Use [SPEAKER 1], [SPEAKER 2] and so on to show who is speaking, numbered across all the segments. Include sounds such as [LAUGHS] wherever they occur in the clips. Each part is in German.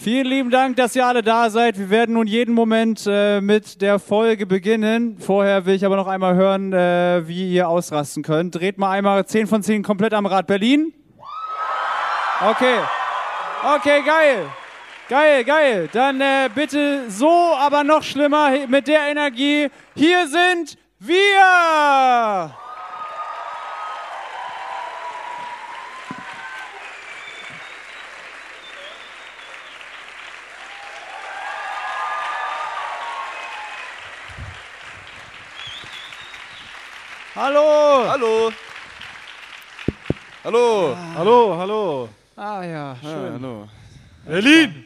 [SPEAKER 1] Vielen lieben Dank, dass ihr alle da seid. Wir werden nun jeden Moment äh, mit der Folge beginnen. Vorher will ich aber noch einmal hören, äh, wie ihr ausrasten könnt. Dreht mal einmal 10 von 10 komplett am Rad Berlin. Okay. Okay, geil. Geil, geil. Dann äh, bitte so, aber noch schlimmer he- mit der Energie. Hier sind wir! Hallo!
[SPEAKER 2] Hallo. Hallo.
[SPEAKER 3] Hallo, hallo.
[SPEAKER 1] Ah ja, schön.
[SPEAKER 3] hallo.
[SPEAKER 4] Berlin!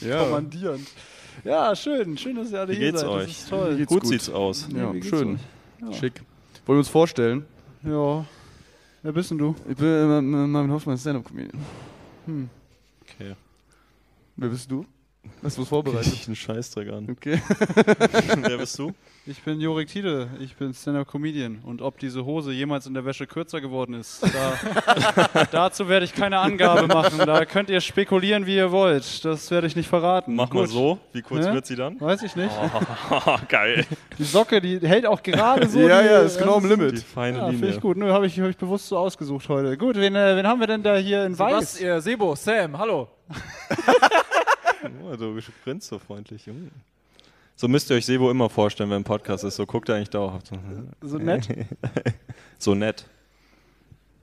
[SPEAKER 3] Ja,
[SPEAKER 1] kommandierend. Ja, schön, schön, dass ihr alle
[SPEAKER 5] Wie
[SPEAKER 1] hier
[SPEAKER 5] geht's
[SPEAKER 1] seid.
[SPEAKER 5] euch?
[SPEAKER 1] Das ist toll.
[SPEAKER 3] geht's
[SPEAKER 5] gut,
[SPEAKER 3] gut.
[SPEAKER 5] sieht's aus.
[SPEAKER 3] ja
[SPEAKER 1] wie geht's
[SPEAKER 3] schön.
[SPEAKER 1] Ja.
[SPEAKER 3] Schick. Wollen wir uns vorstellen?
[SPEAKER 1] Ja. Wer bist denn du?
[SPEAKER 3] Ich bin äh, Marvin Hoffmann, Stand-Up-Comedian.
[SPEAKER 5] Okay.
[SPEAKER 3] Wer bist du? Hast du
[SPEAKER 5] Guck
[SPEAKER 3] was vorbereitet?
[SPEAKER 5] dich einen Scheißdreck an.
[SPEAKER 3] Okay.
[SPEAKER 5] [LAUGHS] Wer bist du?
[SPEAKER 1] Ich bin Jorik Tiede, ich bin Stand-Up-Comedian. Und ob diese Hose jemals in der Wäsche kürzer geworden ist, da,
[SPEAKER 5] [LAUGHS]
[SPEAKER 1] dazu werde ich keine Angabe machen. Da könnt ihr spekulieren, wie ihr wollt. Das werde ich nicht verraten.
[SPEAKER 5] Mach mal
[SPEAKER 1] Gut.
[SPEAKER 5] so. Wie kurz
[SPEAKER 1] Hä?
[SPEAKER 5] wird sie
[SPEAKER 3] [LAUGHS]
[SPEAKER 5] dann? Ah,
[SPEAKER 1] Weiß ich nicht.
[SPEAKER 5] Geil.
[SPEAKER 1] Die Socke, die hält auch
[SPEAKER 5] [LAUGHS]
[SPEAKER 1] gerade so.
[SPEAKER 3] ja,
[SPEAKER 1] die, äh,
[SPEAKER 3] ja, ist genau am
[SPEAKER 5] Die
[SPEAKER 3] Limit.
[SPEAKER 5] feine
[SPEAKER 1] Ja, finde
[SPEAKER 5] Linie.
[SPEAKER 1] ich gut. Nö, habe ich, hab ich bewusst so ausgesucht heute. Gut, wen, äh, wen haben wir denn da hier in
[SPEAKER 6] Was?
[SPEAKER 1] Weiß?
[SPEAKER 6] Ihr Sebo, Sam, hallo.
[SPEAKER 5] Oh, du grinst so freundlich. Hm. So müsst ihr euch Sebo immer vorstellen, wenn ein Podcast ist. So guckt er eigentlich dauerhaft.
[SPEAKER 1] So nett.
[SPEAKER 5] So nett.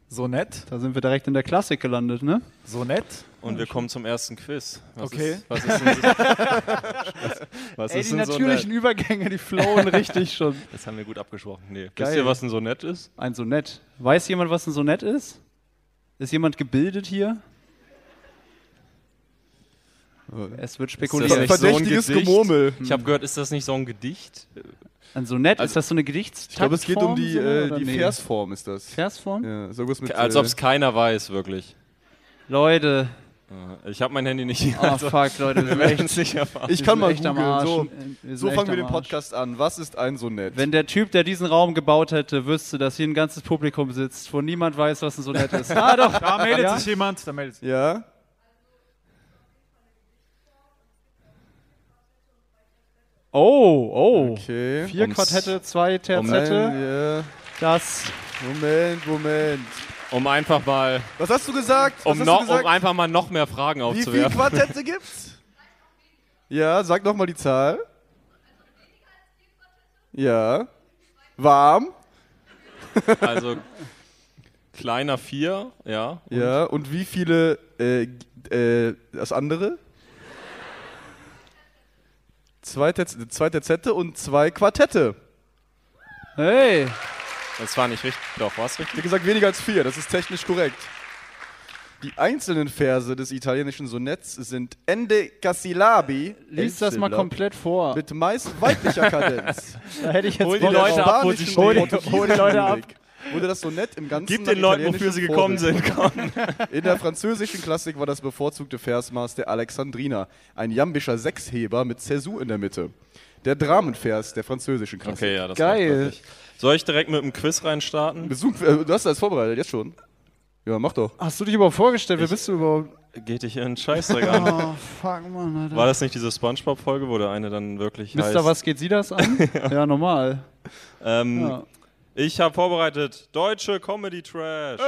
[SPEAKER 6] So nett,
[SPEAKER 1] Da sind wir direkt in der Klassik gelandet, ne?
[SPEAKER 6] so nett.
[SPEAKER 5] Und wir kommen zum ersten Quiz. Was
[SPEAKER 6] Okay.
[SPEAKER 5] Ist, was ist denn
[SPEAKER 3] [LAUGHS]
[SPEAKER 5] so, was, was
[SPEAKER 1] Ey,
[SPEAKER 5] ist
[SPEAKER 1] die
[SPEAKER 5] denn so
[SPEAKER 1] natürlichen
[SPEAKER 5] nett?
[SPEAKER 1] Übergänge, die [LAUGHS] flowen richtig schon.
[SPEAKER 5] Das haben wir gut abgesprochen. Nee. Wisst
[SPEAKER 1] Geil.
[SPEAKER 5] ihr, was denn so nett ist?
[SPEAKER 1] Ein Sonett. Weiß jemand, was ein Sonett ist? Ist jemand gebildet hier? Es
[SPEAKER 5] Ist das
[SPEAKER 1] wird spekuliert.
[SPEAKER 5] echt so ein
[SPEAKER 3] Verdächtiges
[SPEAKER 5] Gedicht?
[SPEAKER 3] Gemurmel.
[SPEAKER 5] Ich habe gehört, ist das nicht so ein Gedicht?
[SPEAKER 1] Ein Sonett, ist das so eine Gedichtstaktform?
[SPEAKER 3] Also Ich glaube, es geht um die,
[SPEAKER 1] so,
[SPEAKER 3] äh,
[SPEAKER 1] oder
[SPEAKER 3] die
[SPEAKER 1] nee?
[SPEAKER 3] Versform, ist das.
[SPEAKER 1] Versform?
[SPEAKER 3] Ja, so was mit,
[SPEAKER 5] Als
[SPEAKER 3] äh,
[SPEAKER 5] ob es keiner weiß, wirklich.
[SPEAKER 1] Leute,
[SPEAKER 5] Ich habe mein Handy nicht hier. Also,
[SPEAKER 1] oh fuck, Leute, wir
[SPEAKER 5] wir
[SPEAKER 1] sind
[SPEAKER 5] werden
[SPEAKER 1] echt,
[SPEAKER 5] es nicht erfahren.
[SPEAKER 3] Ah, Also, [LAUGHS] Ich kann
[SPEAKER 1] wir
[SPEAKER 3] mal
[SPEAKER 1] sind echt am
[SPEAKER 3] googeln.
[SPEAKER 1] Arsch.
[SPEAKER 3] So,
[SPEAKER 1] Wir sind
[SPEAKER 3] so
[SPEAKER 1] echt
[SPEAKER 3] fangen wir
[SPEAKER 1] am
[SPEAKER 3] den
[SPEAKER 1] Arsch.
[SPEAKER 3] Podcast an. Was ist ein Sonett?
[SPEAKER 1] Wenn der Typ, der diesen Raum gebaut hätte, wüsste, dass hier ein ganzes Publikum sitzt, wo niemand weiß, was ein Sonett
[SPEAKER 3] [LAUGHS]
[SPEAKER 1] ist. Ah doch,
[SPEAKER 6] Da meldet
[SPEAKER 1] Ja?
[SPEAKER 6] sich jemand, da meldet sich.
[SPEAKER 3] ja?
[SPEAKER 1] Oh, oh.
[SPEAKER 3] Okay. Um-
[SPEAKER 1] Vier
[SPEAKER 5] Ums-
[SPEAKER 1] Quartette, zwei Terzette.
[SPEAKER 3] Ein, ja.
[SPEAKER 1] Das
[SPEAKER 3] Moment, Moment.
[SPEAKER 5] Um einfach mal,
[SPEAKER 3] Was hast du gesagt? Was
[SPEAKER 5] um,
[SPEAKER 3] hast
[SPEAKER 5] noch,
[SPEAKER 3] du gesagt?
[SPEAKER 5] um einfach mal noch mehr Fragen
[SPEAKER 3] Wie viele
[SPEAKER 5] aufzuwerfen.
[SPEAKER 3] Quartette gibt's? Ja, sag noch mal die Zahl. Ja. Warm.
[SPEAKER 5] Also kleiner vier, ja.
[SPEAKER 3] Ja. Und wie viele äh, g- äh, das andere? Zwei, Terz zwei Terzette und zwei Quartette.
[SPEAKER 1] Hey,
[SPEAKER 5] Das war nicht richtig. Doch, war es richtig?
[SPEAKER 3] Wie gesagt, weniger als vier, das ist technisch korrekt. Die einzelnen Verse des italienischen Sonetts sind Ende Cassillabi.
[SPEAKER 1] lies das mal
[SPEAKER 3] Endsyllab-
[SPEAKER 1] komplett vor.
[SPEAKER 3] Mit meist weiblicher Kadenz.
[SPEAKER 1] [LAUGHS] Da hätte ich jetzt
[SPEAKER 5] Hol die
[SPEAKER 1] Bock
[SPEAKER 5] Leute
[SPEAKER 1] drauf.
[SPEAKER 5] ab, wo sie stehen.
[SPEAKER 1] Hol die Leute ab.
[SPEAKER 3] Wurde das Sonett im Ganzen
[SPEAKER 5] Gib
[SPEAKER 3] nach
[SPEAKER 5] den Leuten,
[SPEAKER 3] italienischen
[SPEAKER 5] wofür sie gekommen
[SPEAKER 3] Vorbild.
[SPEAKER 5] sind. Komm.
[SPEAKER 3] In der französischen Klassik war das bevorzugte Versmaß der Alexandriner, ein jambischer Sechsheber mit Cäsur in der Mitte. Der Dramenvers der französischen Klassik.
[SPEAKER 5] [LAUGHS] Okay, ja, das
[SPEAKER 1] Geil.
[SPEAKER 5] macht wirklich. Soll ich direkt mit dem Quiz reinstarten?
[SPEAKER 3] Besuch, äh, du hast das vorbereitet, jetzt schon. Ja, mach doch.
[SPEAKER 1] Hast du dich überhaupt vorgestellt? Wer bist du überhaupt?
[SPEAKER 5] Geht dich in Scheißdreck an.
[SPEAKER 1] Oh, fuck, Mann, Alter.
[SPEAKER 5] War das nicht diese Spongebob-Folge, wo der eine dann wirklich heißt?
[SPEAKER 1] Mister, was geht Sie das an? ja, normal.
[SPEAKER 5] Ähm,
[SPEAKER 1] Ja.
[SPEAKER 5] Ich habe vorbereitet deutsche Comedy Trash.
[SPEAKER 3] Du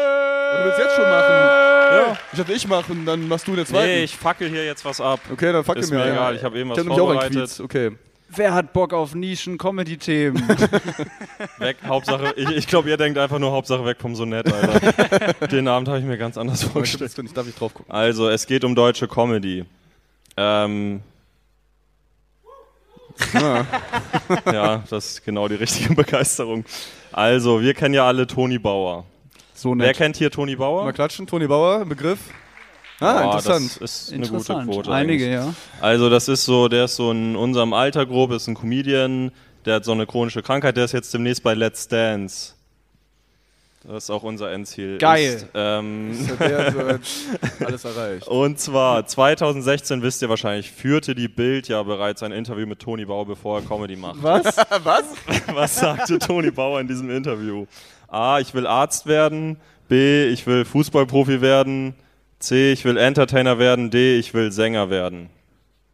[SPEAKER 3] willst jetzt schon machen. Ja. Ich dachte, ich machen, dann machst du den zweiten.
[SPEAKER 5] Äh. nee, ich fackel hier jetzt was ab.
[SPEAKER 3] okay, dann fuck
[SPEAKER 5] Ist
[SPEAKER 3] mir
[SPEAKER 5] mir
[SPEAKER 3] einen.
[SPEAKER 5] egal, ich habe eben was
[SPEAKER 3] Ich hab nämlich auch einen
[SPEAKER 5] vorbereitet.
[SPEAKER 3] Quiz, okay.
[SPEAKER 1] Wer hat Bock auf Nischen-Comedy-Themen?
[SPEAKER 5] Weg, Hauptsache, ich, ich glaube, ihr denkt einfach nur Hauptsache weg vom Sonett, Alter. Den Abend habe ich mir ganz anders vorgestellt.
[SPEAKER 3] Jetzt bin ich, darf ich drauf gucken.
[SPEAKER 5] Also, es geht um deutsche Comedy. Ähm. [LAUGHS] ja, das ist genau die richtige Begeisterung. Also, wir kennen ja alle Toni Bauer.
[SPEAKER 1] [LAUGHS] So
[SPEAKER 5] Wer
[SPEAKER 1] nett.
[SPEAKER 5] kennt hier Toni
[SPEAKER 3] Mal
[SPEAKER 5] Bauer?
[SPEAKER 3] klatschen, Toni Bauer, ein Begriff.
[SPEAKER 5] Boah,
[SPEAKER 3] Ah,
[SPEAKER 5] Das
[SPEAKER 3] interessant.
[SPEAKER 5] ist eine gute
[SPEAKER 1] Interessant.
[SPEAKER 5] Quote.
[SPEAKER 1] Einige,
[SPEAKER 5] eigentlich.
[SPEAKER 1] ja.
[SPEAKER 5] Also, das ist so, der ist so in unserem Alter grob, ist ein Comedian, der hat so eine chronische Krankheit, der ist jetzt demnächst bei Let's Dance. Das ist auch unser Endziel.
[SPEAKER 1] Geil.
[SPEAKER 5] Ist, ähm, [LAUGHS]
[SPEAKER 3] Der, so, äh, alles erreicht.
[SPEAKER 5] Und zwar 2016 wisst ihr wahrscheinlich, führte die Bild ja bereits ein Interview mit Toni Bauer, bevor er Comedy macht. Was? Was? [LAUGHS] Was sagte Toni Bauer in diesem Interview? A, ich will Arzt werden. B, ich will Fußballprofi werden. C, ich will Entertainer werden. D, ich will Sänger werden.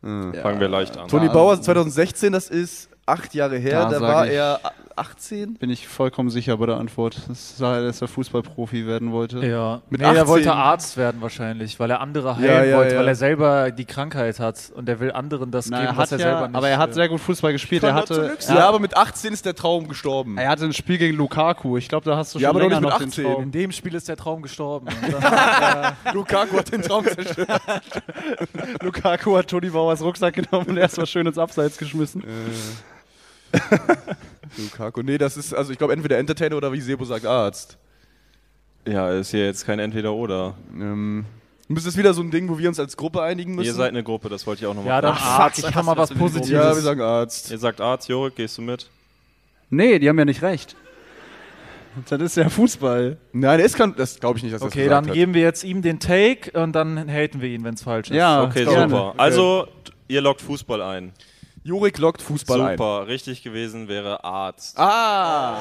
[SPEAKER 5] Fangen wir leicht an.
[SPEAKER 3] Toni Bauer 2016, das ist acht Jahre her,
[SPEAKER 1] Da
[SPEAKER 3] da
[SPEAKER 1] sag
[SPEAKER 3] war
[SPEAKER 1] ich-
[SPEAKER 3] er 18.
[SPEAKER 1] [LAUGHS] Bin ich vollkommen sicher bei der Antwort. Das sah, dass er Fußballprofi werden wollte.
[SPEAKER 6] Ja.
[SPEAKER 3] Mit
[SPEAKER 6] nee, er
[SPEAKER 3] 18.
[SPEAKER 6] wollte Arzt werden wahrscheinlich, weil er andere heilen
[SPEAKER 3] Ja, ja,
[SPEAKER 6] wollte,
[SPEAKER 3] ja.
[SPEAKER 6] weil er selber die Krankheit hat und er will anderen das
[SPEAKER 1] Na,
[SPEAKER 6] geben,
[SPEAKER 1] er
[SPEAKER 6] was
[SPEAKER 1] hat
[SPEAKER 6] er
[SPEAKER 1] ja,
[SPEAKER 6] selber nicht
[SPEAKER 1] aber er hat
[SPEAKER 6] will.
[SPEAKER 1] sehr gut Fußball gespielt. Er hatte,
[SPEAKER 3] Ja, aber mit 18 ist der Traum gestorben.
[SPEAKER 1] er hatte ein Spiel gegen Lukaku. Ich glaube, da hast du schon
[SPEAKER 3] Ja, aber doch
[SPEAKER 6] länger
[SPEAKER 3] nicht mit
[SPEAKER 6] noch
[SPEAKER 1] den
[SPEAKER 3] 18.
[SPEAKER 1] Traum.
[SPEAKER 6] In dem Spiel ist der Traum [LAUGHS] gestorben. Und dann-
[SPEAKER 3] Lukaku hat den Traum zerstört.
[SPEAKER 1] Lukaku hat Toni Bauers Rucksack genommen und erstmal schön ins Abseits geschmissen.
[SPEAKER 3] Lukaku, nee, das ist, also ich glaube, entweder Entertainer oder wie Sebo sagt, Arzt.
[SPEAKER 5] Ja, ist hier jetzt kein Entweder-Oder.
[SPEAKER 3] Ähm, das ist wieder so ein Ding, wo wir uns als Gruppe einigen müssen.
[SPEAKER 5] Ihr seid eine Gruppe, das wollte ich auch nochmal
[SPEAKER 6] ja, dann Arzt, ich kann mal was
[SPEAKER 3] ja, wir
[SPEAKER 6] Positives.
[SPEAKER 3] sagen Arzt.
[SPEAKER 5] Ihr sagt Arzt, Jorik, gehst du mit?
[SPEAKER 1] Nee, die haben ja nicht recht. Das ist ja Fußball.
[SPEAKER 3] Nein, der ist kein, das glaube ich nicht, dass er
[SPEAKER 6] okay,
[SPEAKER 3] das
[SPEAKER 6] dann
[SPEAKER 3] gesagt
[SPEAKER 6] geben wir jetzt ihm den Take und dann haten wir ihn, wenn es falsch ist.
[SPEAKER 1] Ja,
[SPEAKER 5] Okay,
[SPEAKER 1] gerne.
[SPEAKER 5] super. Also, ihr lockt Fußball ein.
[SPEAKER 3] hat. Jurik lockt Fußball ein.
[SPEAKER 5] super, richtig gewesen wäre Arzt.
[SPEAKER 3] Ah!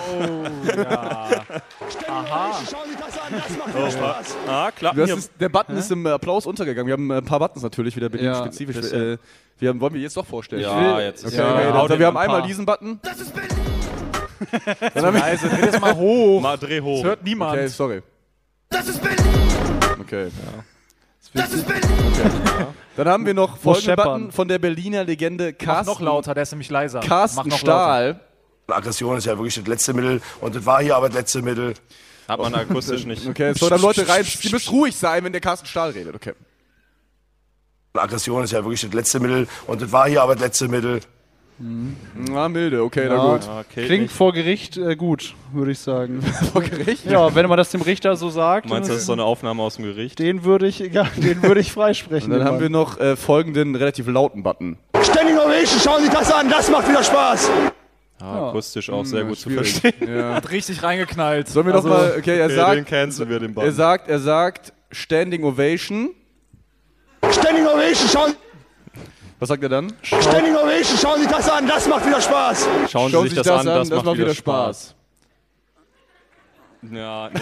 [SPEAKER 5] Ah, klappt
[SPEAKER 3] Das
[SPEAKER 5] hier.
[SPEAKER 3] ist, der Button ist im Applaus untergegangen. Wir haben äh, ein paar Buttons natürlich wieder bedingt
[SPEAKER 1] Ja,
[SPEAKER 3] spezifisch.
[SPEAKER 5] bisschen.
[SPEAKER 3] Äh, wir haben, wollen wir jetzt doch vorstellen?
[SPEAKER 5] Ja, jetzt ist
[SPEAKER 3] Okay,
[SPEAKER 5] ja.
[SPEAKER 3] okay,
[SPEAKER 5] ja.
[SPEAKER 3] also wir haben einmal
[SPEAKER 6] paar.
[SPEAKER 3] diesen Button.
[SPEAKER 6] Also, dreh das mal hoch.
[SPEAKER 5] Mal dreh hoch.
[SPEAKER 6] Das hört niemand.
[SPEAKER 3] Okay, sorry. Das ist Okay. Okay. Dann haben wir noch folgenden
[SPEAKER 6] scheppern.
[SPEAKER 3] Button von der Berliner Legende
[SPEAKER 6] Mach
[SPEAKER 3] Carsten,
[SPEAKER 6] noch lauter, der ist nämlich leiser. Mach
[SPEAKER 3] Carsten
[SPEAKER 6] noch
[SPEAKER 3] Stahl.
[SPEAKER 7] Aggression ist ja wirklich das letzte Mittel und das war hier aber das letzte Mittel.
[SPEAKER 5] Hat man akustisch nicht.
[SPEAKER 3] Okay, es soll dann Leute rein. Ihr müsst ruhig sein, wenn der Carsten Stahl redet. Okay.
[SPEAKER 7] Aggression ist ja wirklich das letzte Mittel und das war hier aber das letzte Mittel.
[SPEAKER 3] Na, milde. Okay, na gut.
[SPEAKER 5] Ja, okay,
[SPEAKER 1] Klingt
[SPEAKER 5] nicht.
[SPEAKER 1] vor Gericht äh, gut, würde ich
[SPEAKER 6] [LAUGHS]
[SPEAKER 1] sagen. vor Gericht? Ja, wenn man das dem Richter so sagt,
[SPEAKER 5] Meinst du,
[SPEAKER 1] dann
[SPEAKER 5] das ist so eine Aufnahme aus dem Gericht?
[SPEAKER 1] den würde ich, ja, den würde ich freisprechen.
[SPEAKER 3] Und dann
[SPEAKER 1] den
[SPEAKER 3] haben wir
[SPEAKER 1] Mann.
[SPEAKER 3] noch äh, folgenden relativ lauten Button.
[SPEAKER 7] Standing Ovation, schauen Sie das an, das macht wieder Spaß.
[SPEAKER 5] Ah, akustisch auch sehr gut
[SPEAKER 3] schwierig.
[SPEAKER 5] zu verstehen.
[SPEAKER 6] Hat richtig reingeknallt.
[SPEAKER 3] Sollen wir noch mal? Okay, er
[SPEAKER 5] Also, Okay, den
[SPEAKER 3] sagt,
[SPEAKER 5] canceln wir, den
[SPEAKER 3] er
[SPEAKER 5] Button.
[SPEAKER 3] sagt, er sagt, Standing Ovation.
[SPEAKER 7] Standing Ovation, schauen,
[SPEAKER 3] Was sagt er dann?
[SPEAKER 7] Standing Ovation, schauen Sie das an, das macht wieder Spaß.
[SPEAKER 5] Schauen Sie
[SPEAKER 3] Schauen
[SPEAKER 5] sich das, an, das, macht, wieder Spaß. Ja, nee.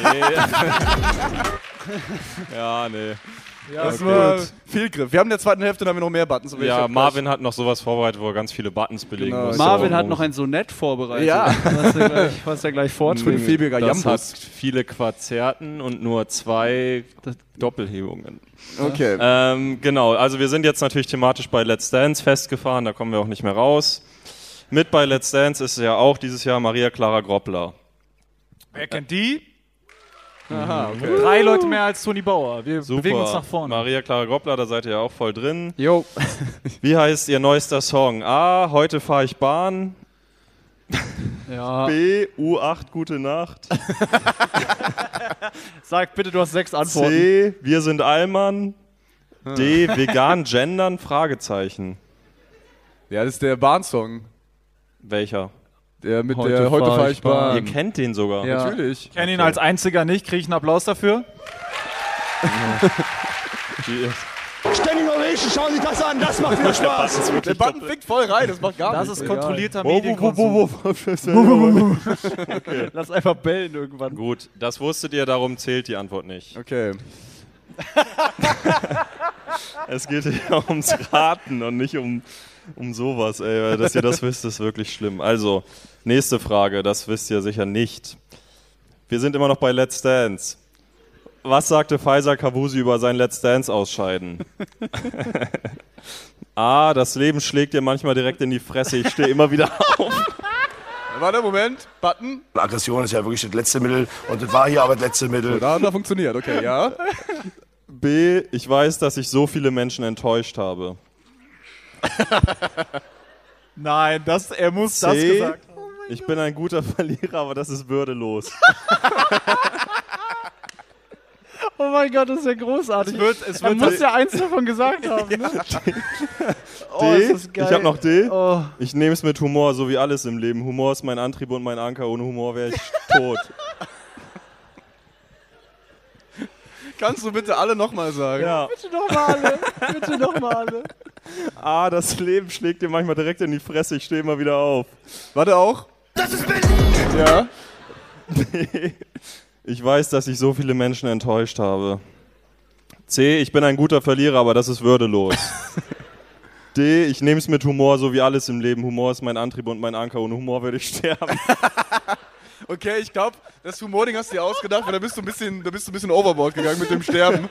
[SPEAKER 5] ja, nee.
[SPEAKER 3] Das war viel Griff. Wir haben in der zweiten Hälfte dann haben wir noch mehr Buttons. aber ich
[SPEAKER 5] Ja,
[SPEAKER 3] hab
[SPEAKER 5] Marvin hat noch sowas vorbereitet, wo er ganz viele Buttons belegen
[SPEAKER 3] Genau.
[SPEAKER 5] muss.
[SPEAKER 1] Marvin hat
[SPEAKER 5] Oh.
[SPEAKER 1] noch ein Sonett vorbereitet.
[SPEAKER 3] Ja.
[SPEAKER 1] Was er gleich, was er gleich
[SPEAKER 3] gleich
[SPEAKER 1] vorträgt.
[SPEAKER 3] fünffebiger
[SPEAKER 5] Das hat
[SPEAKER 3] Jambus.
[SPEAKER 5] viele Quaterten und nur zwei Doppelhebungen.
[SPEAKER 3] Okay.
[SPEAKER 5] Ähm, genau, also wir sind jetzt natürlich thematisch bei Let's Dance festgefahren, da kommen wir auch nicht mehr raus. Mit bei Let's Dance ist ja auch dieses Jahr Maria Clara Groppler.
[SPEAKER 6] Wer kennt die? Drei Leute mehr als Toni Bauer. Wir
[SPEAKER 5] Super.
[SPEAKER 6] bewegen uns nach vorne.
[SPEAKER 5] Maria Clara Groppler, da seid ihr ja auch voll drin.
[SPEAKER 1] Jo.
[SPEAKER 5] Wie heißt ihr neuester Song? A, heute fahre ich Bahn.
[SPEAKER 1] Ja.
[SPEAKER 5] B, U8, gute Nacht.
[SPEAKER 1] Sag bitte, du hast sechs Antworten.
[SPEAKER 5] C, wir sind Allmann. D, vegan gendern? Fragezeichen.
[SPEAKER 3] ja, das ist der Bahnsong.
[SPEAKER 5] Welcher?
[SPEAKER 3] Der mit
[SPEAKER 1] Heute
[SPEAKER 3] der Heute
[SPEAKER 1] fahr
[SPEAKER 3] fahr
[SPEAKER 1] ich
[SPEAKER 3] ich Bahn.
[SPEAKER 5] Ihr kennt den sogar.
[SPEAKER 1] Ja.
[SPEAKER 3] Natürlich.
[SPEAKER 6] Ich kenne ihn als einziger nicht. Kriege ich einen Applaus dafür?
[SPEAKER 5] Die-
[SPEAKER 7] Standing Ovation, schauen Sie das an, das macht wieder Spaß.
[SPEAKER 3] Der Button fickt voll rein, das macht gar
[SPEAKER 6] Das
[SPEAKER 3] nichts.
[SPEAKER 6] ist kontrollierter
[SPEAKER 5] Wo, wo,
[SPEAKER 6] Medienkonsum.
[SPEAKER 5] wo, wo,
[SPEAKER 1] Lass einfach bellen irgendwann.
[SPEAKER 5] Gut, das wusstet ihr, darum zählt die Antwort nicht.
[SPEAKER 3] [LAUGHS] Okay.
[SPEAKER 5] Es geht hier [LAUGHS] ums Raten und nicht um, um sowas, ey. weil Dass ihr das wisst, ist wirklich schlimm. Also, nächste Frage, das wisst ihr sicher nicht. Wir sind immer noch bei Let's Dance. Was sagte Pfizer Kavusi über sein Let's Dance ausscheiden? [LAUGHS] A. Das Leben schlägt dir manchmal direkt in die Fresse. Ich stehe immer wieder [LAUGHS] auf.
[SPEAKER 3] Warte, Moment. Button.
[SPEAKER 7] Aggression ist ja wirklich das letzte Mittel und das war hier aber das letzte Mittel.
[SPEAKER 3] Da hat er funktioniert. Okay, ja.
[SPEAKER 5] B. Ich weiß, dass ich so viele Menschen enttäuscht habe.
[SPEAKER 6] Nein, das, er muss das
[SPEAKER 5] C.
[SPEAKER 6] gesagt haben.
[SPEAKER 5] Ich bin ein guter [LAUGHS] Verlierer, aber das ist
[SPEAKER 1] [LAUGHS]
[SPEAKER 5] würdelos.
[SPEAKER 1] Oh mein Gott, das ist ja großartig.
[SPEAKER 6] Wird, es
[SPEAKER 1] Man
[SPEAKER 6] wird
[SPEAKER 1] muss [LAUGHS] ja eins davon gesagt haben. Ne?
[SPEAKER 5] D.
[SPEAKER 1] ist das geil.
[SPEAKER 5] Ich habe noch D.
[SPEAKER 1] Oh.
[SPEAKER 5] Ich nehme es mit Humor, so wie alles im Leben. Humor ist mein Antrieb und mein Anker. Ohne Humor wäre ich [LAUGHS] tot.
[SPEAKER 3] [LAUGHS] Kannst du bitte alle nochmal sagen?
[SPEAKER 5] Ja.
[SPEAKER 1] Bitte nochmal alle. [LAUGHS] Bitte nochmal alle.
[SPEAKER 5] A. ah, Das Leben schlägt dir manchmal direkt in die Fresse. Ich stehe immer wieder auf. [LAUGHS]
[SPEAKER 3] Warte auch. Das ist Berlin!
[SPEAKER 5] Ich weiß, dass ich so viele Menschen enttäuscht habe. C. Ich bin ein guter Verlierer, aber das ist [LAUGHS] würdelos. D. Ich nehme es mit Humor, so wie alles im Leben. Humor ist mein Antrieb und mein Anker. Ohne Humor würde ich [LAUGHS] sterben.
[SPEAKER 3] Ja. Okay, ich glaube, das Humording hast du dir ausgedacht, weil da bist du ein bisschen, da bist du ein bisschen overboard gegangen mit dem Sterben.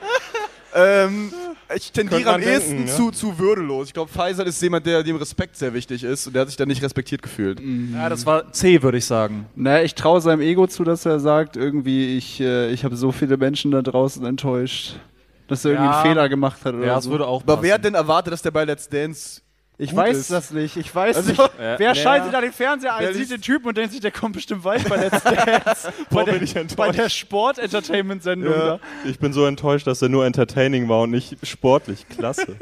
[SPEAKER 3] ähm, ich tendiere
[SPEAKER 5] Könnte man
[SPEAKER 3] am ehesten
[SPEAKER 5] denken, ne?
[SPEAKER 3] zu, zu würdelos. Ich glaube, Pfizer ist jemand, der dem Respekt sehr wichtig ist und der hat sich da nicht respektiert gefühlt.
[SPEAKER 5] Mhm.
[SPEAKER 6] Ja, das war C, würde ich sagen.
[SPEAKER 1] Naja, ich traue seinem Ego zu, dass er sagt, irgendwie, ich, äh, ich habe so viele Menschen da draußen enttäuscht, dass er irgendwie
[SPEAKER 6] Ja.
[SPEAKER 1] einen Fehler gemacht hat oder
[SPEAKER 6] Ja, das
[SPEAKER 1] so.
[SPEAKER 6] würde auch
[SPEAKER 3] Aber wer
[SPEAKER 6] passen.
[SPEAKER 3] hat denn erwartet, dass der bei Let's Dance.
[SPEAKER 1] ich
[SPEAKER 3] gut
[SPEAKER 1] weiß
[SPEAKER 3] ist.
[SPEAKER 1] das nicht, ich weiß
[SPEAKER 3] Also-
[SPEAKER 1] nicht. Wer schaltet da den Fernseher ein,
[SPEAKER 3] Wer
[SPEAKER 1] sieht
[SPEAKER 3] liest-
[SPEAKER 1] den Typen und denkt sich, der kommt bestimmt weit [LAUGHS] bei Let's Dance, bei, der, bei der Sport-Entertainment-Sendung da.
[SPEAKER 5] Ich bin so enttäuscht, dass er nur entertaining war und nicht sportlich. Klasse.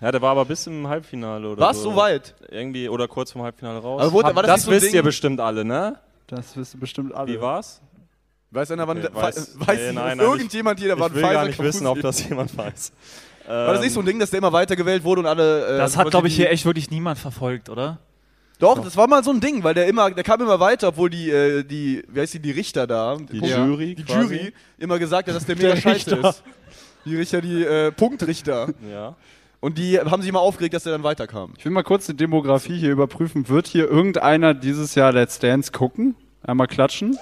[SPEAKER 5] Ja, der war aber bis im Halbfinale oder
[SPEAKER 3] War's
[SPEAKER 5] so.
[SPEAKER 3] so weit?
[SPEAKER 5] Irgendwie oder kurz vom Halbfinale raus.
[SPEAKER 3] Aber wurde- war das
[SPEAKER 5] das
[SPEAKER 3] nicht so ein
[SPEAKER 5] wisst
[SPEAKER 3] Ding-
[SPEAKER 5] ihr bestimmt alle, ne?
[SPEAKER 1] Das wissen bestimmt alle.
[SPEAKER 5] Wie war's?
[SPEAKER 3] Weiß einer, wann.
[SPEAKER 5] Okay,
[SPEAKER 3] weiß
[SPEAKER 5] weiß-
[SPEAKER 3] weiß
[SPEAKER 5] nee,
[SPEAKER 3] [LAUGHS] nicht,
[SPEAKER 5] nein, nein,
[SPEAKER 3] irgendjemand hier, der war
[SPEAKER 5] ich will
[SPEAKER 3] Pfizer
[SPEAKER 5] gar nicht
[SPEAKER 3] Kapuzi.
[SPEAKER 5] wissen, ähm, ob das jemand weiß.
[SPEAKER 3] War das nicht so ein Ding, dass der immer weitergewählt wurde und alle. äh,
[SPEAKER 6] Das hat,
[SPEAKER 3] quasi
[SPEAKER 6] glaube ich,
[SPEAKER 3] die-
[SPEAKER 6] hier echt wirklich niemand verfolgt, oder?
[SPEAKER 3] Doch, das war mal so ein Ding, weil der immer, der kam immer weiter, obwohl die, äh, die, wie heißt die, die Richter da, die,
[SPEAKER 5] Jury
[SPEAKER 3] die
[SPEAKER 5] quasi.
[SPEAKER 3] Jury immer gesagt hat, dass der mega scheiße ist. Die Richter, die äh, Punktrichter.
[SPEAKER 5] Ja.
[SPEAKER 3] Und die haben sich immer aufgeregt, dass der dann weiterkam.
[SPEAKER 1] Ich will mal kurz die Demografie hier überprüfen. Wird hier irgendeiner dieses Jahr Let's Dance gucken? Einmal klatschen?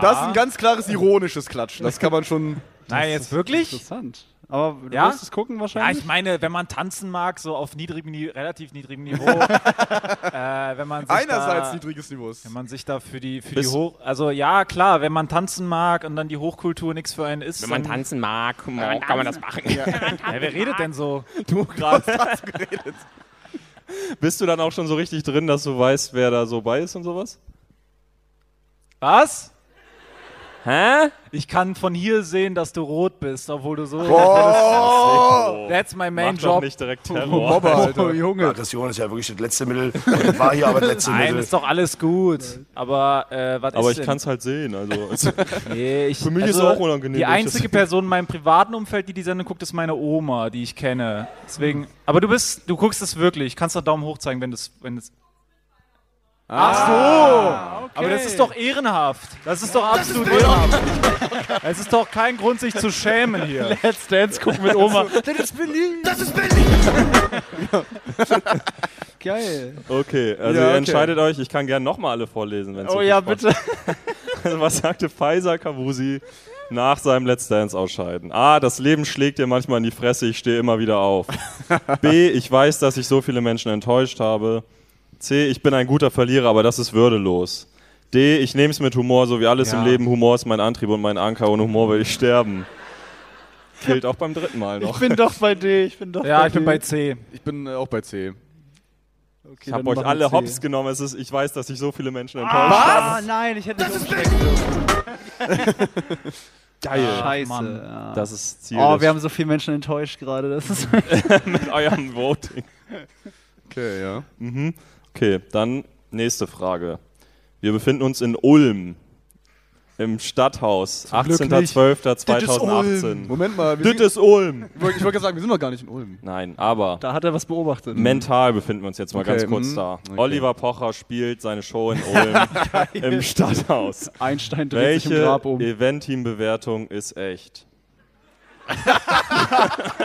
[SPEAKER 3] Das ist ein ganz klares ironisches Klatschen. Das kann man schon.
[SPEAKER 6] Nein, jetzt wirklich?
[SPEAKER 1] Interessant. Aber du
[SPEAKER 6] Ja?
[SPEAKER 1] wirst es gucken
[SPEAKER 6] Ja,
[SPEAKER 1] wahrscheinlich?
[SPEAKER 6] ich meine, wenn man tanzen mag, so auf niedrigem, Ni- relativ niedrigem
[SPEAKER 1] [LAUGHS]
[SPEAKER 6] Niveau, äh, wenn man sich
[SPEAKER 3] [LAUGHS] Einerseits
[SPEAKER 6] da,
[SPEAKER 3] niedriges Niveau. ist.
[SPEAKER 6] wenn man sich da für die für die hoch, also ja klar, wenn man tanzen mag und dann die Hochkultur nichts für einen ist, wenn man dann,
[SPEAKER 8] tanzen mag, kann man das machen.
[SPEAKER 5] [LAUGHS]
[SPEAKER 6] ja, wer redet denn so?
[SPEAKER 5] Bist du dann auch schon so richtig drin, dass du weißt, wer da so bei ist und sowas?
[SPEAKER 6] Was?
[SPEAKER 8] Hä?
[SPEAKER 6] Ich kann von hier sehen, dass du rot bist, obwohl du so.
[SPEAKER 5] Oh,
[SPEAKER 6] That's my main
[SPEAKER 5] Mach doch
[SPEAKER 6] job.
[SPEAKER 5] nicht
[SPEAKER 3] [LAUGHS]
[SPEAKER 5] direkt Terror.
[SPEAKER 1] oh, Junge.
[SPEAKER 7] Aggression ist ja wirklich das letzte Mittel und das war hier aber das letzte
[SPEAKER 6] Nein,
[SPEAKER 7] Mittel.
[SPEAKER 6] ist doch alles gut. Aber äh, was
[SPEAKER 5] Aber
[SPEAKER 6] ist
[SPEAKER 5] ich kann es halt sehen. Also,
[SPEAKER 3] [LAUGHS]
[SPEAKER 5] also
[SPEAKER 6] denn? Nee, ich, also Für
[SPEAKER 5] mich
[SPEAKER 3] Also
[SPEAKER 5] ist es auch unangenehm,
[SPEAKER 6] Die
[SPEAKER 5] wenn ich
[SPEAKER 6] einzige
[SPEAKER 5] das-
[SPEAKER 6] Person in meinem privaten Umfeld, die die Sendung guckt, ist meine Oma, die ich kenne. Deswegen. Aber du bist, du guckst es wirklich. Kannst doch Daumen hoch zeigen, wenn das, wenn das. Ach so. Aber das ist doch ehrenhaft. Das ist doch absolut ehrenhaft. es ist doch kein Grund, sich zu schämen hier.
[SPEAKER 1] Let's Dance gucken mit Oma. Geil.
[SPEAKER 6] [LAUGHS]
[SPEAKER 5] okay, also
[SPEAKER 3] Ja, okay.
[SPEAKER 5] ihr entscheidet euch. Ich kann gerne nochmal alle vorlesen, wenn es
[SPEAKER 1] Oh ja, bitte.
[SPEAKER 5] Also, [LAUGHS] was sagte Pfizer Kavusi nach seinem Let's Dance ausscheiden? A. Das Leben schlägt dir manchmal in die Fresse, ich stehe immer wieder
[SPEAKER 1] [LAUGHS]
[SPEAKER 5] auf. B. Ich weiß, dass ich so viele Menschen enttäuscht habe. C. Ich bin ein guter Verlierer, aber das ist würdelos. D. Ich nehme es mit Humor, so wie alles im Leben. Humor ist mein Antrieb und mein Anker. Ohne Humor will ich sterben. Gilt auch beim dritten Mal
[SPEAKER 1] Ich
[SPEAKER 5] noch.
[SPEAKER 1] [LAUGHS] bin doch bei D. Ich bin doch
[SPEAKER 6] [LAUGHS] Ja,
[SPEAKER 1] bei
[SPEAKER 6] ich bin
[SPEAKER 1] D.
[SPEAKER 6] bei C.
[SPEAKER 3] Ich bin äh, auch bei C.
[SPEAKER 1] Okay,
[SPEAKER 5] Ich
[SPEAKER 1] dann
[SPEAKER 5] habe euch
[SPEAKER 1] machen
[SPEAKER 5] alle
[SPEAKER 1] C.
[SPEAKER 5] hops genommen. Es ist, ich weiß, dass ich so viele Menschen enttäuscht
[SPEAKER 1] Ah, nein, ich hätte das
[SPEAKER 6] [LAUGHS]
[SPEAKER 5] Geil.
[SPEAKER 1] Scheiße.
[SPEAKER 6] Mann.
[SPEAKER 1] ja.
[SPEAKER 5] Das ist Ziel.
[SPEAKER 1] Oh,
[SPEAKER 5] des-
[SPEAKER 1] wir
[SPEAKER 5] [LAUGHS]
[SPEAKER 1] haben so viele Menschen enttäuscht gerade. Das ist
[SPEAKER 5] mit eurem Voting.
[SPEAKER 3] Okay, ja.
[SPEAKER 5] Okay, dann nächste Frage. Wir befinden uns in Ulm im Stadthaus,
[SPEAKER 3] Glück nicht.
[SPEAKER 5] 18.12.2018.
[SPEAKER 3] Moment mal, wir
[SPEAKER 5] Das
[SPEAKER 3] sind,
[SPEAKER 5] ist Ulm.
[SPEAKER 3] ich wollte gerade sagen, wir sind noch gar nicht in Ulm.
[SPEAKER 5] Nein, aber
[SPEAKER 1] Da hm. hat er was beobachtet.
[SPEAKER 5] mental befinden wir uns jetzt mal ganz kurz
[SPEAKER 3] mhm.
[SPEAKER 5] da. Oliver Pocher spielt seine Show
[SPEAKER 1] [LAUGHS]
[SPEAKER 5] in Ulm im Stadthaus.
[SPEAKER 1] Einstein dreht sich im
[SPEAKER 5] Welche E-
[SPEAKER 1] Grab um.
[SPEAKER 5] Event-Team-Bewertung ist echt?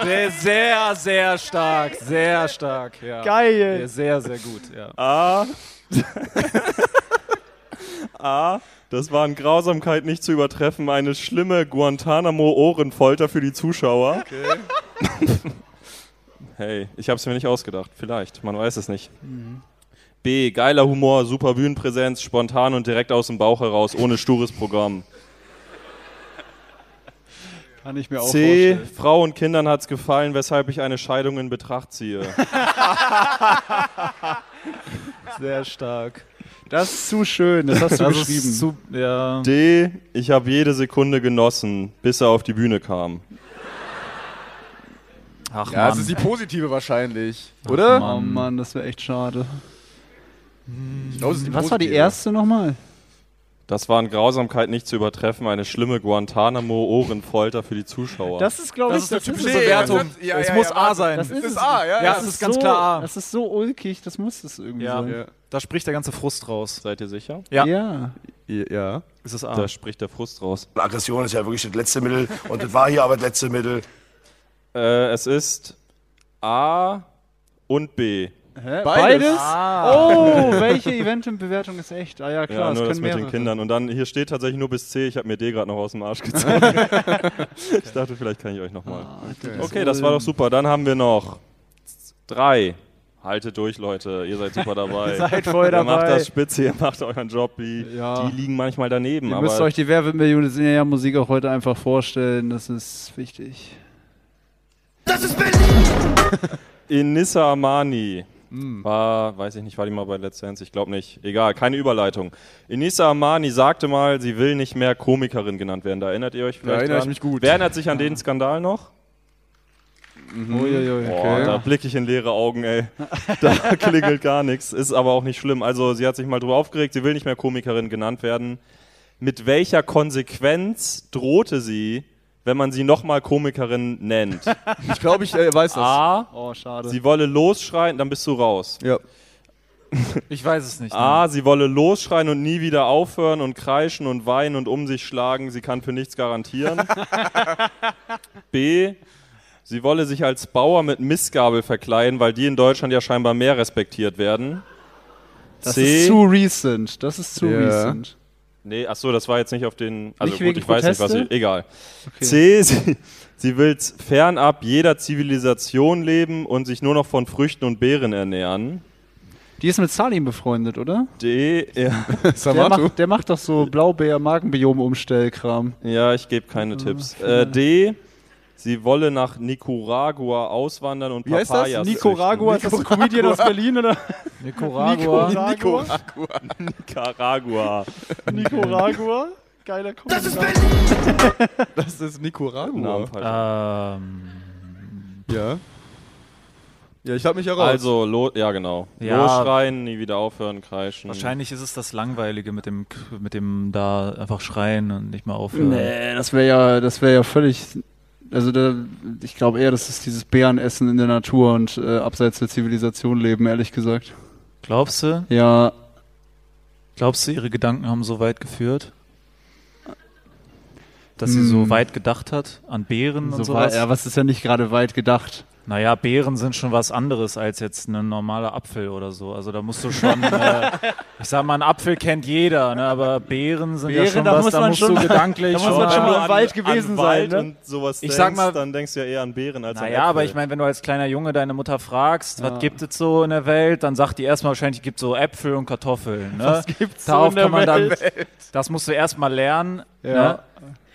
[SPEAKER 6] Sehr, sehr, sehr stark. Sehr stark, ja.
[SPEAKER 1] Geil.
[SPEAKER 6] Sehr, sehr gut, ja.
[SPEAKER 5] A. A. Das war in Grausamkeit nicht zu übertreffen, eine schlimme Guantanamo-Ohrenfolter für die Zuschauer. Okay. [LAUGHS] hey, ich hab's mir nicht ausgedacht. Vielleicht, man weiß es nicht.
[SPEAKER 1] Mhm.
[SPEAKER 5] B. Geiler Humor, super Bühnenpräsenz, spontan und direkt aus dem Bauch heraus, ohne stures Programm.
[SPEAKER 1] Kann ich mir auch
[SPEAKER 5] C.
[SPEAKER 1] vorstellen.
[SPEAKER 5] Frau und Kindern hat's gefallen, weshalb ich eine Scheidung in Betracht ziehe.
[SPEAKER 1] [LAUGHS]
[SPEAKER 6] Sehr stark.
[SPEAKER 1] Das ist zu schön, das hast du
[SPEAKER 6] Das
[SPEAKER 1] beschrieben.
[SPEAKER 6] ist zu, ja.
[SPEAKER 5] D. Ich habe jede Sekunde genossen, bis er auf die Bühne kam.
[SPEAKER 6] Ach
[SPEAKER 3] Ja, das
[SPEAKER 6] Mann.
[SPEAKER 3] ist die positive wahrscheinlich.
[SPEAKER 1] oder? Oh Mann, das wäre echt schade.
[SPEAKER 3] Ich glaube, es ist die
[SPEAKER 1] Was war die
[SPEAKER 3] positive.
[SPEAKER 1] erste nochmal?
[SPEAKER 5] Das war in Grausamkeit nicht zu übertreffen, eine schlimme Guantanamo-Ohrenfolter für die Zuschauer.
[SPEAKER 1] Das ist, glaube ich,
[SPEAKER 6] Das ist eine typische
[SPEAKER 3] Nee, das
[SPEAKER 6] Bewertung.
[SPEAKER 3] ist- ja,
[SPEAKER 6] es
[SPEAKER 3] ja,
[SPEAKER 6] muss
[SPEAKER 3] ja,
[SPEAKER 6] A
[SPEAKER 3] warte.
[SPEAKER 6] sein.
[SPEAKER 3] Das ist A, ja. ja.
[SPEAKER 6] das ist ganz klar A.
[SPEAKER 1] Das ist so ulkig, das muss es irgendwie
[SPEAKER 6] Ja.
[SPEAKER 1] sein.
[SPEAKER 6] Da spricht der ganze Frust raus.
[SPEAKER 5] Seid ihr sicher?
[SPEAKER 6] Ja.
[SPEAKER 1] ja.
[SPEAKER 3] Ja.
[SPEAKER 6] Ist es
[SPEAKER 5] Da spricht der Frust raus.
[SPEAKER 7] Aggression ist ja wirklich das letzte Mittel und das war hier aber das letzte Mittel.
[SPEAKER 5] Äh, es ist A und B.
[SPEAKER 1] Beides? Oh, welche Eventbewertung ist echt? Ah ja, klar,
[SPEAKER 5] Ja,
[SPEAKER 1] es
[SPEAKER 5] nur das
[SPEAKER 1] können
[SPEAKER 5] mit den
[SPEAKER 1] mehrere.
[SPEAKER 5] Kindern. Und dann, hier steht tatsächlich nur bis C. Ich habe mir D gerade noch aus dem Arsch [LAUGHS] gezogen. ich dachte, vielleicht kann ich euch nochmal.
[SPEAKER 1] Ah,
[SPEAKER 5] okay. okay, das war doch super. Dann haben wir noch drei. Haltet durch, Leute. Ihr seid
[SPEAKER 1] [LAUGHS]
[SPEAKER 5] super dabei.
[SPEAKER 1] Seid voll
[SPEAKER 5] Ihr macht
[SPEAKER 1] dabei.
[SPEAKER 5] das spitze, ihr macht euren Job. Die,
[SPEAKER 1] Ja.
[SPEAKER 5] die liegen manchmal daneben.
[SPEAKER 1] Ihr
[SPEAKER 5] aber
[SPEAKER 1] müsst euch die Werbemelodie in der Musik auch heute einfach vorstellen, das ist wichtig.
[SPEAKER 5] Inissa Amani
[SPEAKER 3] Hm.
[SPEAKER 5] war, weiß ich nicht, war die mal bei Let's Dance? Ich glaube nicht. Egal, keine Überleitung. Inissa Amani sagte mal, sie will nicht mehr Komikerin genannt werden. Da erinnert ihr euch vielleicht
[SPEAKER 3] erinnere ich
[SPEAKER 5] dran?
[SPEAKER 3] mich gut.
[SPEAKER 5] Wer erinnert sich an den Skandal noch?
[SPEAKER 1] Uiuiui.
[SPEAKER 5] Boah, da blicke ich in leere Augen, ey. [LAUGHS] Da klingelt gar nichts. Ist aber auch nicht schlimm. Also, sie hat sich mal drüber aufgeregt, sie will nicht mehr Komikerin genannt werden. Mit welcher Konsequenz drohte sie, wenn man sie nochmal Komikerin
[SPEAKER 3] [LAUGHS]
[SPEAKER 5] nennt?
[SPEAKER 3] Ich glaube, ich äh, weiß das.
[SPEAKER 5] A.
[SPEAKER 1] Oh, schade.
[SPEAKER 5] Sie wolle losschreien, dann bist du raus.
[SPEAKER 3] Ja. [LAUGHS]
[SPEAKER 6] Ich weiß es nicht.
[SPEAKER 5] A, Ah, sie wolle losschreien und nie wieder aufhören und kreischen und weinen und um sich schlagen. Sie kann für nichts garantieren.
[SPEAKER 1] [LAUGHS]
[SPEAKER 5] B, sie wolle sich als Bauer mit Missgabel verkleiden, weil die in Deutschland ja scheinbar mehr respektiert werden.
[SPEAKER 1] das
[SPEAKER 5] C,
[SPEAKER 1] ist zu recent. Das ist zu
[SPEAKER 3] Ja.
[SPEAKER 1] recent.
[SPEAKER 5] nee, ach so, das war jetzt nicht auf den. Also
[SPEAKER 1] Nicht
[SPEAKER 5] gut,
[SPEAKER 1] wegen
[SPEAKER 5] ich weiß nicht, was sie.
[SPEAKER 1] Proteste?
[SPEAKER 5] Egal. C, sie, sie will fernab jeder Zivilisation leben und sich nur noch von Früchten und Beeren ernähren.
[SPEAKER 1] Die ist mit Salim befreundet, oder?
[SPEAKER 5] D, ja.
[SPEAKER 1] Der
[SPEAKER 3] Samatu.
[SPEAKER 1] macht, der macht doch so Blaubeer-Magenbiom-Umstellkram.
[SPEAKER 5] Ja, ich gebe keine Tipps. Äh, D. Sie wolle nach Nicaragua auswandern und
[SPEAKER 3] heißt das?
[SPEAKER 5] Papayas.
[SPEAKER 1] ist das ein Comedian aus Berlin, oder?
[SPEAKER 6] Nicaragua.
[SPEAKER 3] Nico.
[SPEAKER 5] züchten. Nicaragua.
[SPEAKER 6] [LAUGHS]
[SPEAKER 1] Nicaragua? Geiler Kommentar.
[SPEAKER 3] Das ist Nicaragua.
[SPEAKER 5] Namen falsch.
[SPEAKER 6] Ah. Ähm,
[SPEAKER 3] Ja. Ja, ich habe mich heraus.
[SPEAKER 5] Also, lo ja, genau.
[SPEAKER 6] Ja.
[SPEAKER 5] Losschreien, nie wieder aufhören, kreischen.
[SPEAKER 6] wahrscheinlich ist es das Langweilige mit dem, mit dem da einfach schreien und nicht mehr aufhören.
[SPEAKER 1] Nee, das wäre ja, das wäre ja völlig. Also da, ich glaube eher, das ist dieses Bärenessen in der Natur und äh, abseits der Zivilisation leben, ehrlich gesagt.
[SPEAKER 6] Glaubst du?
[SPEAKER 1] Ja,
[SPEAKER 6] Glaubst du, ihre Gedanken haben so weit geführt? Dass sie so weit gedacht hat an Beeren und
[SPEAKER 1] Hm. so war,
[SPEAKER 6] sowas?
[SPEAKER 1] ja, was ist ja nicht gerade weit gedacht.
[SPEAKER 6] Naja, Beeren sind schon was anderes als jetzt ein normaler Apfel oder so. Also da musst du schon,
[SPEAKER 1] [LAUGHS]
[SPEAKER 6] äh, ich sag mal, ein Apfel kennt jeder, ne? aber Beeren sind ja
[SPEAKER 1] Beeren,
[SPEAKER 6] schon
[SPEAKER 1] da
[SPEAKER 6] was,
[SPEAKER 1] muss
[SPEAKER 6] da
[SPEAKER 1] man
[SPEAKER 6] musst
[SPEAKER 1] schon-
[SPEAKER 6] du gedanklich
[SPEAKER 1] [LAUGHS] da muss
[SPEAKER 6] schon...
[SPEAKER 1] man schon
[SPEAKER 5] Wenn du
[SPEAKER 1] mal im Wald gewesen
[SPEAKER 5] an
[SPEAKER 1] sein,
[SPEAKER 5] Wald
[SPEAKER 1] ne?
[SPEAKER 5] Und sowas
[SPEAKER 6] Ich
[SPEAKER 5] denkst,
[SPEAKER 6] sag mal-
[SPEAKER 5] dann denkst du ja eher an Beeren als an
[SPEAKER 6] Naja, aber ich
[SPEAKER 5] Äpfel.
[SPEAKER 6] meine, wenn du als kleiner Junge deine Mutter fragst, was gibt es so in der Welt, dann sagt die erstmal wahrscheinlich, gibt so Äpfel und Kartoffeln. Ne? Was gibt's Darauf
[SPEAKER 1] so in
[SPEAKER 6] kann
[SPEAKER 1] der
[SPEAKER 6] man dann, das musst du erstmal lernen. Ne?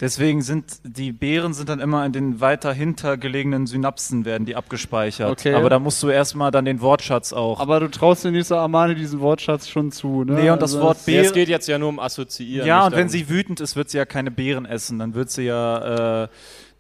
[SPEAKER 6] Deswegen sind die Beeren sind dann immer in den weiter hintergelegenen Synapsen werden die abgespeichert.
[SPEAKER 1] Okay.
[SPEAKER 6] Aber da musst du erstmal dann den Wortschatz auch.
[SPEAKER 1] Aber du traust dir dieser Armani diesen Wortschatz schon zu, ne?
[SPEAKER 6] nee, und das
[SPEAKER 1] Also
[SPEAKER 6] Wort
[SPEAKER 5] Ja, es
[SPEAKER 6] Beeren.
[SPEAKER 5] geht jetzt ja nur um Assoziieren.
[SPEAKER 6] Ja,
[SPEAKER 5] nicht
[SPEAKER 6] und wenn
[SPEAKER 5] darum-
[SPEAKER 6] sie wütend ist, wird sie ja keine Beeren essen. Dann wird sie ja, äh,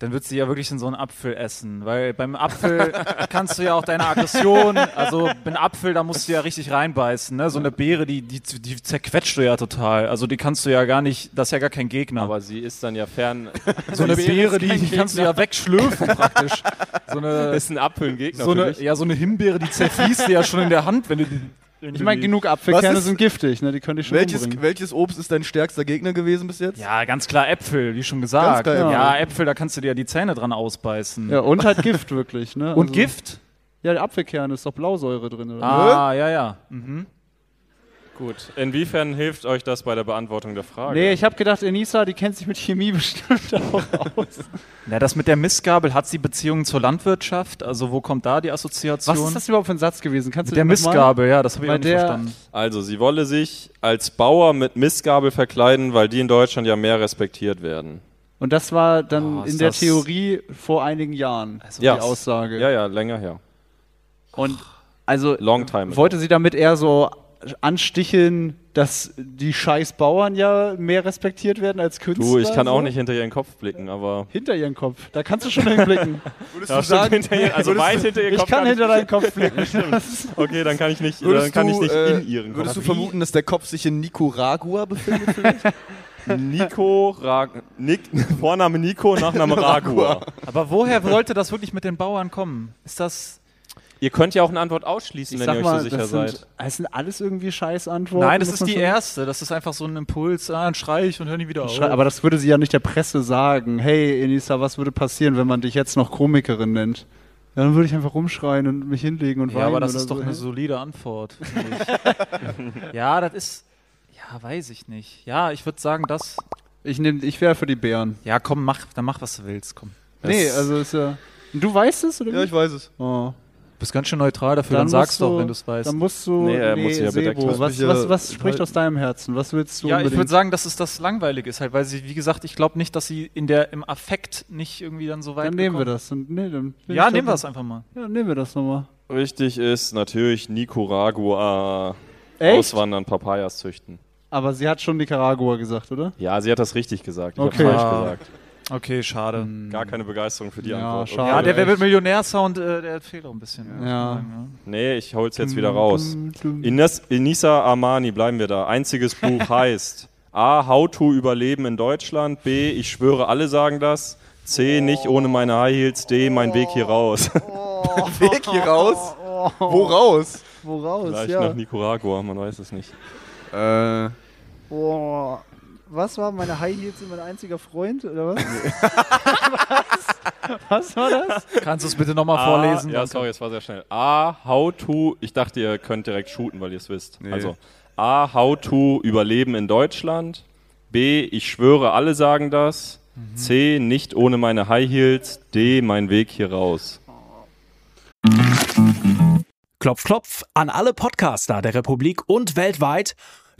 [SPEAKER 6] dann wird sie ja wirklich in so einen Apfel essen. Weil beim Apfel kannst du ja auch deine Aggression, also beim Apfel, da musst du ja richtig reinbeißen. Ne? So eine Beere, die, die, die zerquetscht du ja total. Also die kannst du ja gar nicht, das ist ja gar kein Gegner.
[SPEAKER 5] Aber sie ist dann ja fern.
[SPEAKER 6] [LAUGHS]
[SPEAKER 5] [LAUGHS]
[SPEAKER 6] so eine Beere, die, die kannst du ja wegschlürfen praktisch. So eine,
[SPEAKER 5] ist ein Apfel ein Gegner
[SPEAKER 6] so
[SPEAKER 5] für
[SPEAKER 6] eine,
[SPEAKER 5] dich.
[SPEAKER 6] ja, so eine Himbeere, die zerfließt dir ja schon in der Hand, wenn du die.
[SPEAKER 1] Ich meine, genug Apfelkerne sind giftig, ne? Die könnte ich schon
[SPEAKER 3] welches,
[SPEAKER 1] umbringen.
[SPEAKER 3] welches Obst ist dein stärkster Gegner gewesen bis jetzt?
[SPEAKER 6] Ja, ganz klar Äpfel, wie schon gesagt.
[SPEAKER 3] Ganz klar
[SPEAKER 6] ja, Äpfel, da kannst du dir ja die Zähne dran ausbeißen.
[SPEAKER 1] Ja, und halt Gift wirklich, ne?
[SPEAKER 6] Und
[SPEAKER 1] Also-
[SPEAKER 6] Gift?
[SPEAKER 1] Ne? Ja, der Apfelkerne ist doch Blausäure drin, oder?
[SPEAKER 6] Ah, ja, ja. Mhm.
[SPEAKER 5] Gut. Inwiefern hilft euch das bei der Beantwortung der Frage?
[SPEAKER 1] Nee, ich habe gedacht, Enisa, die kennt sich mit Chemie [LAUGHS] bestimmt auch aus.
[SPEAKER 6] Na, das mit der Missgabel, hat sie Beziehungen zur Landwirtschaft? Also wo kommt da die Assoziation?
[SPEAKER 1] Was ist das überhaupt für ein Satz gewesen? Kannst du
[SPEAKER 6] Mit der
[SPEAKER 1] den noch mal-
[SPEAKER 6] Missgabel, ja, das habe ich
[SPEAKER 1] Bei
[SPEAKER 6] auch nicht
[SPEAKER 1] der-
[SPEAKER 6] verstanden.
[SPEAKER 5] Also, sie wolle sich als Bauer mit Missgabel verkleiden, weil die in Deutschland ja mehr respektiert werden.
[SPEAKER 1] Und das war dann
[SPEAKER 6] Oh, ist
[SPEAKER 1] in der
[SPEAKER 6] das-
[SPEAKER 1] Theorie vor einigen Jahren
[SPEAKER 5] Ja.
[SPEAKER 1] die Aussage.
[SPEAKER 5] Ja, ja, länger her.
[SPEAKER 1] Und also
[SPEAKER 5] Long time ago.
[SPEAKER 1] wollte sie damit eher so ansticheln, dass die scheiß Bauern ja mehr respektiert werden als Künstler?
[SPEAKER 5] Du, also ich kann
[SPEAKER 1] so?
[SPEAKER 5] auch nicht hinter ihren Kopf blicken, aber.
[SPEAKER 1] Hinter ihren Kopf. Da kannst du schon hinblicken.
[SPEAKER 3] Würdest
[SPEAKER 5] Ja,
[SPEAKER 3] du
[SPEAKER 5] stimmt,
[SPEAKER 3] sagen,
[SPEAKER 5] hinter ihren, also weit hinter ihren
[SPEAKER 1] ich
[SPEAKER 5] Kopf.
[SPEAKER 1] kann
[SPEAKER 5] gar
[SPEAKER 1] hinter deinen Kopf
[SPEAKER 5] [LAUGHS]
[SPEAKER 1] blicken.
[SPEAKER 5] nicht. Okay, dann kann ich nicht, dann
[SPEAKER 3] würdest
[SPEAKER 5] kann
[SPEAKER 3] du,
[SPEAKER 5] ich nicht
[SPEAKER 3] äh,
[SPEAKER 5] in ihren
[SPEAKER 3] Würdest du
[SPEAKER 5] Kopf.
[SPEAKER 3] vermuten, dass der Kopf sich in Nicaragua befindet?
[SPEAKER 5] Nico Rag. Nick, [LAUGHS] Genau. Vorname Nico, Nachname Ragua.
[SPEAKER 6] Aber woher sollte das wirklich mit den Bauern kommen? Ist das.
[SPEAKER 5] Ihr könnt ja auch eine Antwort ausschließen, wenn ihr euch so sicher
[SPEAKER 1] das
[SPEAKER 5] seid.
[SPEAKER 1] sind, das sind alles irgendwie scheiß Antworten.
[SPEAKER 6] Nein, das
[SPEAKER 1] muss
[SPEAKER 6] ist
[SPEAKER 1] man
[SPEAKER 6] die
[SPEAKER 1] schon-
[SPEAKER 6] erste. Das ist einfach so ein Impuls. Ah, dann schrei ich und hör nie wieder auf.
[SPEAKER 1] Schrei- Aber das würde sie ja nicht der Presse sagen. Hey, Enisa, was würde passieren, wenn man dich jetzt noch Komikerin nennt? Ja, dann würde ich einfach rumschreien und mich hinlegen und
[SPEAKER 6] ja,
[SPEAKER 1] weinen.
[SPEAKER 6] aber das
[SPEAKER 1] oder
[SPEAKER 6] ist doch
[SPEAKER 1] so. ne?
[SPEAKER 6] eine solide Antwort. finde
[SPEAKER 1] [LAUGHS]
[SPEAKER 6] ich. ja, das ist. Ja, weiß ich nicht. Ja, ich würde sagen, das.
[SPEAKER 1] Ich, nehm- ich wäre für die Bären.
[SPEAKER 6] Ja, komm, mach, dann mach, was du willst. Komm.
[SPEAKER 1] nee, also ist ja. Und Du weißt es, oder? wie?
[SPEAKER 3] weiß es.
[SPEAKER 1] Oh.
[SPEAKER 6] Du bist ganz schön neutral dafür, dann,
[SPEAKER 1] musst
[SPEAKER 6] sag's doch,
[SPEAKER 1] du-
[SPEAKER 6] wenn du es weißt.
[SPEAKER 1] Dann musst du.
[SPEAKER 5] Nee, er muss sich ja bedeckt äh,
[SPEAKER 1] Sebo,
[SPEAKER 5] halten.
[SPEAKER 1] was,
[SPEAKER 3] Ich
[SPEAKER 1] was,
[SPEAKER 3] ja
[SPEAKER 1] was
[SPEAKER 5] halt-
[SPEAKER 1] spricht aus deinem Herzen? Was willst du
[SPEAKER 6] Ja, ich
[SPEAKER 1] unbedingt?
[SPEAKER 6] würde sagen, dass es das Langweilige ist halt, weil sie, wie gesagt, ich glaube nicht, dass sie in der, im Affekt nicht irgendwie dann so weit
[SPEAKER 1] Dann nehmen wir
[SPEAKER 6] gekommen-
[SPEAKER 1] das. Und, nee, dann bin
[SPEAKER 6] Ja,
[SPEAKER 1] ich
[SPEAKER 6] nehmen wir
[SPEAKER 1] dabei.
[SPEAKER 6] es einfach mal.
[SPEAKER 1] Ja, nehmen wir das nochmal.
[SPEAKER 5] Richtig ist natürlich Nicaragua.
[SPEAKER 1] Echt?
[SPEAKER 5] Auswandern, Papayas züchten.
[SPEAKER 1] Aber sie hat schon Nicaragua gesagt, oder?
[SPEAKER 5] Ja, sie hat das richtig gesagt. Ich
[SPEAKER 1] Okay.
[SPEAKER 5] hab's falsch
[SPEAKER 6] Ah.
[SPEAKER 5] gesagt.
[SPEAKER 6] Okay, schade.
[SPEAKER 5] Gar keine Begeisterung für die
[SPEAKER 1] Ja,
[SPEAKER 5] Antwort.
[SPEAKER 1] schade.
[SPEAKER 6] Hm. Ja, der Wer
[SPEAKER 1] Wer
[SPEAKER 6] wird
[SPEAKER 1] wird
[SPEAKER 6] Millionär-Sound, äh, der fehlt auch ein bisschen.
[SPEAKER 1] Ja.
[SPEAKER 5] Nee, ich hol's jetzt wieder raus. Ines, Inisa Armani, bleiben wir da. Einziges Buch heißt A. How to Überleben in Deutschland. B. Ich schwöre, alle sagen das. C. Nicht ohne meine High Heels. D. Mein Weg hier raus.
[SPEAKER 3] Weg hier raus? Wo raus?
[SPEAKER 5] [LAUGHS]
[SPEAKER 1] Woraus?
[SPEAKER 5] Vielleicht nach Nicaragua, man weiß es nicht.
[SPEAKER 3] Äh,
[SPEAKER 1] Boah. Was war meine High Heels immer mein einziger Freund, oder was? was? Was war das?
[SPEAKER 6] Kannst du es bitte nochmal vorlesen?
[SPEAKER 5] Ah, Ja, sorry, es war sehr schnell. A. How to. Ich dachte, ihr könnt direkt shooten, weil ihr es wisst. Also A. How to Überleben in Deutschland. B. Ich schwöre, alle sagen das. C. Nicht ohne meine High Heels. D. Mein Weg hier raus.
[SPEAKER 9] Klopf, klopf an alle Podcaster der Republik und weltweit.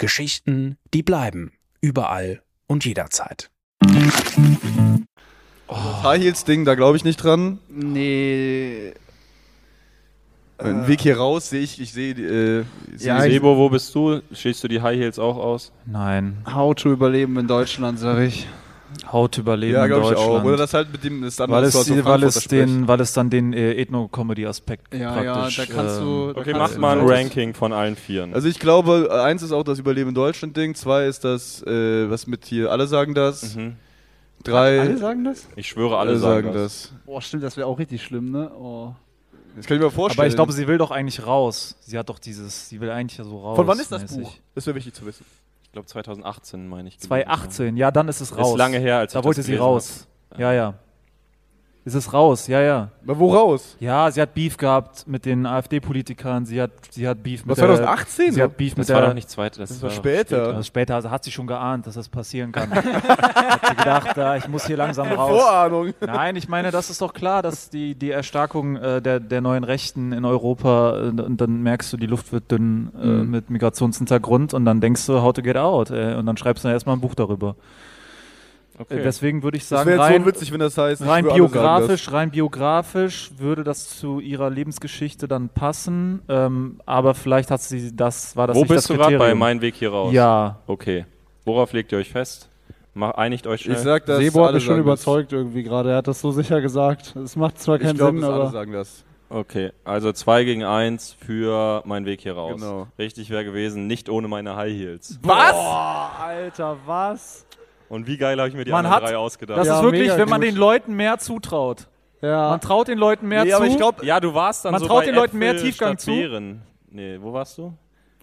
[SPEAKER 9] Geschichten, die bleiben. Überall und jederzeit.
[SPEAKER 3] High Heels Ding, da glaube ich nicht dran.
[SPEAKER 1] Nee.
[SPEAKER 3] Den Äh. Weg hier raus sehe ich, ich sehe, äh, ich sehe
[SPEAKER 1] Ja, ich-
[SPEAKER 5] Sebo, wo bist du? Schießt du die High Heels auch aus?
[SPEAKER 6] Nein.
[SPEAKER 1] How to überleben in Deutschland, sag ich.
[SPEAKER 6] Haut überleben
[SPEAKER 3] ja,
[SPEAKER 6] in
[SPEAKER 3] glaube ich auch.
[SPEAKER 6] Deutschland.
[SPEAKER 3] Oder das halt mit dem das andere
[SPEAKER 6] weil, es,
[SPEAKER 3] Sort so
[SPEAKER 6] weil, es
[SPEAKER 3] Frankfurter
[SPEAKER 6] den, weil es dann den äh, Ethno-Comedy-Aspekt
[SPEAKER 1] Ja, ja,
[SPEAKER 6] praktisch... ähm,
[SPEAKER 1] da kannst du. da
[SPEAKER 5] Okay,
[SPEAKER 1] kannst
[SPEAKER 5] mach
[SPEAKER 1] du-
[SPEAKER 5] mal ein Ranking von allen Vieren.
[SPEAKER 3] Also ich glaube, äh, eins ist auch das Überleben in Deutschland Ding, zwei ist das, äh, was mit hier, alle sagen das,
[SPEAKER 5] Mhm.
[SPEAKER 3] drei,
[SPEAKER 1] Alle sagen das?
[SPEAKER 5] ich schwöre, alle, sagen, das.
[SPEAKER 1] Äh, Boah, stimmt, das wäre auch richtig schlimm, ne? Oh.
[SPEAKER 3] Das kann ich mir vorstellen.
[SPEAKER 6] Aber ich glaube, sie will doch eigentlich raus. Sie hat doch dieses, sie will eigentlich ja so raus.
[SPEAKER 3] Von wann ist das
[SPEAKER 6] mäßig.
[SPEAKER 3] Buch? Das wäre wichtig zu wissen.
[SPEAKER 5] Ich glaube 2018 meine ich. gelesen
[SPEAKER 6] 2018, ja, dann ist es
[SPEAKER 5] zu haben.
[SPEAKER 6] raus.
[SPEAKER 5] Ist lange her, als
[SPEAKER 6] Da
[SPEAKER 5] ich
[SPEAKER 6] wollte
[SPEAKER 5] das
[SPEAKER 6] sie
[SPEAKER 5] gelesen
[SPEAKER 6] raus. Ja, ja. Ist es raus, ja, ja.
[SPEAKER 3] Aber wo raus?
[SPEAKER 6] Ja, sie hat Beef gehabt mit den AfD-Politikern, sie hat, sie hat Beef mit
[SPEAKER 3] Was,
[SPEAKER 6] der...
[SPEAKER 3] 2018?
[SPEAKER 6] Sie hat Beef
[SPEAKER 5] Hab. Das
[SPEAKER 6] mit
[SPEAKER 5] war
[SPEAKER 6] der...
[SPEAKER 5] doch nicht zweite, das, war
[SPEAKER 3] Später.
[SPEAKER 6] Also später also hat sie schon geahnt, dass das passieren
[SPEAKER 5] [LAUGHS]
[SPEAKER 6] kann. hat sie gedacht, ah, ich muss hier langsam raus.
[SPEAKER 3] Vorahnung.
[SPEAKER 6] Nein, ich meine, das ist doch klar, dass die, die Erstarkung äh, der, der neuen Rechten in Europa, äh, und dann merkst du, die Luft wird dünn äh,
[SPEAKER 5] Mhm.
[SPEAKER 6] mit Migrationshintergrund und dann denkst du, how to get out. Äh, und dann schreibst du dann erstmal ein Buch darüber. Äh, deswegen würde ich
[SPEAKER 3] Das
[SPEAKER 6] sagen,
[SPEAKER 3] wäre jetzt so
[SPEAKER 6] rein,
[SPEAKER 3] witzig, wenn das heißt. ich
[SPEAKER 6] rein
[SPEAKER 3] schwöre, alle sagen das.
[SPEAKER 6] biografisch, rein biografisch würde das zu ihrer Lebensgeschichte dann passen. Ähm, aber vielleicht hat sie das, war das
[SPEAKER 5] Wo
[SPEAKER 6] nicht
[SPEAKER 5] bist
[SPEAKER 6] das
[SPEAKER 5] du gerade bei
[SPEAKER 6] Kriterium.
[SPEAKER 5] Mein Weg hier raus?
[SPEAKER 6] Ja,
[SPEAKER 5] Okay. Worauf legt ihr euch fest? Mach, einigt euch schnell.
[SPEAKER 3] Ich sag das.
[SPEAKER 1] Sebo hat
[SPEAKER 3] alle
[SPEAKER 1] mich schon
[SPEAKER 3] sagen das.
[SPEAKER 1] überzeugt irgendwie gerade. Er hat das so sicher gesagt. Es macht zwar
[SPEAKER 3] Ich
[SPEAKER 1] keinen
[SPEAKER 3] glaube,
[SPEAKER 1] Sinn,
[SPEAKER 3] dass alle
[SPEAKER 1] aber.
[SPEAKER 3] sagen das.
[SPEAKER 5] Okay, also 2 gegen 1 für meinen Weg hier raus.
[SPEAKER 3] Genau.
[SPEAKER 5] Richtig wäre gewesen, nicht ohne meine High Heels.
[SPEAKER 1] Alter, was?
[SPEAKER 5] Und wie geil habe ich mir die
[SPEAKER 6] Man
[SPEAKER 5] anderen
[SPEAKER 6] hat-
[SPEAKER 5] drei ausgedacht.
[SPEAKER 6] Das
[SPEAKER 1] Ja,
[SPEAKER 6] ist wirklich,
[SPEAKER 1] mega
[SPEAKER 6] wenn man
[SPEAKER 1] gut.
[SPEAKER 6] den Leuten mehr zutraut.
[SPEAKER 1] Ja.
[SPEAKER 6] Man traut den Leuten mehr
[SPEAKER 5] Nee,
[SPEAKER 6] zu.
[SPEAKER 5] aber ich glaube, ja, du warst dann
[SPEAKER 6] Man
[SPEAKER 5] so
[SPEAKER 6] traut
[SPEAKER 5] bei
[SPEAKER 6] den Leuten mehr
[SPEAKER 5] Äpfel
[SPEAKER 6] Tiefgang
[SPEAKER 5] statt
[SPEAKER 6] zu.
[SPEAKER 5] Beeren. Nee, wo warst du?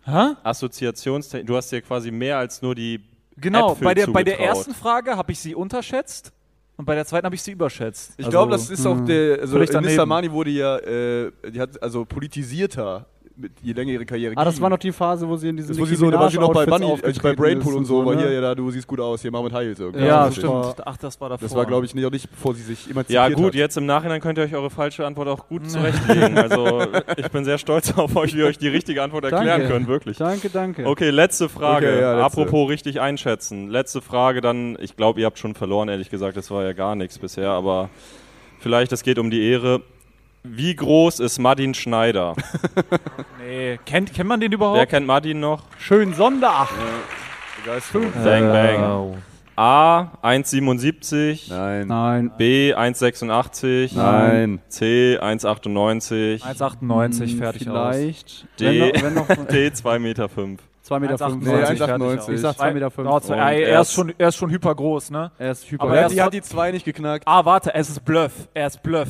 [SPEAKER 6] Hä?
[SPEAKER 5] Assoziationstechnik. Du hast dir quasi mehr als nur die
[SPEAKER 6] genau,
[SPEAKER 5] Äpfel
[SPEAKER 6] bei der, bei der
[SPEAKER 5] zugetraut.
[SPEAKER 6] ersten Frage habe ich sie unterschätzt und bei der zweiten habe ich sie überschätzt.
[SPEAKER 3] Ich
[SPEAKER 6] Also,
[SPEAKER 3] glaube, das ist auch der. Also
[SPEAKER 6] Völlig daneben.
[SPEAKER 3] Mr. Mani wurde ja, äh, die hat also politisierter, mit, je länger ihre Karriere
[SPEAKER 1] Ah, das
[SPEAKER 3] ging.
[SPEAKER 1] war noch die Phase, wo sie in diesen
[SPEAKER 3] das, wo sie so, da war sie noch bei Bunny, äh, bei Brainpool und so, weil
[SPEAKER 1] weil
[SPEAKER 3] hier, ja, da, du siehst gut aus, hier, mach mit Heils irgendwie.
[SPEAKER 6] Ja,
[SPEAKER 1] Ja,
[SPEAKER 3] das
[SPEAKER 6] stimmt.
[SPEAKER 3] War,
[SPEAKER 6] Ach, das war davor.
[SPEAKER 3] das war, glaube ich, nicht, auch nicht, bevor sie sich immer
[SPEAKER 5] Ja, gut,
[SPEAKER 3] hat.
[SPEAKER 5] jetzt im Nachhinein könnt ihr euch eure falsche Antwort auch
[SPEAKER 6] [LAUGHS]
[SPEAKER 5] gut zurechtlegen. Also, ich bin sehr stolz [LAUGHS] auf euch, wie ihr euch die richtige Antwort erklären
[SPEAKER 1] Danke.
[SPEAKER 5] könnt, wirklich.
[SPEAKER 1] Danke, danke.
[SPEAKER 5] Okay, letzte Frage.
[SPEAKER 3] Okay, ja, letzte.
[SPEAKER 5] Apropos richtig einschätzen. Letzte Frage dann, ich glaube, ihr habt schon verloren, ehrlich gesagt, das war ja gar nichts bisher, aber vielleicht, es geht um die Ehre. Wie groß ist Martin Schneider?
[SPEAKER 6] Nee, kennt, kennt man den überhaupt?
[SPEAKER 5] Wer kennt Martin noch?
[SPEAKER 1] Schön Sonderacht.
[SPEAKER 5] Bang, bang. Äh, A, 1,77.
[SPEAKER 3] Nein.
[SPEAKER 1] Nein.
[SPEAKER 5] B, 1,86.
[SPEAKER 3] Nein.
[SPEAKER 5] C, 1,98.
[SPEAKER 6] 1,98 fertig aus.
[SPEAKER 1] Ähm, Vielleicht.
[SPEAKER 5] D,
[SPEAKER 1] Wenn noch, wenn noch
[SPEAKER 5] D 2,5 Meter. Fünf.
[SPEAKER 1] 2,95 Meter.
[SPEAKER 3] Nee,
[SPEAKER 6] 1,98
[SPEAKER 3] 1,98.
[SPEAKER 1] Ich sag 2,5 Meter. Fünf.
[SPEAKER 6] Oh, zwei,
[SPEAKER 5] Und
[SPEAKER 6] ey, er,
[SPEAKER 5] erst-
[SPEAKER 6] ist schon, er ist schon hyper groß, ne?
[SPEAKER 1] Er ist hyper.
[SPEAKER 6] Aber
[SPEAKER 3] Er
[SPEAKER 6] er
[SPEAKER 3] hat,
[SPEAKER 6] ist
[SPEAKER 3] die,
[SPEAKER 6] doch-
[SPEAKER 3] hat die zwei nicht geknackt.
[SPEAKER 6] Ah, warte, es ist Bluff. Er ist Bluff.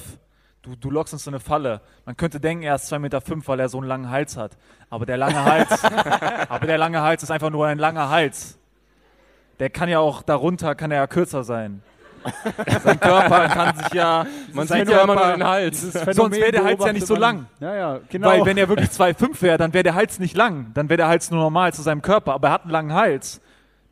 [SPEAKER 6] Du, du lockst uns in eine Falle. Man könnte denken, er ist 2,5 Meter, fünf, weil er so einen langen Hals hat. Aber der lange Hals, [LAUGHS] aber der lange Hals ist einfach nur ein langer Hals. Der kann ja auch darunter, kann er ja kürzer sein. Sein Körper kann sich ja, man sieht ja immer nur den Hals. [LAUGHS] Sonst wäre der Hals ja nicht so lang.
[SPEAKER 1] Ja, ja, genau.
[SPEAKER 6] Weil wenn er wirklich 2,5 wäre, dann wäre der Hals nicht lang. Dann wäre der Hals nur normal zu seinem Körper. Aber er hat einen langen Hals.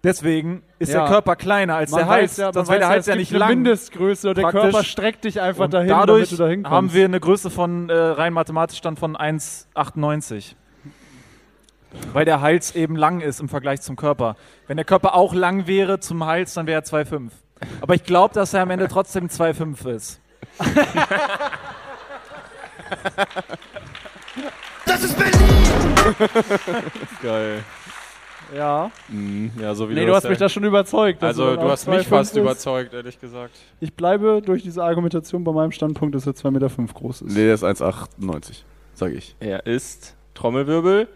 [SPEAKER 6] Deswegen ist
[SPEAKER 1] Ja.
[SPEAKER 6] der Körper kleiner als der Hals. Sonst wäre der Hals ja nicht lang.
[SPEAKER 1] Mindestgröße und der
[SPEAKER 6] Praktisch.
[SPEAKER 1] Körper streckt dich einfach
[SPEAKER 6] Und
[SPEAKER 1] dahin,
[SPEAKER 6] dadurch
[SPEAKER 1] damit du dahin kommst.
[SPEAKER 6] haben wir eine Größe von äh, rein mathematisch dann von 1,98. Weil der Hals eben lang ist im Vergleich zum Körper. Wenn der Körper auch lang wäre zum Hals, dann wäre er 2,5. Aber ich glaube, dass er am Ende trotzdem 2,5 ist.
[SPEAKER 5] Geil.
[SPEAKER 1] ja.
[SPEAKER 5] Ja, so wie
[SPEAKER 1] Nee, du hast mich da schon überzeugt. dass
[SPEAKER 5] Also,
[SPEAKER 1] er
[SPEAKER 5] du hast mich
[SPEAKER 1] 2,5
[SPEAKER 5] fast
[SPEAKER 1] ist.
[SPEAKER 5] überzeugt, ehrlich gesagt.
[SPEAKER 1] Ich bleibe durch diese Argumentation bei meinem Standpunkt, dass er 2,5 Meter groß ist.
[SPEAKER 3] Nee, der ist 1,98, sag ich.
[SPEAKER 5] Er ist Trommelwirbel.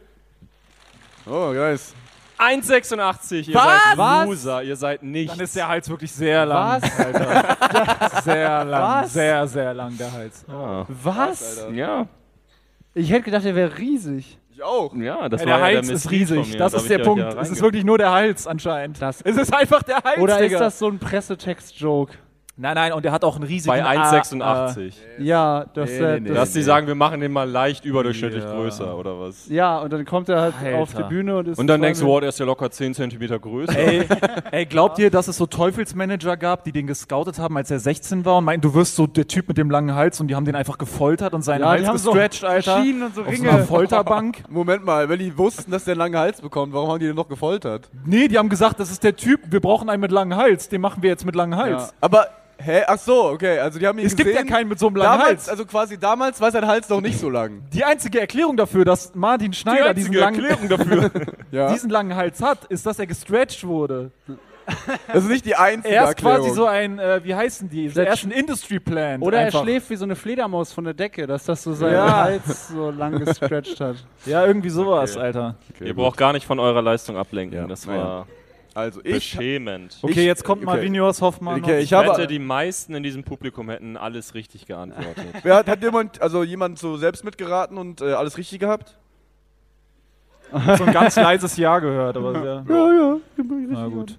[SPEAKER 3] Oh, nice.
[SPEAKER 5] 1,86. Ihr
[SPEAKER 6] Was?
[SPEAKER 5] seid Loser. Ihr seid
[SPEAKER 6] Dann
[SPEAKER 5] nicht.
[SPEAKER 6] ist der Hals wirklich sehr lang.
[SPEAKER 1] Was? [LAUGHS]
[SPEAKER 6] Alter. Sehr lang.
[SPEAKER 1] Was?
[SPEAKER 6] Sehr, sehr lang der Hals.
[SPEAKER 1] Was?
[SPEAKER 5] Ah. Ja,
[SPEAKER 1] Ich hätte gedacht, er wäre riesig.
[SPEAKER 3] Ich auch.
[SPEAKER 5] ja, das
[SPEAKER 6] Ja,
[SPEAKER 5] war
[SPEAKER 6] der
[SPEAKER 5] ja
[SPEAKER 6] Hals
[SPEAKER 5] der
[SPEAKER 6] ist
[SPEAKER 5] Missklick von
[SPEAKER 6] riesig.
[SPEAKER 5] mir.
[SPEAKER 6] Das
[SPEAKER 5] hab
[SPEAKER 6] ist
[SPEAKER 5] ich
[SPEAKER 6] der
[SPEAKER 5] ja
[SPEAKER 6] Punkt.
[SPEAKER 5] hier
[SPEAKER 6] Es ist
[SPEAKER 5] reinge-
[SPEAKER 6] wirklich nur der Hals anscheinend.
[SPEAKER 1] Das-
[SPEAKER 6] es ist einfach der Hals.
[SPEAKER 1] Oder
[SPEAKER 6] Digga.
[SPEAKER 1] ist das so ein Pressetext-Joke?
[SPEAKER 6] Nein, nein, und der hat auch einen riesigen.
[SPEAKER 5] bei
[SPEAKER 6] Ah, äh,
[SPEAKER 5] 1,86.
[SPEAKER 1] Ja, das,
[SPEAKER 3] Nee,
[SPEAKER 1] äh,
[SPEAKER 3] nee, nee.
[SPEAKER 5] Dass
[SPEAKER 1] das
[SPEAKER 5] die sagen, wir machen den mal leicht überdurchschnittlich größer oder was?
[SPEAKER 1] Ja, und dann kommt er halt
[SPEAKER 6] Alter.
[SPEAKER 1] auf die Bühne und ist.
[SPEAKER 5] Und dann
[SPEAKER 1] zwei
[SPEAKER 5] denkst du,
[SPEAKER 1] Meter-
[SPEAKER 5] wow, der ist ja locker 10 cm
[SPEAKER 6] [LAUGHS]
[SPEAKER 5] größer.
[SPEAKER 6] Ey, ey, glaubt ihr, dass es so Teufelsmanager gab, die den gescoutet haben, als er 16 war und meinten, du wirst so der Typ mit dem langen Hals und die haben den einfach gefoltert und seinen
[SPEAKER 1] Ja, die
[SPEAKER 6] Hals
[SPEAKER 1] haben so
[SPEAKER 6] gestretched, Alter?
[SPEAKER 1] Schienen und so
[SPEAKER 6] Auf
[SPEAKER 1] Ringe.
[SPEAKER 6] so einer
[SPEAKER 1] [LAUGHS]
[SPEAKER 6] Folterbank?
[SPEAKER 3] Moment mal, wenn die wussten, dass der einen langen Hals bekommt, warum haben die den noch gefoltert?
[SPEAKER 6] Nee, die haben gesagt, das ist der Typ, wir brauchen einen mit langem Hals, den machen wir jetzt mit langem Hals.
[SPEAKER 3] Ja. Aber, hä? Ach so, okay. Also, die haben ihn
[SPEAKER 6] Es gibt
[SPEAKER 3] gesehen.
[SPEAKER 6] ja keinen mit so einem langen
[SPEAKER 3] Damals,
[SPEAKER 6] Hals.
[SPEAKER 3] also quasi damals war sein Hals noch nicht so lang.
[SPEAKER 6] Die einzige Erklärung dafür, dass Martin Schneider diesen langen,
[SPEAKER 5] dafür.
[SPEAKER 3] Ja.
[SPEAKER 6] diesen langen Hals hat, ist, dass er gestretched wurde.
[SPEAKER 3] Das ist nicht die einzige
[SPEAKER 6] Er ist
[SPEAKER 3] Erklärung.
[SPEAKER 6] quasi so ein, äh, wie heißen die? Er ist ein Industry Plan.
[SPEAKER 1] Oder
[SPEAKER 6] einfach.
[SPEAKER 1] er schläft wie so eine Fledermaus von der Decke, dass das so seinen
[SPEAKER 6] Ja.
[SPEAKER 1] Hals so lang gestretched hat.
[SPEAKER 6] Ja, irgendwie sowas, Alter.
[SPEAKER 5] Ihr braucht gar nicht von eurer Leistung ablenken.
[SPEAKER 3] Ja,
[SPEAKER 5] Das
[SPEAKER 3] naja.
[SPEAKER 5] war
[SPEAKER 3] also, ich.
[SPEAKER 5] beschämend.
[SPEAKER 6] Okay,
[SPEAKER 3] Ich-
[SPEAKER 6] jetzt kommt
[SPEAKER 3] okay.
[SPEAKER 6] Marvinius Hoffmann.
[SPEAKER 3] Okay,
[SPEAKER 6] und-
[SPEAKER 3] ich
[SPEAKER 5] Ich wette,
[SPEAKER 3] habe.
[SPEAKER 5] die meisten in diesem Publikum hätten alles richtig geantwortet.
[SPEAKER 3] [LAUGHS] Wer hat, hat jemand, also jemand so selbst mitgeraten und äh, alles richtig gehabt?
[SPEAKER 6] so ein ganz leises Ja gehört, aber sehr.
[SPEAKER 3] Ja, ja.
[SPEAKER 6] Na gut.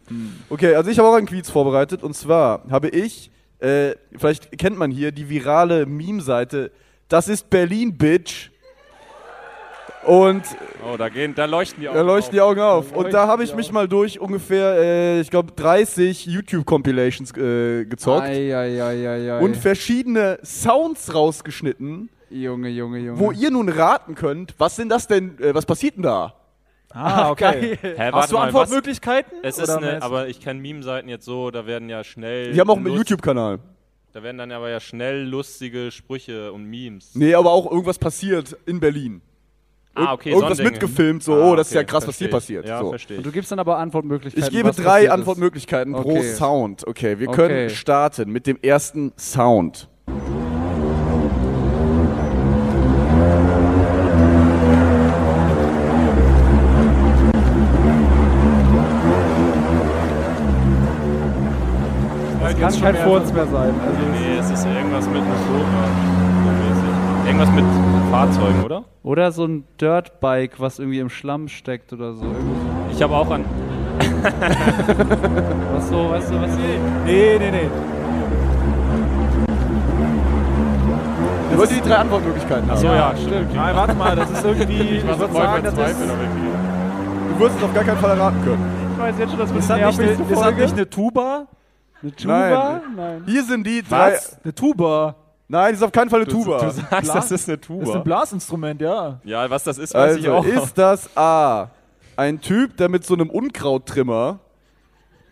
[SPEAKER 3] Okay, also ich habe auch einen Quiz vorbereitet und zwar habe ich, äh, vielleicht kennt man hier die virale Meme-Seite, das ist Berlin, Bitch. Und
[SPEAKER 5] Oh, da, gehen, da leuchten die Augen
[SPEAKER 3] da leuchten die
[SPEAKER 5] auf.
[SPEAKER 3] Augen auf. Und da habe ich mich mal durch ungefähr, äh, ich glaube, 30 YouTube-Compilations äh, gezockt
[SPEAKER 1] Eieieiei.
[SPEAKER 3] und verschiedene Sounds rausgeschnitten,
[SPEAKER 1] Junge, Junge, Junge.
[SPEAKER 3] wo ihr nun raten könnt, was sind das denn, äh, was passiert denn da?
[SPEAKER 6] Ah, okay.
[SPEAKER 5] Hä,
[SPEAKER 6] Hast du
[SPEAKER 5] warte mal, was-
[SPEAKER 6] Antwortmöglichkeiten?
[SPEAKER 5] Es ist
[SPEAKER 6] Oder
[SPEAKER 5] eine,
[SPEAKER 6] was?
[SPEAKER 5] aber ich kenne Meme-Seiten jetzt so, da werden ja schnell.
[SPEAKER 3] Die haben auch einen
[SPEAKER 5] Lust-
[SPEAKER 3] YouTube-Kanal.
[SPEAKER 5] Da werden dann aber ja schnell lustige Sprüche und Memes.
[SPEAKER 3] Nee, aber auch irgendwas passiert in Berlin.
[SPEAKER 5] Ah, okay,
[SPEAKER 3] Irgendwas
[SPEAKER 5] Sondinge.
[SPEAKER 3] mitgefilmt, so, oh, das ist ja krass, was hier
[SPEAKER 5] verstehe ich.
[SPEAKER 3] passiert.
[SPEAKER 5] Ja,
[SPEAKER 3] So.
[SPEAKER 5] verstehe.
[SPEAKER 1] Und
[SPEAKER 5] ich.
[SPEAKER 1] du gibst dann aber Antwortmöglichkeiten.
[SPEAKER 3] Ich gebe
[SPEAKER 1] was
[SPEAKER 3] drei
[SPEAKER 1] passiert ist.
[SPEAKER 3] Antwortmöglichkeiten pro
[SPEAKER 1] Okay.
[SPEAKER 3] Sound. Okay, wir
[SPEAKER 1] Okay.
[SPEAKER 3] können starten mit dem ersten Sound.
[SPEAKER 1] kann kein Furz mehr sein. Also,
[SPEAKER 5] Nee, es ist irgendwas mit Motorrad. Irgendwas mit Fahrzeugen, oder?
[SPEAKER 1] oder so ein Dirtbike, was irgendwie im Schlamm steckt oder so. Irgendwie
[SPEAKER 5] Ich habe auch an.
[SPEAKER 1] Was so, weißt du, was Nee, nee, nee.
[SPEAKER 3] Du wolltest die drei Antwortmöglichkeiten haben.
[SPEAKER 5] So, ja, stimmt.
[SPEAKER 6] Nein, warte mal, das ist irgendwie. Oh ich würde sagen, das ist.
[SPEAKER 3] Du wirst es auf gar keinen Fall erraten können.
[SPEAKER 1] Ich weiß jetzt schon, dass wir
[SPEAKER 6] Das hat, nicht eine, das hat nicht eine Tuba.
[SPEAKER 1] Eine Tuba? Nein.
[SPEAKER 3] Hier sind die drei.
[SPEAKER 6] Eine Tuba.
[SPEAKER 3] Nein, das ist auf keinen Fall eine Tuba.
[SPEAKER 5] Du sagst, das ist eine
[SPEAKER 6] Das ist ein
[SPEAKER 5] Tuba.
[SPEAKER 6] Blasinstrument, ja.
[SPEAKER 5] Ja, was das ist, weiß ich
[SPEAKER 3] Also
[SPEAKER 5] auch.
[SPEAKER 3] ist das A. Ein Typ, der mit so einem Unkrauttrimmer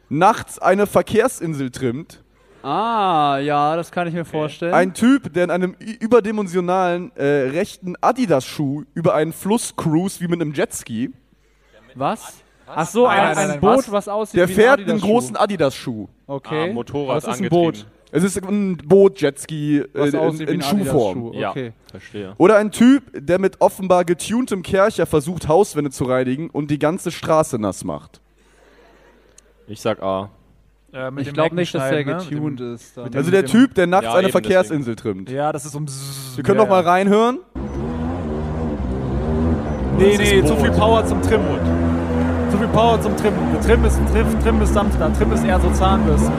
[SPEAKER 3] nachts eine Verkehrsinsel trimmt.
[SPEAKER 1] Ah, ja, das kann ich mir vorstellen.
[SPEAKER 3] Ein Typ, der in einem i- überdimensionalen äh, rechten Adidas-Schuh über einen Fluss cruise wie mit einem Jetski.
[SPEAKER 1] was? Ach so,
[SPEAKER 6] Nein,
[SPEAKER 1] ein,
[SPEAKER 6] nein, nein,
[SPEAKER 1] ein
[SPEAKER 6] was?
[SPEAKER 1] Boot, was aussieht
[SPEAKER 3] Der
[SPEAKER 1] wie ein
[SPEAKER 3] fährt einen
[SPEAKER 1] Adidas-Schuh.
[SPEAKER 3] großen Adidas-Schuh.
[SPEAKER 1] Okay.
[SPEAKER 5] Ah, Motorrad
[SPEAKER 1] Aber es ist ein
[SPEAKER 5] angetrieben.
[SPEAKER 1] Boot,
[SPEAKER 3] Es ist ein Boot, Jetski äh,
[SPEAKER 1] was
[SPEAKER 3] in,
[SPEAKER 1] aussieht wie
[SPEAKER 3] in
[SPEAKER 1] ein
[SPEAKER 3] Schuhform.
[SPEAKER 1] Adidas-Schuh. Okay.
[SPEAKER 5] Ja, verstehe.
[SPEAKER 3] Oder ein Typ, der mit offenbar getuntem Kercher versucht, Hauswände zu reinigen und die ganze Straße nass macht.
[SPEAKER 5] Ich sag A.
[SPEAKER 6] Äh, mit
[SPEAKER 1] Ich
[SPEAKER 6] dem
[SPEAKER 1] glaube nicht, dass der
[SPEAKER 6] Heckenschneiden, ne?
[SPEAKER 1] getuned
[SPEAKER 6] Mit dem-
[SPEAKER 1] ist. dann.
[SPEAKER 6] mit dem-
[SPEAKER 3] Also der Typ, der nachts
[SPEAKER 5] Ja,
[SPEAKER 3] eine
[SPEAKER 5] eben
[SPEAKER 3] Verkehrsinsel trimmt.
[SPEAKER 6] Ja, das ist um.
[SPEAKER 3] Wir können noch mal reinhören.
[SPEAKER 6] Nee, nee, zu viel Power zum Trimhut. Zu viel Power zum Trimmen. Der Trim ist ein Triff, Trim ist Samstag. Trim ist eher so Zahnbürsten.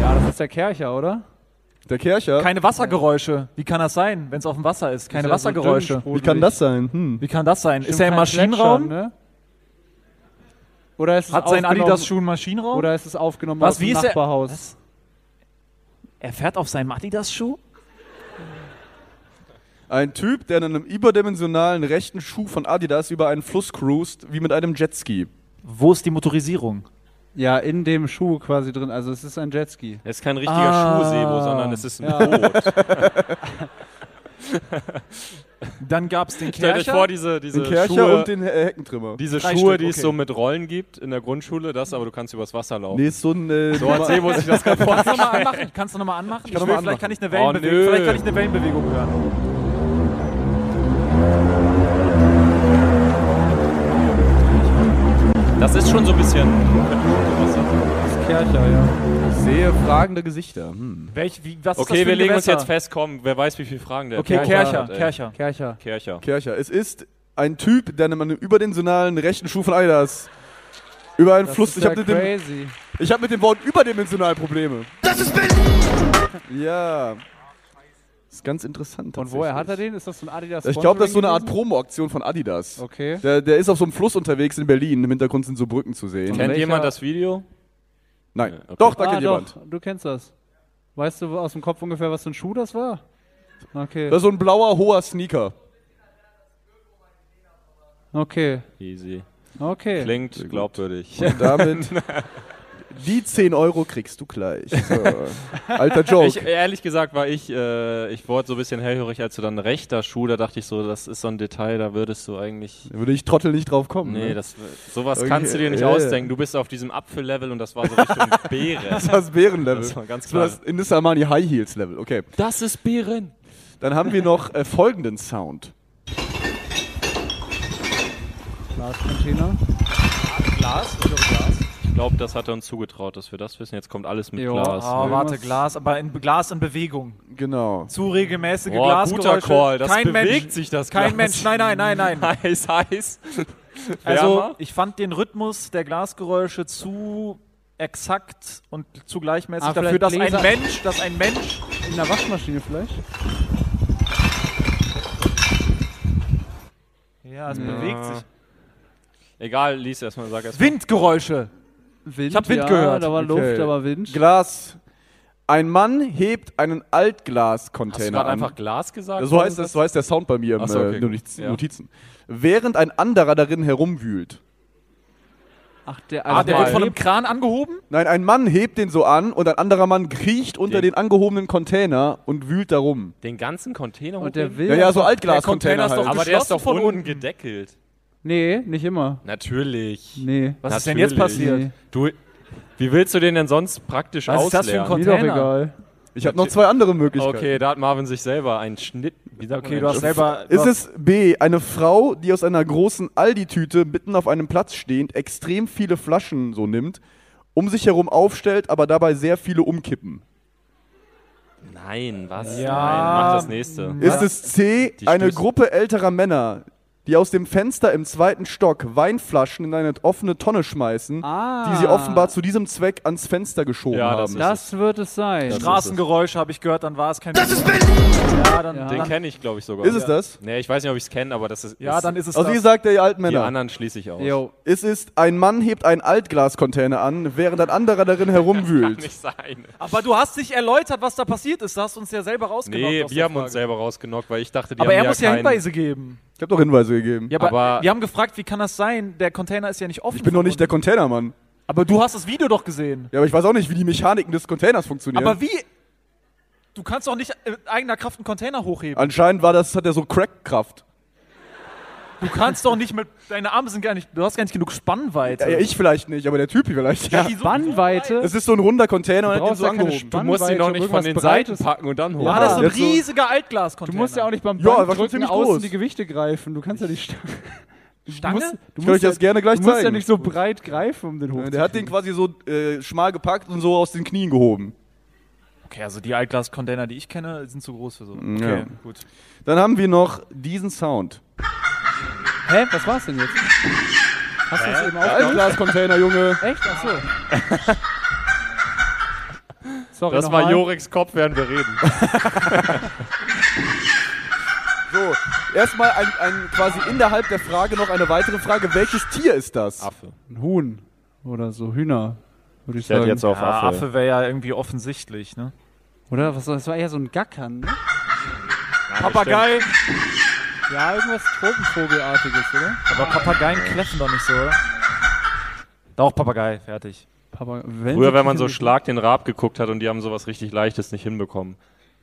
[SPEAKER 1] ja, das ist der Kercher, oder?
[SPEAKER 3] Der Kercher.
[SPEAKER 6] Keine Wassergeräusche. Wie kann das sein, wenn es auf dem Wasser ist? Keine
[SPEAKER 1] ja so
[SPEAKER 6] Wassergeräusche.
[SPEAKER 1] dünn,
[SPEAKER 3] Wie kann das sein? Hm.
[SPEAKER 6] Wie kann das sein? ist er im
[SPEAKER 1] Kein
[SPEAKER 6] Maschinenraum?
[SPEAKER 1] Plätschern, Ne? Oder ist es
[SPEAKER 6] Hat sein
[SPEAKER 1] aufgenommen-
[SPEAKER 6] Adidas-Schuh einen Maschinenraum?
[SPEAKER 1] Oder ist es aufgenommen
[SPEAKER 6] Was,
[SPEAKER 1] aus dem
[SPEAKER 6] wie ist er-
[SPEAKER 1] Nachbarhaus?
[SPEAKER 6] er fährt auf seinem Adidas-Schuh?
[SPEAKER 3] Ein Typ, der in einem überdimensionalen rechten Schuh von Adidas über einen Fluss cruist, wie mit einem Jetski.
[SPEAKER 6] Wo ist die Motorisierung?
[SPEAKER 1] Ja, in dem Schuh quasi drin. Also es ist ein Jetski.
[SPEAKER 5] Es ist kein richtiger Schuhsebo, sondern es ist ein
[SPEAKER 6] Ah.
[SPEAKER 5] Boot.
[SPEAKER 6] Dann gab es den
[SPEAKER 5] Stellt euch
[SPEAKER 6] Kercher.
[SPEAKER 5] vor, diese, diese
[SPEAKER 3] Den Kercher
[SPEAKER 5] Schuhe,
[SPEAKER 3] und den äh, Heckentrimmer.
[SPEAKER 5] diese
[SPEAKER 6] Drei
[SPEAKER 5] Schuhe,
[SPEAKER 6] Stück,
[SPEAKER 5] die es
[SPEAKER 6] okay.
[SPEAKER 5] so mit Rollen gibt in der Grundschule, das aber du kannst übers Wasser laufen.
[SPEAKER 3] Nee, ist so ein. Äh,
[SPEAKER 5] So hat Sebo sich das gerade
[SPEAKER 6] Kannst du nochmal anmachen? Kannst du nochmal anmachen? Ich
[SPEAKER 3] noch
[SPEAKER 6] will-
[SPEAKER 3] mal
[SPEAKER 6] vielleicht kann ich eine
[SPEAKER 5] anmachen.
[SPEAKER 6] Wellenbewegung.
[SPEAKER 5] Oh, nö.
[SPEAKER 6] vielleicht kann ich eine Wellenbewegung hören.
[SPEAKER 5] Das ist schon so ein bisschen.
[SPEAKER 1] Kercher, ja.
[SPEAKER 3] ich sehe fragende Gesichter. Hm.
[SPEAKER 6] Welch, wie, was ist das
[SPEAKER 5] Okay,
[SPEAKER 6] für
[SPEAKER 5] wir
[SPEAKER 6] ein
[SPEAKER 5] legen uns
[SPEAKER 6] Gewässer?
[SPEAKER 5] jetzt fest, komm, wer weiß, wie viele Fragen der
[SPEAKER 6] Okay, Kercher, Kercher.
[SPEAKER 1] Kercher.
[SPEAKER 5] Kercher.
[SPEAKER 3] Kercher. Es ist ein Typ, der in einem überdimensionalen rechten Schuh von Adidas über einen
[SPEAKER 1] Das
[SPEAKER 3] Fluss.
[SPEAKER 1] ist
[SPEAKER 3] Ich habe
[SPEAKER 1] ja
[SPEAKER 3] mit, dem-
[SPEAKER 1] crazy.
[SPEAKER 3] ich hab mit dem Wort überdimensional Probleme. Das ist Bild! Ja. Ist ganz interessant.
[SPEAKER 1] Und woher hat er
[SPEAKER 3] tatsächlich.
[SPEAKER 1] den? Ist das so ein Adidas?
[SPEAKER 3] Ich glaube, das ist so eine Art
[SPEAKER 1] Sponsoring
[SPEAKER 3] Promo-Aktion von Adidas.
[SPEAKER 1] gewesen? Okay.
[SPEAKER 3] Der, der ist auf so einem Fluss unterwegs in Berlin. Im Hintergrund sind so Brücken zu sehen.
[SPEAKER 5] Kennt
[SPEAKER 1] Welcher-
[SPEAKER 5] jemand das Video?
[SPEAKER 3] Nein.
[SPEAKER 5] Okay.
[SPEAKER 3] Doch, da
[SPEAKER 1] ah,
[SPEAKER 3] kennt jemand.
[SPEAKER 1] doch. Du kennst das. Weißt du aus dem Kopf ungefähr, was für ein Schuh das war? Okay.
[SPEAKER 3] Das ist so ein blauer, hoher Sneaker.
[SPEAKER 1] Okay.
[SPEAKER 5] Easy.
[SPEAKER 1] Okay.
[SPEAKER 5] Klingt glaubwürdig.
[SPEAKER 3] Und damit.
[SPEAKER 1] [LAUGHS]
[SPEAKER 3] die 10 Euro kriegst du gleich. So.
[SPEAKER 1] [LAUGHS]
[SPEAKER 3] Alter Joke.
[SPEAKER 5] Ich, ehrlich gesagt war ich, äh, ich wurde so ein bisschen hellhörig, als du dann rechter Schuh, da dachte ich so, das ist so ein Detail, da würdest du eigentlich.
[SPEAKER 3] Da würde ich Trottel nicht drauf kommen.
[SPEAKER 5] Nee,
[SPEAKER 6] Mhm.
[SPEAKER 3] ne?
[SPEAKER 5] das, sowas
[SPEAKER 3] Okay,
[SPEAKER 5] kannst du dir nicht
[SPEAKER 3] ja, ja.
[SPEAKER 5] ausdenken. Du bist auf diesem Apfellevel und das war
[SPEAKER 6] [LAUGHS]
[SPEAKER 5] so Richtung Beere.
[SPEAKER 3] das
[SPEAKER 5] [LAUGHS]
[SPEAKER 3] ist Bärenlevel.
[SPEAKER 5] Das war ganz klar.
[SPEAKER 3] Das ist Indus Armani High Heels Level. Okay.
[SPEAKER 5] Das ist Beeren.
[SPEAKER 3] Dann haben wir noch äh, folgenden Sound.
[SPEAKER 1] Glascontainer.
[SPEAKER 5] Ich glaube, das hat er uns zugetraut, dass wir das wissen. Jetzt kommt alles mit
[SPEAKER 1] Jo.
[SPEAKER 5] Glas.
[SPEAKER 6] Oh,
[SPEAKER 1] ne?
[SPEAKER 6] warte, Glas, aber in, Glas in Bewegung.
[SPEAKER 3] Genau.
[SPEAKER 6] Zu regelmäßige
[SPEAKER 5] Boah, guter
[SPEAKER 6] Glasgeräusche.
[SPEAKER 5] Call. Das
[SPEAKER 6] kein
[SPEAKER 5] bewegt
[SPEAKER 6] Mensch,
[SPEAKER 5] sich das
[SPEAKER 6] Kein
[SPEAKER 5] Glas.
[SPEAKER 6] Mensch, nein, nein, nein, nein.
[SPEAKER 5] [LAUGHS] Heiß, heiß.
[SPEAKER 6] Also
[SPEAKER 5] Wärmer.
[SPEAKER 6] ich fand den Rhythmus der Glasgeräusche zu exakt und zu gleichmäßig
[SPEAKER 1] Ah,
[SPEAKER 6] dafür,
[SPEAKER 1] vielleicht
[SPEAKER 6] dass
[SPEAKER 1] Gläser-
[SPEAKER 6] ein Mensch, dass ein Mensch.
[SPEAKER 1] In der Waschmaschine vielleicht?
[SPEAKER 6] Ja, es bewegt sich.
[SPEAKER 5] Egal, lies erstmal, sag erstmal.
[SPEAKER 6] Windgeräusche.
[SPEAKER 1] Wind.
[SPEAKER 6] Ich hab Wind
[SPEAKER 1] ja,
[SPEAKER 6] gehört.
[SPEAKER 1] Da war
[SPEAKER 3] Okay.
[SPEAKER 1] Luft, aber Wind.
[SPEAKER 3] Glas. Ein Mann hebt einen
[SPEAKER 5] Hast du
[SPEAKER 3] Altglas-Container
[SPEAKER 5] gerade
[SPEAKER 3] an.
[SPEAKER 5] einfach Glas gesagt?
[SPEAKER 3] So heißt, das, so heißt der Sound bei mir im
[SPEAKER 5] Ach so, okay,
[SPEAKER 3] äh,
[SPEAKER 5] gut.
[SPEAKER 3] Notiz-
[SPEAKER 5] Ja.
[SPEAKER 3] Notizen. Während ein anderer darin herumwühlt.
[SPEAKER 1] Ach, der,
[SPEAKER 6] Ah, der
[SPEAKER 5] Mal.
[SPEAKER 6] wird von einem Kran angehoben?
[SPEAKER 3] Nein, ein Mann hebt den so an und ein anderer Mann kriecht unter den,
[SPEAKER 5] Den-
[SPEAKER 3] angehobenen Container und wühlt darum.
[SPEAKER 5] Den ganzen Container
[SPEAKER 1] Und der
[SPEAKER 5] hochheben?
[SPEAKER 1] will.
[SPEAKER 3] Ja, ja, so
[SPEAKER 6] Container
[SPEAKER 3] Altglas-Container
[SPEAKER 6] ist doch
[SPEAKER 3] halt.
[SPEAKER 5] Aber der ist
[SPEAKER 6] geschlossen
[SPEAKER 5] doch
[SPEAKER 6] von
[SPEAKER 5] unten,
[SPEAKER 6] unten.
[SPEAKER 5] gedeckelt.
[SPEAKER 1] Nee, nicht immer.
[SPEAKER 5] Natürlich.
[SPEAKER 1] Nee.
[SPEAKER 6] Was ist denn jetzt passiert?
[SPEAKER 1] Nee.
[SPEAKER 5] Du, wie willst du den denn sonst praktisch
[SPEAKER 6] Was ist
[SPEAKER 5] auslernen?
[SPEAKER 6] das für ein
[SPEAKER 1] Mir doch
[SPEAKER 6] Container?
[SPEAKER 1] egal.
[SPEAKER 3] ich habe noch zwei andere Möglichkeiten.
[SPEAKER 5] Okay, da hat Marvin sich selber einen Schnitt. Wie sagt
[SPEAKER 6] Okay,
[SPEAKER 5] man
[SPEAKER 6] du hast
[SPEAKER 5] denn?
[SPEAKER 6] selber. du
[SPEAKER 3] Ist
[SPEAKER 6] hast-
[SPEAKER 3] es B, eine Frau, die aus einer großen Aldi-Tüte mitten auf einem Platz stehend extrem viele Flaschen so nimmt um sich herum aufstellt, aber dabei sehr viele umkippen?
[SPEAKER 8] Nein, was? Ja. Nein, mach das nächste.
[SPEAKER 3] Ist es C,
[SPEAKER 8] Die
[SPEAKER 3] eine
[SPEAKER 8] stößt-
[SPEAKER 3] Gruppe älterer Männer, die aus dem Fenster im zweiten Stock Weinflaschen in eine offene Tonne schmeißen, die sie offenbar zu diesem Zweck ans Fenster geschoben
[SPEAKER 5] Ja, das ist-
[SPEAKER 3] haben?
[SPEAKER 1] Das wird es sein.
[SPEAKER 6] Straßengeräusche habe ich gehört, dann war es kein. Das ist Ja, dann,
[SPEAKER 5] Den
[SPEAKER 6] dann,
[SPEAKER 5] kenne ich, glaube ich, sogar.
[SPEAKER 3] ist es das?
[SPEAKER 5] Nee, ich weiß nicht, ob ich es kenne, aber das ist.
[SPEAKER 6] ja,
[SPEAKER 5] ist,
[SPEAKER 6] dann ist es.
[SPEAKER 3] Also wie
[SPEAKER 6] das.
[SPEAKER 3] gesagt, der alten
[SPEAKER 5] Die
[SPEAKER 3] Männer.
[SPEAKER 5] anderen schließe ich aus.
[SPEAKER 1] Jo.
[SPEAKER 3] Es ist, ein Mann hebt einen Altglascontainer an, während ein anderer darin herumwühlt.
[SPEAKER 8] Nicht sein.
[SPEAKER 6] Aber du hast nicht erläutert, was da passiert ist. Da hast du uns ja selber rausgenommen.
[SPEAKER 5] Nee, wir haben uns selber rausgenockt, weil ich dachte, die
[SPEAKER 6] Aber
[SPEAKER 5] haben
[SPEAKER 6] er muss ja
[SPEAKER 5] keinen-
[SPEAKER 6] Hinweise geben.
[SPEAKER 3] Ich habe doch Hinweise gegeben.
[SPEAKER 6] Ja, aber,
[SPEAKER 5] Aber-
[SPEAKER 6] wir haben gefragt, wie kann das sein? Der Container ist ja nicht offen.
[SPEAKER 3] Ich bin doch nicht der Containermann.
[SPEAKER 6] Aber du hast das Video doch gesehen.
[SPEAKER 3] Ja, aber ich weiß auch nicht, wie die Mechaniken des Containers funktionieren.
[SPEAKER 6] Aber wie? Du kannst doch nicht mit eigener Kraft einen Container
[SPEAKER 1] Ah.
[SPEAKER 6] hochheben.
[SPEAKER 3] Anscheinend war das, hat er so Crackkraft.
[SPEAKER 6] Du kannst doch nicht mit deine Arme sind gar nicht. Du hast gar nicht genug Spannweite.
[SPEAKER 3] Ja, ja, ich vielleicht nicht, aber der Typ vielleicht. Ja.
[SPEAKER 6] Die so-
[SPEAKER 1] Spannweite?
[SPEAKER 3] Es ist so ein runder Container und er
[SPEAKER 1] Du
[SPEAKER 3] hat
[SPEAKER 1] brauchst
[SPEAKER 3] den so
[SPEAKER 1] ja keine
[SPEAKER 3] angehoben.
[SPEAKER 5] Du musst
[SPEAKER 1] Spannweite,
[SPEAKER 5] ihn noch
[SPEAKER 1] um
[SPEAKER 5] nicht von
[SPEAKER 1] irgendwas
[SPEAKER 5] den
[SPEAKER 1] Breites-
[SPEAKER 5] Seiten packen und dann hoch.
[SPEAKER 6] War das ist ein
[SPEAKER 3] Ja, so-
[SPEAKER 6] riesiger Altglascontainer.
[SPEAKER 1] Du musst ja auch nicht beim
[SPEAKER 3] Ja,
[SPEAKER 1] Band
[SPEAKER 3] war schon
[SPEAKER 1] drücken,
[SPEAKER 3] ziemlich
[SPEAKER 1] außen
[SPEAKER 3] groß.
[SPEAKER 1] die Gewichte greifen. Du kannst ja nicht.
[SPEAKER 6] Stange?
[SPEAKER 1] Du musst, du
[SPEAKER 3] Ich kann euch
[SPEAKER 1] musst, ja,
[SPEAKER 3] das gerne gleich
[SPEAKER 1] du musst ja
[SPEAKER 3] zeigen.
[SPEAKER 1] nicht so breit greifen, um den hoch.
[SPEAKER 3] Der hat den quasi so äh, schmal gepackt und so aus den Knien gehoben.
[SPEAKER 6] okay, also die Altglascontainer, die ich kenne, sind zu groß für so. Okay,
[SPEAKER 3] Ja.
[SPEAKER 6] gut.
[SPEAKER 3] Dann haben wir noch diesen Sound.
[SPEAKER 1] Hä? Was war's denn jetzt? Hast du das eben auch
[SPEAKER 3] Altglascontainer, Junge.
[SPEAKER 1] Echt? Achso. [LAUGHS] Sorry,
[SPEAKER 5] Das war
[SPEAKER 1] nochmal.
[SPEAKER 5] Joriks Kopf, während wir reden.
[SPEAKER 3] So, erstmal ein, ein quasi innerhalb der Frage noch eine weitere Frage. Welches Tier ist das?
[SPEAKER 5] Affe.
[SPEAKER 1] Ein Huhn oder so, Hühner, würde ich
[SPEAKER 5] Der hat
[SPEAKER 1] sagen.
[SPEAKER 5] jetzt auf
[SPEAKER 6] Ja,
[SPEAKER 5] Affe.
[SPEAKER 6] Affe wäre ja irgendwie offensichtlich, ne?
[SPEAKER 1] Oder? Was, das war eher so ein Gackern, ne?
[SPEAKER 6] Papagei!
[SPEAKER 1] Ja, irgendwas Tropenvogelartiges, oder?
[SPEAKER 6] Aber Papageien kläffen doch nicht so, oder? Doch, Papagei, fertig.
[SPEAKER 1] Papa, wenn
[SPEAKER 5] Früher,
[SPEAKER 1] die
[SPEAKER 5] wenn man so
[SPEAKER 1] Küche-
[SPEAKER 5] Schlag den Rab geguckt hat und die haben sowas richtig Leichtes nicht hinbekommen.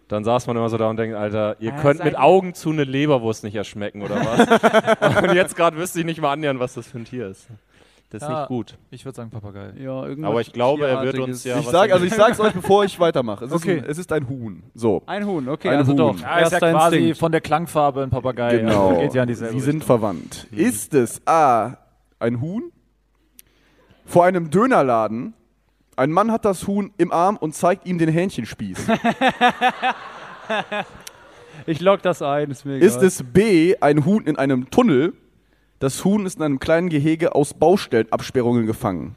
[SPEAKER 5] Dann saß man immer so da und denkt, Alter, ihr
[SPEAKER 1] Ah,
[SPEAKER 5] könnt mit
[SPEAKER 1] seid ihr-
[SPEAKER 5] Augen zu eine Leberwurst nicht erschmecken, oder was?
[SPEAKER 1] [LAUGHS]
[SPEAKER 5] und jetzt gerade wüsste ich nicht mal annähernd, was das für ein Tier ist. Das ist
[SPEAKER 6] Ja.
[SPEAKER 5] nicht gut.
[SPEAKER 6] Ich würde sagen Papagei.
[SPEAKER 1] Ja, irgendwas
[SPEAKER 5] Aber ich glaube, er wird
[SPEAKER 1] Tierartiges.
[SPEAKER 5] uns ja.
[SPEAKER 3] ich
[SPEAKER 5] was
[SPEAKER 3] sag, also ich sag's euch, bevor ich weitermache. Es,
[SPEAKER 1] Okay.
[SPEAKER 3] ist, ein, es ist ein Huhn. So.
[SPEAKER 1] Ein Huhn, okay,
[SPEAKER 3] Ein
[SPEAKER 1] also
[SPEAKER 3] Huhn.
[SPEAKER 1] doch.
[SPEAKER 6] Ja, ist ja
[SPEAKER 1] Erster
[SPEAKER 6] quasi
[SPEAKER 1] Instinkt.
[SPEAKER 6] von der Klangfarbe ein Papagei.
[SPEAKER 3] Genau.
[SPEAKER 6] Also geht ja in dieselbe
[SPEAKER 3] Sie sind
[SPEAKER 6] Richtung. Mhm.
[SPEAKER 3] verwandt. Ist es A. ein Huhn? Vor einem Dönerladen. Ein Mann hat das Huhn im Arm und zeigt ihm den
[SPEAKER 6] [LAUGHS]
[SPEAKER 3] Hähnchenspieß.
[SPEAKER 1] Ich log das ein, ist mir egal.
[SPEAKER 3] ist es B. ein Huhn in einem Tunnel? Das Huhn ist in einem kleinen Gehege aus Baustellenabsperrungen gefangen.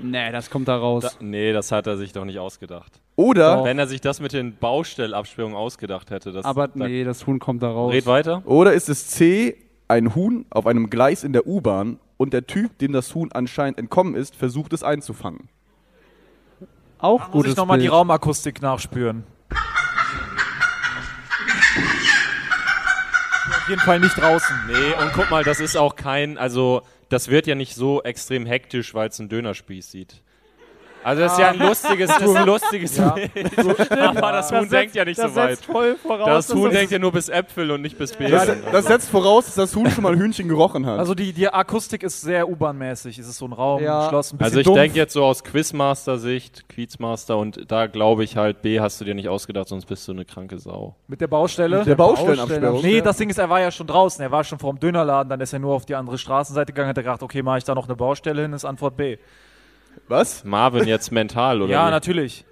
[SPEAKER 1] Nee, das kommt da raus.
[SPEAKER 5] Da, nee, das hat er sich doch nicht ausgedacht.
[SPEAKER 3] Oder,
[SPEAKER 5] Wenn er sich das mit den Baustellabsperrungen ausgedacht hätte, das.
[SPEAKER 1] Aber
[SPEAKER 5] da-
[SPEAKER 1] nee, das Huhn kommt da raus.
[SPEAKER 5] Red weiter.
[SPEAKER 3] oder ist es C. ein Huhn auf einem Gleis in der U-Bahn und der Typ, dem das Huhn anscheinend entkommen ist, versucht es einzufangen?
[SPEAKER 1] Auch
[SPEAKER 6] Muss
[SPEAKER 1] gutes
[SPEAKER 6] ich nochmal die
[SPEAKER 1] Bild.
[SPEAKER 6] Raumakustik nachspüren. Auf jeden Fall nicht draußen.
[SPEAKER 5] Nee, und guck mal, das ist auch kein, also das wird ja nicht so extrem hektisch, weil es einen Dönerspieß sieht. Also das ist ja ein lustiges, das ist ein lustiges Bild. [LAUGHS] Aber das Huhn denkt ja nicht so weit.
[SPEAKER 1] voll voraus.
[SPEAKER 5] Das
[SPEAKER 1] dass
[SPEAKER 5] Huhn
[SPEAKER 1] das-
[SPEAKER 5] denkt ja nur bis Äpfel und nicht bis
[SPEAKER 3] Das,
[SPEAKER 5] Beeren.
[SPEAKER 3] das setzt voraus, dass das Huhn schon mal Hühnchen gerochen hat.
[SPEAKER 6] Also die, die Akustik ist sehr U-Bahn-mäßig. Es ist so ein Raum,
[SPEAKER 1] Ja.
[SPEAKER 6] ein Schloss, ein bisschen
[SPEAKER 5] Also ich
[SPEAKER 6] dumpf.
[SPEAKER 5] denke jetzt so aus Quizmaster-Sicht, Quizmaster und da glaube ich halt, B hast du dir nicht ausgedacht, sonst bist du eine kranke Sau.
[SPEAKER 6] Mit der Baustelle.
[SPEAKER 3] der Baustellenabsperrung.
[SPEAKER 6] Nee, das Ding ist, er war ja schon draußen. Er war schon vor dem Dönerladen. Dann ist er nur auf die andere Straßenseite gegangen. Hat er gedacht, okay, mache ich da noch eine Baustelle hin? Ist Antwort B.
[SPEAKER 3] Was?
[SPEAKER 5] Marvin jetzt mental, oder?
[SPEAKER 6] Ja,
[SPEAKER 5] wie?
[SPEAKER 6] natürlich.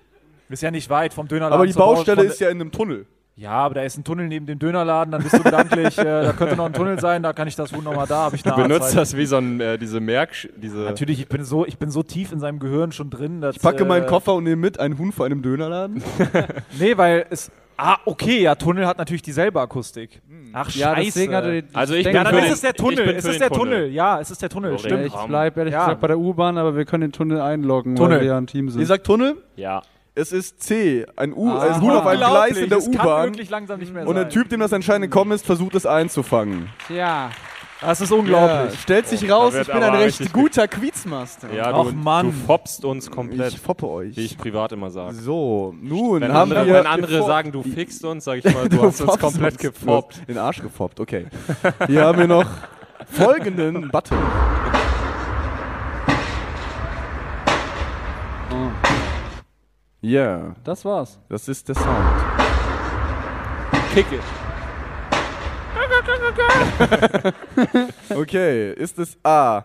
[SPEAKER 6] Ist ja nicht weit vom Dönerladen.
[SPEAKER 3] Aber die
[SPEAKER 6] zur Bau-
[SPEAKER 3] Baustelle
[SPEAKER 6] von-
[SPEAKER 3] ist ja in einem Tunnel.
[SPEAKER 6] Ja, aber da ist ein Tunnel neben dem Dönerladen. Dann bist du gedanklich, äh, da könnte noch ein Tunnel sein. Da kann ich das Huhn nochmal da. Hab ich eine
[SPEAKER 5] Benutzt
[SPEAKER 6] Arbeitszeit.
[SPEAKER 5] das wie so ein, äh, diese Merk... Diese
[SPEAKER 6] Natürlich, ich bin, so, ich bin so tief in seinem Gehirn schon drin. Dass,
[SPEAKER 3] Ich packe
[SPEAKER 6] äh,
[SPEAKER 3] meinen Koffer und nehme mit ein Huhn vor
[SPEAKER 6] [LAUGHS]
[SPEAKER 3] einem Dönerladen.
[SPEAKER 6] Nee, weil es. Ah, okay, ja, Tunnel hat natürlich dieselbe Akustik. Ach,
[SPEAKER 1] Ja,
[SPEAKER 6] scheiße.
[SPEAKER 1] deswegen hat er die
[SPEAKER 5] Also ich
[SPEAKER 6] ja,
[SPEAKER 5] bin
[SPEAKER 6] dann
[SPEAKER 5] für
[SPEAKER 6] ist
[SPEAKER 5] den-
[SPEAKER 6] es der
[SPEAKER 5] ich bin
[SPEAKER 6] Tunnel.
[SPEAKER 5] für
[SPEAKER 6] Es ist
[SPEAKER 5] den
[SPEAKER 6] der Tunnel. Ja, es ist der Tunnel.
[SPEAKER 5] Korrekt.
[SPEAKER 1] Ich bleib ehrlich
[SPEAKER 6] Ja.
[SPEAKER 1] gesagt bei der U-Bahn, aber wir können den Tunnel einloggen,
[SPEAKER 6] Tunnel.
[SPEAKER 1] weil wir ja ein Team sind.
[SPEAKER 3] Ihr sagt Tunnel?
[SPEAKER 5] Ja.
[SPEAKER 3] Es ist C. Ein, U
[SPEAKER 1] Ah.
[SPEAKER 3] ein Huhn auf einem Gleis in der
[SPEAKER 6] Es kann
[SPEAKER 3] U-Bahn.
[SPEAKER 6] wirklich langsam nicht mehr
[SPEAKER 3] Und der
[SPEAKER 6] sein.
[SPEAKER 3] Typ, dem das anscheinend entkommen ist, versucht es einzufangen.
[SPEAKER 1] ja.
[SPEAKER 6] Das ist unglaublich.
[SPEAKER 3] Ja, stellt sich
[SPEAKER 5] da
[SPEAKER 3] raus,
[SPEAKER 5] wird
[SPEAKER 3] ich bin ein
[SPEAKER 5] aber
[SPEAKER 3] recht
[SPEAKER 5] richtig
[SPEAKER 3] guter Quizmaster.
[SPEAKER 5] Ja,
[SPEAKER 6] Ach,
[SPEAKER 5] du,
[SPEAKER 6] Mann.
[SPEAKER 5] du foppst uns komplett,
[SPEAKER 3] Ich foppe euch.
[SPEAKER 5] wie ich privat immer sage.
[SPEAKER 3] so, nun
[SPEAKER 5] Wenn
[SPEAKER 3] haben
[SPEAKER 5] andere,
[SPEAKER 3] wir...
[SPEAKER 5] wenn andere sagen, du fickst uns, sag ich mal,
[SPEAKER 3] [LAUGHS]
[SPEAKER 5] du, hast uns
[SPEAKER 3] foppst
[SPEAKER 5] komplett
[SPEAKER 3] uns.
[SPEAKER 5] gefoppt.
[SPEAKER 3] In den Arsch gefoppt, okay. Hier haben wir noch folgenden Button.
[SPEAKER 5] Oh.
[SPEAKER 3] Ja, yeah,
[SPEAKER 1] Das war's.
[SPEAKER 3] das ist der Sound.
[SPEAKER 5] Kick
[SPEAKER 3] [LAUGHS]
[SPEAKER 5] it.
[SPEAKER 3] Okay, ist es A.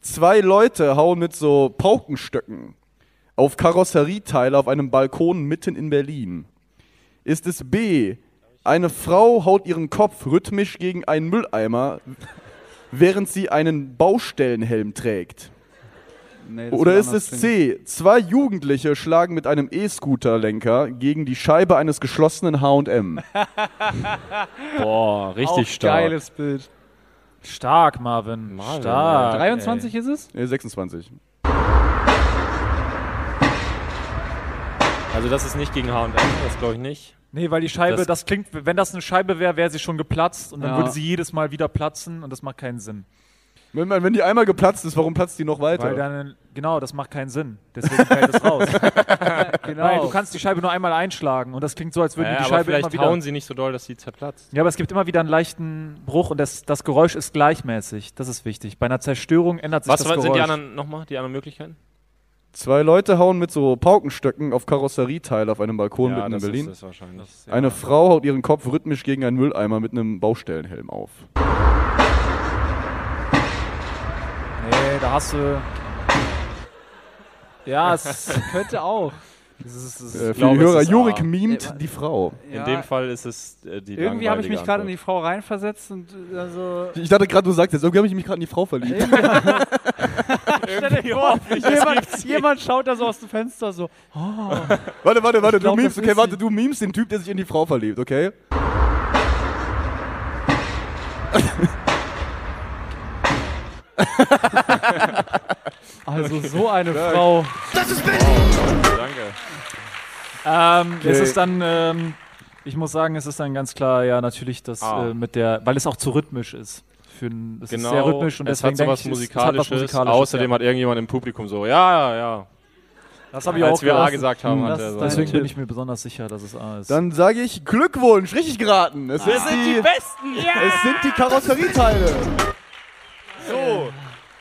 [SPEAKER 3] Zwei Leute hauen mit so Paukenstöcken auf Karosserieteile auf einem Balkon mitten in Berlin? Ist es B. Eine Frau haut ihren Kopf rhythmisch gegen einen Mülleimer, während sie einen Baustellenhelm trägt?
[SPEAKER 1] Nee, das
[SPEAKER 3] Oder
[SPEAKER 1] wird
[SPEAKER 3] ist
[SPEAKER 1] anders
[SPEAKER 3] es
[SPEAKER 1] klingen.
[SPEAKER 3] C? Zwei Jugendliche schlagen mit einem E-Scooter-Lenker gegen die Scheibe eines geschlossenen
[SPEAKER 5] [LAUGHS]
[SPEAKER 3] HM.
[SPEAKER 5] Boah, richtig
[SPEAKER 1] Auch
[SPEAKER 5] stark.
[SPEAKER 1] Geiles Bild.
[SPEAKER 6] Stark, Marvin. Stark.
[SPEAKER 1] 23 ist es?
[SPEAKER 3] Nee, 26.
[SPEAKER 8] Also das ist nicht gegen H&M, das glaube ich
[SPEAKER 5] Äh,
[SPEAKER 8] nicht.
[SPEAKER 6] Nee, weil die Scheibe, das,
[SPEAKER 8] Das-
[SPEAKER 6] klingt, wenn das eine Scheibe wäre, wäre sie schon geplatzt und dann
[SPEAKER 1] Ja.
[SPEAKER 6] würde sie jedes Mal wieder platzen und das macht keinen Sinn.
[SPEAKER 3] Wenn, man- wenn die einmal geplatzt ist, warum platzt die noch weiter?
[SPEAKER 6] Weil dann, genau, das macht keinen Sinn. Deswegen fällt
[SPEAKER 8] [LAUGHS]
[SPEAKER 6] es raus.
[SPEAKER 1] Genau.
[SPEAKER 6] Weil du kannst die Scheibe nur einmal einschlagen und das klingt so, als würden
[SPEAKER 8] Ja,
[SPEAKER 6] die
[SPEAKER 8] aber
[SPEAKER 6] Scheibe
[SPEAKER 8] vielleicht
[SPEAKER 6] immer wieder.
[SPEAKER 8] hauen sie nicht so doll, dass sie zerplatzt.
[SPEAKER 6] Ja, aber es gibt immer wieder einen leichten Bruch und das, das Geräusch ist gleichmäßig. Das ist wichtig. Bei einer Zerstörung ändert sich
[SPEAKER 8] Was
[SPEAKER 6] das
[SPEAKER 8] waren- sind
[SPEAKER 6] Geräusch.
[SPEAKER 8] die anderen nochmal, die anderen Möglichkeiten?
[SPEAKER 3] Zwei Leute hauen mit so Paukenstöcken auf Karosserieteile auf einem Balkon
[SPEAKER 5] ja,
[SPEAKER 3] mitten in
[SPEAKER 5] das
[SPEAKER 3] Berlin.
[SPEAKER 5] ist es wahrscheinlich.
[SPEAKER 3] Eine Frau haut ihren Kopf rhythmisch gegen einen Mülleimer mit einem Baustellenhelm auf.
[SPEAKER 6] Nee, da hast du. Ja, es
[SPEAKER 1] [LAUGHS] Könnte auch.
[SPEAKER 6] es ist. Es
[SPEAKER 3] Äh,
[SPEAKER 6] ist
[SPEAKER 3] für
[SPEAKER 5] glaube,
[SPEAKER 3] die
[SPEAKER 5] es
[SPEAKER 3] Hörer,
[SPEAKER 5] ist A.
[SPEAKER 3] Jurik mimt die Frau.
[SPEAKER 1] Ja,
[SPEAKER 5] In dem Fall ist es äh, die
[SPEAKER 1] Irgendwie habe ich mich
[SPEAKER 5] langweilige
[SPEAKER 1] gerade in die
[SPEAKER 5] Antwort.
[SPEAKER 1] Frau reinversetzt und äh, also.
[SPEAKER 3] Ich dachte gerade, du sagst jetzt, irgendwie habe ich mich gerade in die Frau verliebt.
[SPEAKER 1] Stell dir vor, jemand, jemand schaut da so aus dem Fenster so.
[SPEAKER 3] Warte, warte, warte,
[SPEAKER 1] glaub,
[SPEAKER 3] du
[SPEAKER 1] das
[SPEAKER 3] memst,
[SPEAKER 1] ist
[SPEAKER 3] okay, warte,
[SPEAKER 1] sie.
[SPEAKER 3] du memst den Typ, der sich in die Frau verliebt, okay?
[SPEAKER 1] Also so eine Frau.
[SPEAKER 5] Danke.
[SPEAKER 6] Ähm, Es
[SPEAKER 3] Okay.
[SPEAKER 6] ist dann, ähm, ich muss sagen, es ist dann ganz klar, ja, natürlich das
[SPEAKER 5] Ah.
[SPEAKER 6] äh, mit der, weil es auch zu rhythmisch ist. Für ein, es
[SPEAKER 5] Genau.
[SPEAKER 6] ist sehr rhythmisch und
[SPEAKER 5] es
[SPEAKER 6] deswegen
[SPEAKER 5] hat sowas
[SPEAKER 6] denke ich, es-
[SPEAKER 5] Musikalisches.
[SPEAKER 6] Es hat was Musikalisches
[SPEAKER 5] Außerdem hat irgendjemand im Publikum so, ja, ja, ja.
[SPEAKER 6] ja. das habe ich auch
[SPEAKER 5] Als wir A
[SPEAKER 6] gehört.
[SPEAKER 5] gesagt haben,
[SPEAKER 6] Hm,
[SPEAKER 5] hat
[SPEAKER 1] das
[SPEAKER 5] er
[SPEAKER 1] ist
[SPEAKER 5] so.
[SPEAKER 1] dein
[SPEAKER 6] Deswegen
[SPEAKER 1] Tipp.
[SPEAKER 6] bin ich mir besonders sicher, dass es A ist.
[SPEAKER 3] Dann sage ich Glückwunsch, richtig geraten. Es ist die,
[SPEAKER 8] Besten!
[SPEAKER 3] Es sind die Karosserieteile. So,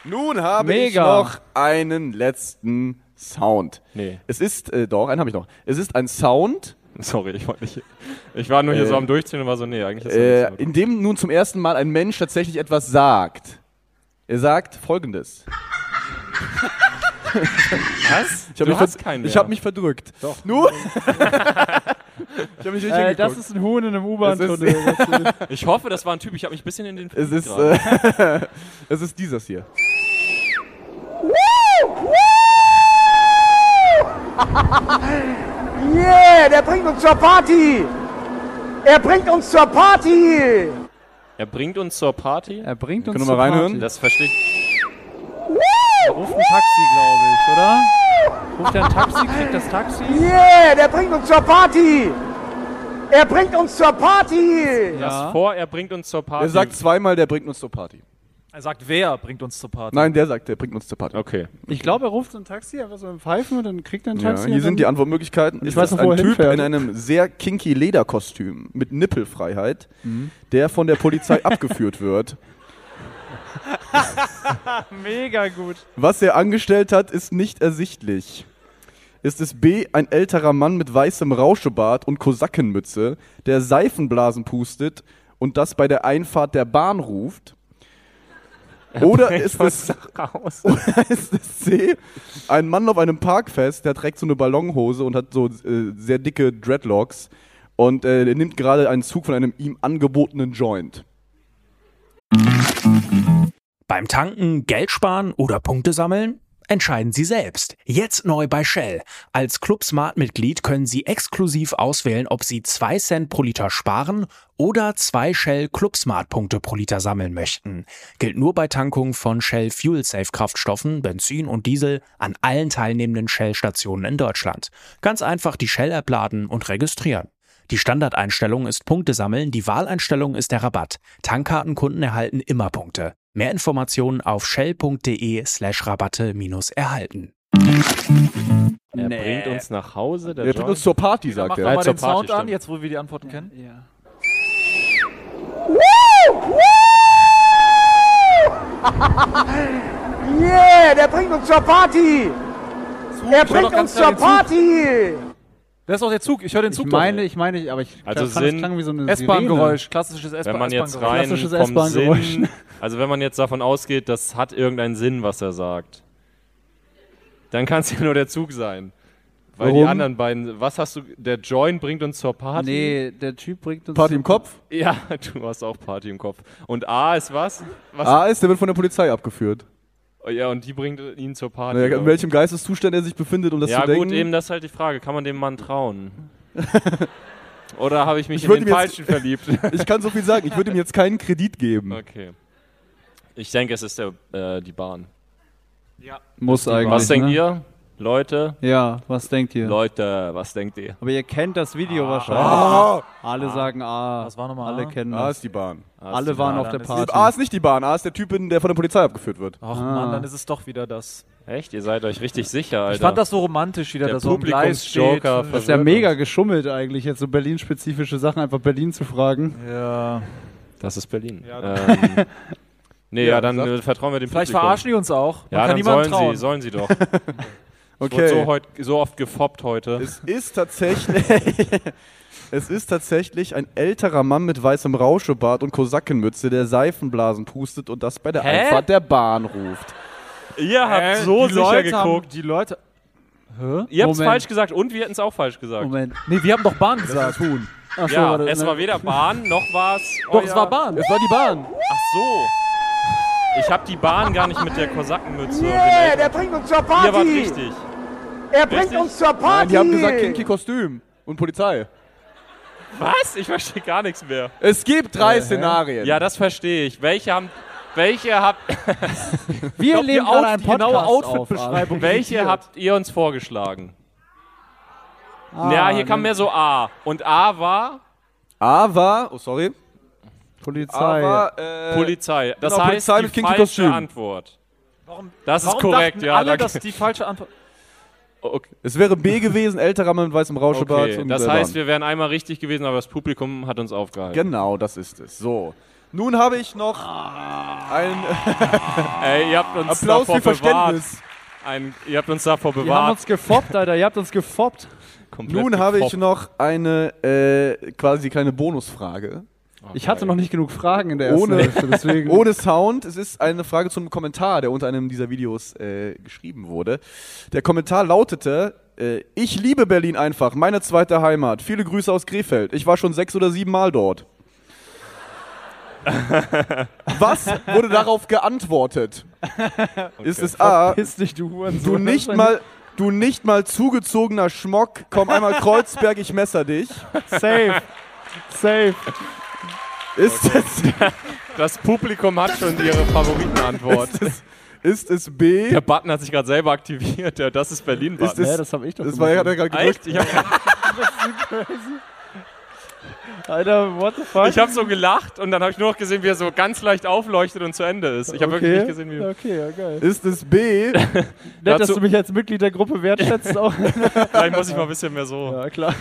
[SPEAKER 3] nun habe ich
[SPEAKER 1] Mega.
[SPEAKER 3] noch einen letzten Sound.
[SPEAKER 5] Nee, [LAUGHS]
[SPEAKER 3] Es ist, äh, doch, einen habe ich noch. Es ist ein Sound,
[SPEAKER 5] sorry, ich wollte nicht. Ich war nur hier
[SPEAKER 3] Äh,
[SPEAKER 5] so am Durchziehen und war so, nee, eigentlich ist das
[SPEAKER 3] äh,
[SPEAKER 5] nicht so.
[SPEAKER 3] in dem nun zum ersten Mal ein Mensch tatsächlich etwas sagt. Er sagt folgendes.
[SPEAKER 5] Was?
[SPEAKER 3] Ich habe mich,
[SPEAKER 5] hast
[SPEAKER 3] verd-
[SPEAKER 5] keinen
[SPEAKER 3] ich
[SPEAKER 5] mehr.
[SPEAKER 3] hab mich verdrückt. Doch.
[SPEAKER 5] [LAUGHS]
[SPEAKER 3] [LAUGHS] Nun? ich habe mich richtig
[SPEAKER 1] Äh, das
[SPEAKER 3] geguckt.
[SPEAKER 1] ist ein Huhn in einem
[SPEAKER 3] Es
[SPEAKER 1] U-Bahn-Tunnel.
[SPEAKER 5] Ich hoffe, das war ein Typ. Ich habe mich ein bisschen in den.
[SPEAKER 3] [LAUGHS] Es ist,
[SPEAKER 5] gerade.
[SPEAKER 3] äh, [LAUGHS] es ist dieses hier.
[SPEAKER 10] Yeah, der bringt uns zur Party! Er bringt uns zur Party!
[SPEAKER 5] er bringt uns zur Party.
[SPEAKER 1] Er bringt uns
[SPEAKER 3] Können wir mal reinhören?
[SPEAKER 5] Das verstehe ich.
[SPEAKER 1] Ruft ein Taxi, glaube ich, oder? Ruft er ein Taxi, kriegt das Taxi?
[SPEAKER 10] Yeah, der bringt uns zur Party! Er bringt uns zur Party!
[SPEAKER 5] Das vor, er bringt uns zur Party.
[SPEAKER 3] Er sagt zweimal, der bringt uns zur Party.
[SPEAKER 6] er sagt, wer bringt uns zur Party?
[SPEAKER 3] Nein, der sagt, der bringt uns zur Party.
[SPEAKER 5] okay.
[SPEAKER 1] Ich glaube, er ruft so ein Taxi, einfach so im Pfeifen und dann kriegt er ein
[SPEAKER 3] Ja,
[SPEAKER 1] Taxi.
[SPEAKER 3] hier sind die Antwortmöglichkeiten.
[SPEAKER 1] ich
[SPEAKER 3] Ist
[SPEAKER 1] weiß
[SPEAKER 3] es
[SPEAKER 1] noch, wo
[SPEAKER 3] ein
[SPEAKER 1] er
[SPEAKER 3] Typ
[SPEAKER 1] hinfährt.
[SPEAKER 3] in einem sehr kinky Lederkostüm mit Nippelfreiheit, der von der Polizei abgeführt wird.
[SPEAKER 1] Mega gut.
[SPEAKER 3] Was er angestellt hat, ist nicht ersichtlich. Ist es B, ein älterer Mann mit weißem Rauschebart und Kosakenmütze, der Seifenblasen pustet und das bei der Einfahrt der Bahn ruft? Oder ist es,
[SPEAKER 6] [LAUGHS]
[SPEAKER 3] [LAUGHS] oder ist es C, ein Mann auf einem Parkfest, der trägt so eine Ballonhose und hat so äh, sehr dicke Dreadlocks und äh, der nimmt gerade einen Zug von einem ihm angebotenen Joint?
[SPEAKER 9] Beim Tanken, Geld sparen oder Punkte sammeln? Entscheiden Sie selbst. Jetzt neu bei Shell. Als Club Smart Mitglied können Sie exklusiv auswählen, ob Sie 2 Cent pro Liter sparen oder 2 Shell Club Smart Punkte pro Liter sammeln möchten. Gilt nur bei Tankungen von Shell Fuel Safe Kraftstoffen, Benzin und Diesel an allen teilnehmenden Shell Stationen in Deutschland. Ganz einfach die Shell App laden und registrieren. Die Standardeinstellung ist Punkte sammeln, die Wahleinstellung ist der Rabatt. Tankkartenkunden erhalten immer Punkte. Mehr Informationen auf shell.de slash Rabatte minus erhalten.
[SPEAKER 5] Er bringt uns nach Hause. Der
[SPEAKER 3] Der bringt uns zur Party, sagt
[SPEAKER 6] Mach
[SPEAKER 3] er.
[SPEAKER 6] doch mal
[SPEAKER 5] zur
[SPEAKER 6] den
[SPEAKER 5] Party,
[SPEAKER 6] Sound an,
[SPEAKER 5] stimmt.
[SPEAKER 6] jetzt wo wir die Antworten kennen.
[SPEAKER 1] Ja.
[SPEAKER 10] [LAUGHS] Yeah, der bringt uns zur Party! Er bringt uns zur Party!
[SPEAKER 6] Das ist auch der Zug, ich höre den Zug.
[SPEAKER 1] Ich
[SPEAKER 6] doch.
[SPEAKER 1] meine, ich meine, aber ich
[SPEAKER 5] Also
[SPEAKER 1] fand, es
[SPEAKER 5] Sinn-
[SPEAKER 1] klang wie so eine
[SPEAKER 6] S-Bahn-Geräusch, klassisches
[SPEAKER 5] wenn man jetzt
[SPEAKER 6] S-Bahn-Geräusch.
[SPEAKER 5] rein
[SPEAKER 1] Klassisches
[SPEAKER 5] vom
[SPEAKER 1] S-Bahn-Geräusch.
[SPEAKER 5] Sinn, also wenn man jetzt davon ausgeht, das hat irgendeinen Sinn, was er sagt, dann kann es ja nur der Zug sein. Weil die
[SPEAKER 3] Warum?
[SPEAKER 5] anderen beiden, was hast du, der Join bringt uns zur Party?
[SPEAKER 1] Nee, der Typ bringt uns.
[SPEAKER 3] Party im Kopf.
[SPEAKER 5] Ja, [LAUGHS] du hast auch Party im Kopf. Und A ist was? was?
[SPEAKER 3] A ist, der wird von der Polizei abgeführt.
[SPEAKER 5] Ja, und die bringt ihn zur Party.
[SPEAKER 3] Naja, in
[SPEAKER 5] glaub ich.
[SPEAKER 3] welchem Geisteszustand er sich befindet, um das
[SPEAKER 5] ja
[SPEAKER 3] zu denken.
[SPEAKER 5] gut, eben das ist halt die Frage. Kann man dem Mann trauen? Oder habe ich mich
[SPEAKER 3] Ich
[SPEAKER 5] in
[SPEAKER 3] würde
[SPEAKER 5] den
[SPEAKER 3] ihm jetzt-
[SPEAKER 5] Falschen verliebt?
[SPEAKER 3] ich kann so viel sagen, ich würde ihm jetzt keinen Kredit geben.
[SPEAKER 5] Okay. Ich denke, es ist der, äh, die Bahn.
[SPEAKER 1] Muss eigentlich.
[SPEAKER 5] Was denkt
[SPEAKER 1] ne?
[SPEAKER 5] ihr? Leute?
[SPEAKER 1] Ja, was denkt ihr?
[SPEAKER 5] Leute, was denkt ihr?
[SPEAKER 1] Aber ihr kennt das Video wahrscheinlich. Alle sagen ah.
[SPEAKER 4] Was war nochmal
[SPEAKER 1] Alle
[SPEAKER 4] A?
[SPEAKER 1] kennen
[SPEAKER 3] A
[SPEAKER 1] das.
[SPEAKER 3] ist die Bahn.
[SPEAKER 1] Alle waren auf
[SPEAKER 6] dann
[SPEAKER 1] der
[SPEAKER 6] ist
[SPEAKER 1] Party.
[SPEAKER 3] A ist nicht die Bahn, A ist der Typ, der von der Polizei abgeführt wird.
[SPEAKER 4] Ach Mann, dann ist es doch wieder das.
[SPEAKER 5] Echt? Ihr seid euch richtig sicher, Alter.
[SPEAKER 4] Ich fand das so romantisch, wie der
[SPEAKER 5] der
[SPEAKER 4] da so am Gleis steht.
[SPEAKER 5] Publikumsjoker.
[SPEAKER 1] Das ist ja mega geschummelt eigentlich, jetzt so Berlin-spezifische Sachen einfach Berlin zu fragen.
[SPEAKER 4] Ja.
[SPEAKER 5] Das ist Berlin. ähm, [LAUGHS] nee, ja, dann äh, vertrauen wir dem
[SPEAKER 4] Vielleicht
[SPEAKER 5] Publikum.
[SPEAKER 4] verarschen die uns auch. Man
[SPEAKER 5] Ja,
[SPEAKER 4] kann
[SPEAKER 5] dann
[SPEAKER 4] niemandem
[SPEAKER 5] sollen
[SPEAKER 4] trauen.
[SPEAKER 5] sie, sollen sie doch. Ich wurde so, heut, so oft gefoppt heute.
[SPEAKER 3] Es ist tatsächlich. [LAUGHS] es ist tatsächlich ein älterer Mann mit weißem Rauschebart und Kosakenmütze, der Seifenblasen pustet und das bei der
[SPEAKER 4] Hä?
[SPEAKER 3] Einfahrt der Bahn ruft.
[SPEAKER 5] Ah, ihr habt
[SPEAKER 4] Äh,
[SPEAKER 5] so
[SPEAKER 4] die
[SPEAKER 5] sicher
[SPEAKER 4] Leute
[SPEAKER 5] geguckt.
[SPEAKER 4] Haben, die Leute. Hä?
[SPEAKER 5] ihr habt es
[SPEAKER 1] Moment.
[SPEAKER 5] falsch gesagt und wir hätten es auch falsch gesagt.
[SPEAKER 1] Moment.
[SPEAKER 4] Nee, wir haben doch Bahn gesagt.
[SPEAKER 1] Ach so,
[SPEAKER 5] Ja,
[SPEAKER 1] warte,
[SPEAKER 5] es
[SPEAKER 1] ne?
[SPEAKER 5] war weder Bahn noch war es.
[SPEAKER 4] Doch, es war Bahn.
[SPEAKER 3] Es war die Bahn.
[SPEAKER 5] Ach so. Ich hab die Bahn gar nicht mit der Kosakenmütze.
[SPEAKER 10] Yeah,
[SPEAKER 5] und
[SPEAKER 10] der bringt uns zur
[SPEAKER 5] den Eltern- ihr wart
[SPEAKER 10] Party!
[SPEAKER 5] richtig.
[SPEAKER 10] Er bringt
[SPEAKER 5] Richtig?
[SPEAKER 10] uns zur
[SPEAKER 3] Nein,
[SPEAKER 10] Party!
[SPEAKER 3] die haben gesagt Kinky Kostüm und Polizei.
[SPEAKER 5] Was? Ich verstehe gar nichts mehr.
[SPEAKER 3] Es gibt drei Szenarien.
[SPEAKER 5] Ja, das verstehe ich. Welche haben. Welche habt.
[SPEAKER 1] Wir leben gerade einen Podcast
[SPEAKER 4] genaue
[SPEAKER 1] auf. Alter.
[SPEAKER 5] Welche habt ihr uns vorgeschlagen?
[SPEAKER 10] Ah,
[SPEAKER 5] ja, hier
[SPEAKER 10] ne.
[SPEAKER 5] kam mehr so A. Und A war
[SPEAKER 3] A war. Oh, sorry. A
[SPEAKER 1] Polizei.
[SPEAKER 3] war. Äh,
[SPEAKER 5] Polizei. Das
[SPEAKER 3] genau,
[SPEAKER 5] heißt,
[SPEAKER 3] Polizei
[SPEAKER 5] die
[SPEAKER 3] mit kinky
[SPEAKER 5] falsche
[SPEAKER 3] Kostüm.
[SPEAKER 5] Antwort. das ist
[SPEAKER 4] Warum
[SPEAKER 5] korrekt,
[SPEAKER 4] dachten
[SPEAKER 5] ja.
[SPEAKER 4] Alle,
[SPEAKER 5] da-
[SPEAKER 4] dass die falsche Antwort.
[SPEAKER 5] okay,
[SPEAKER 3] es wäre B gewesen, älterer Mann mit weißem Rauschebart.
[SPEAKER 5] okay.
[SPEAKER 3] und
[SPEAKER 5] Das
[SPEAKER 3] der
[SPEAKER 5] heißt,
[SPEAKER 3] Bahn.
[SPEAKER 5] wir wären einmal richtig gewesen, aber das Publikum hat uns aufgehalten.
[SPEAKER 3] Genau, das ist es. So. Nun habe ich noch einen
[SPEAKER 5] Ey, ihr habt uns
[SPEAKER 3] Applaus
[SPEAKER 5] davor
[SPEAKER 3] für
[SPEAKER 5] bewahrt.
[SPEAKER 3] Verständnis.
[SPEAKER 5] Ein, ihr habt uns davor
[SPEAKER 1] Ihr habt
[SPEAKER 5] bewahrt.
[SPEAKER 1] uns gefoppt, Alter. Ihr habt uns gefoppt.
[SPEAKER 5] Komplett
[SPEAKER 3] Nun habe ich
[SPEAKER 5] gefoppt.
[SPEAKER 3] noch eine äh, quasi kleine Bonusfrage.
[SPEAKER 1] Ich hatte noch nicht genug Fragen in der ersten
[SPEAKER 3] Ohne-
[SPEAKER 1] Hälfte, deswegen.
[SPEAKER 3] Ohne Sound. Es ist eine Frage zum Kommentar, der unter einem dieser Videos äh, geschrieben wurde. Der Kommentar lautete: äh, Ich liebe Berlin einfach, meine zweite Heimat. Viele Grüße aus Krefeld. Ich war schon sechs oder sieben Mal dort. Was wurde darauf geantwortet? Ist es A,
[SPEAKER 1] Piss dich, Oh, du Hurensohn.
[SPEAKER 5] [LAUGHS]
[SPEAKER 1] [LAUGHS]
[SPEAKER 3] du nicht mal. Du nicht mal zugezogener Schmock, komm einmal Kreuzberg, ich messer dich.
[SPEAKER 1] Safe. Safe.
[SPEAKER 3] Ist es
[SPEAKER 5] Das Publikum hat schon ihre Favoritenantwort.
[SPEAKER 3] Ist es B?
[SPEAKER 5] Der Button hat sich gerade selber aktiviert. Der Das ist
[SPEAKER 3] ist
[SPEAKER 5] Berlin-Button.
[SPEAKER 3] es,
[SPEAKER 1] Ja, das hab ich doch
[SPEAKER 3] das war, hat er gerade
[SPEAKER 5] Echt?
[SPEAKER 3] gedrückt.
[SPEAKER 5] Ich habe
[SPEAKER 1] Alter, what the fuck?
[SPEAKER 5] ich hab so gelacht und dann habe ich nur noch gesehen, wie er so ganz leicht aufleuchtet und zu Ende ist. Ich habe wirklich nicht gesehen, wie.
[SPEAKER 1] Okay, ja, geil.
[SPEAKER 3] Ist es
[SPEAKER 5] [LAUGHS]
[SPEAKER 3] B?
[SPEAKER 1] Nett, dass
[SPEAKER 5] Dazu-
[SPEAKER 1] du mich als Mitglied der Gruppe wertschätzt
[SPEAKER 5] [LAUGHS]
[SPEAKER 1] auch.
[SPEAKER 5] Vielleicht muss ich mal ein bisschen mehr so. [LAUGHS]
[SPEAKER 1] ja, klar.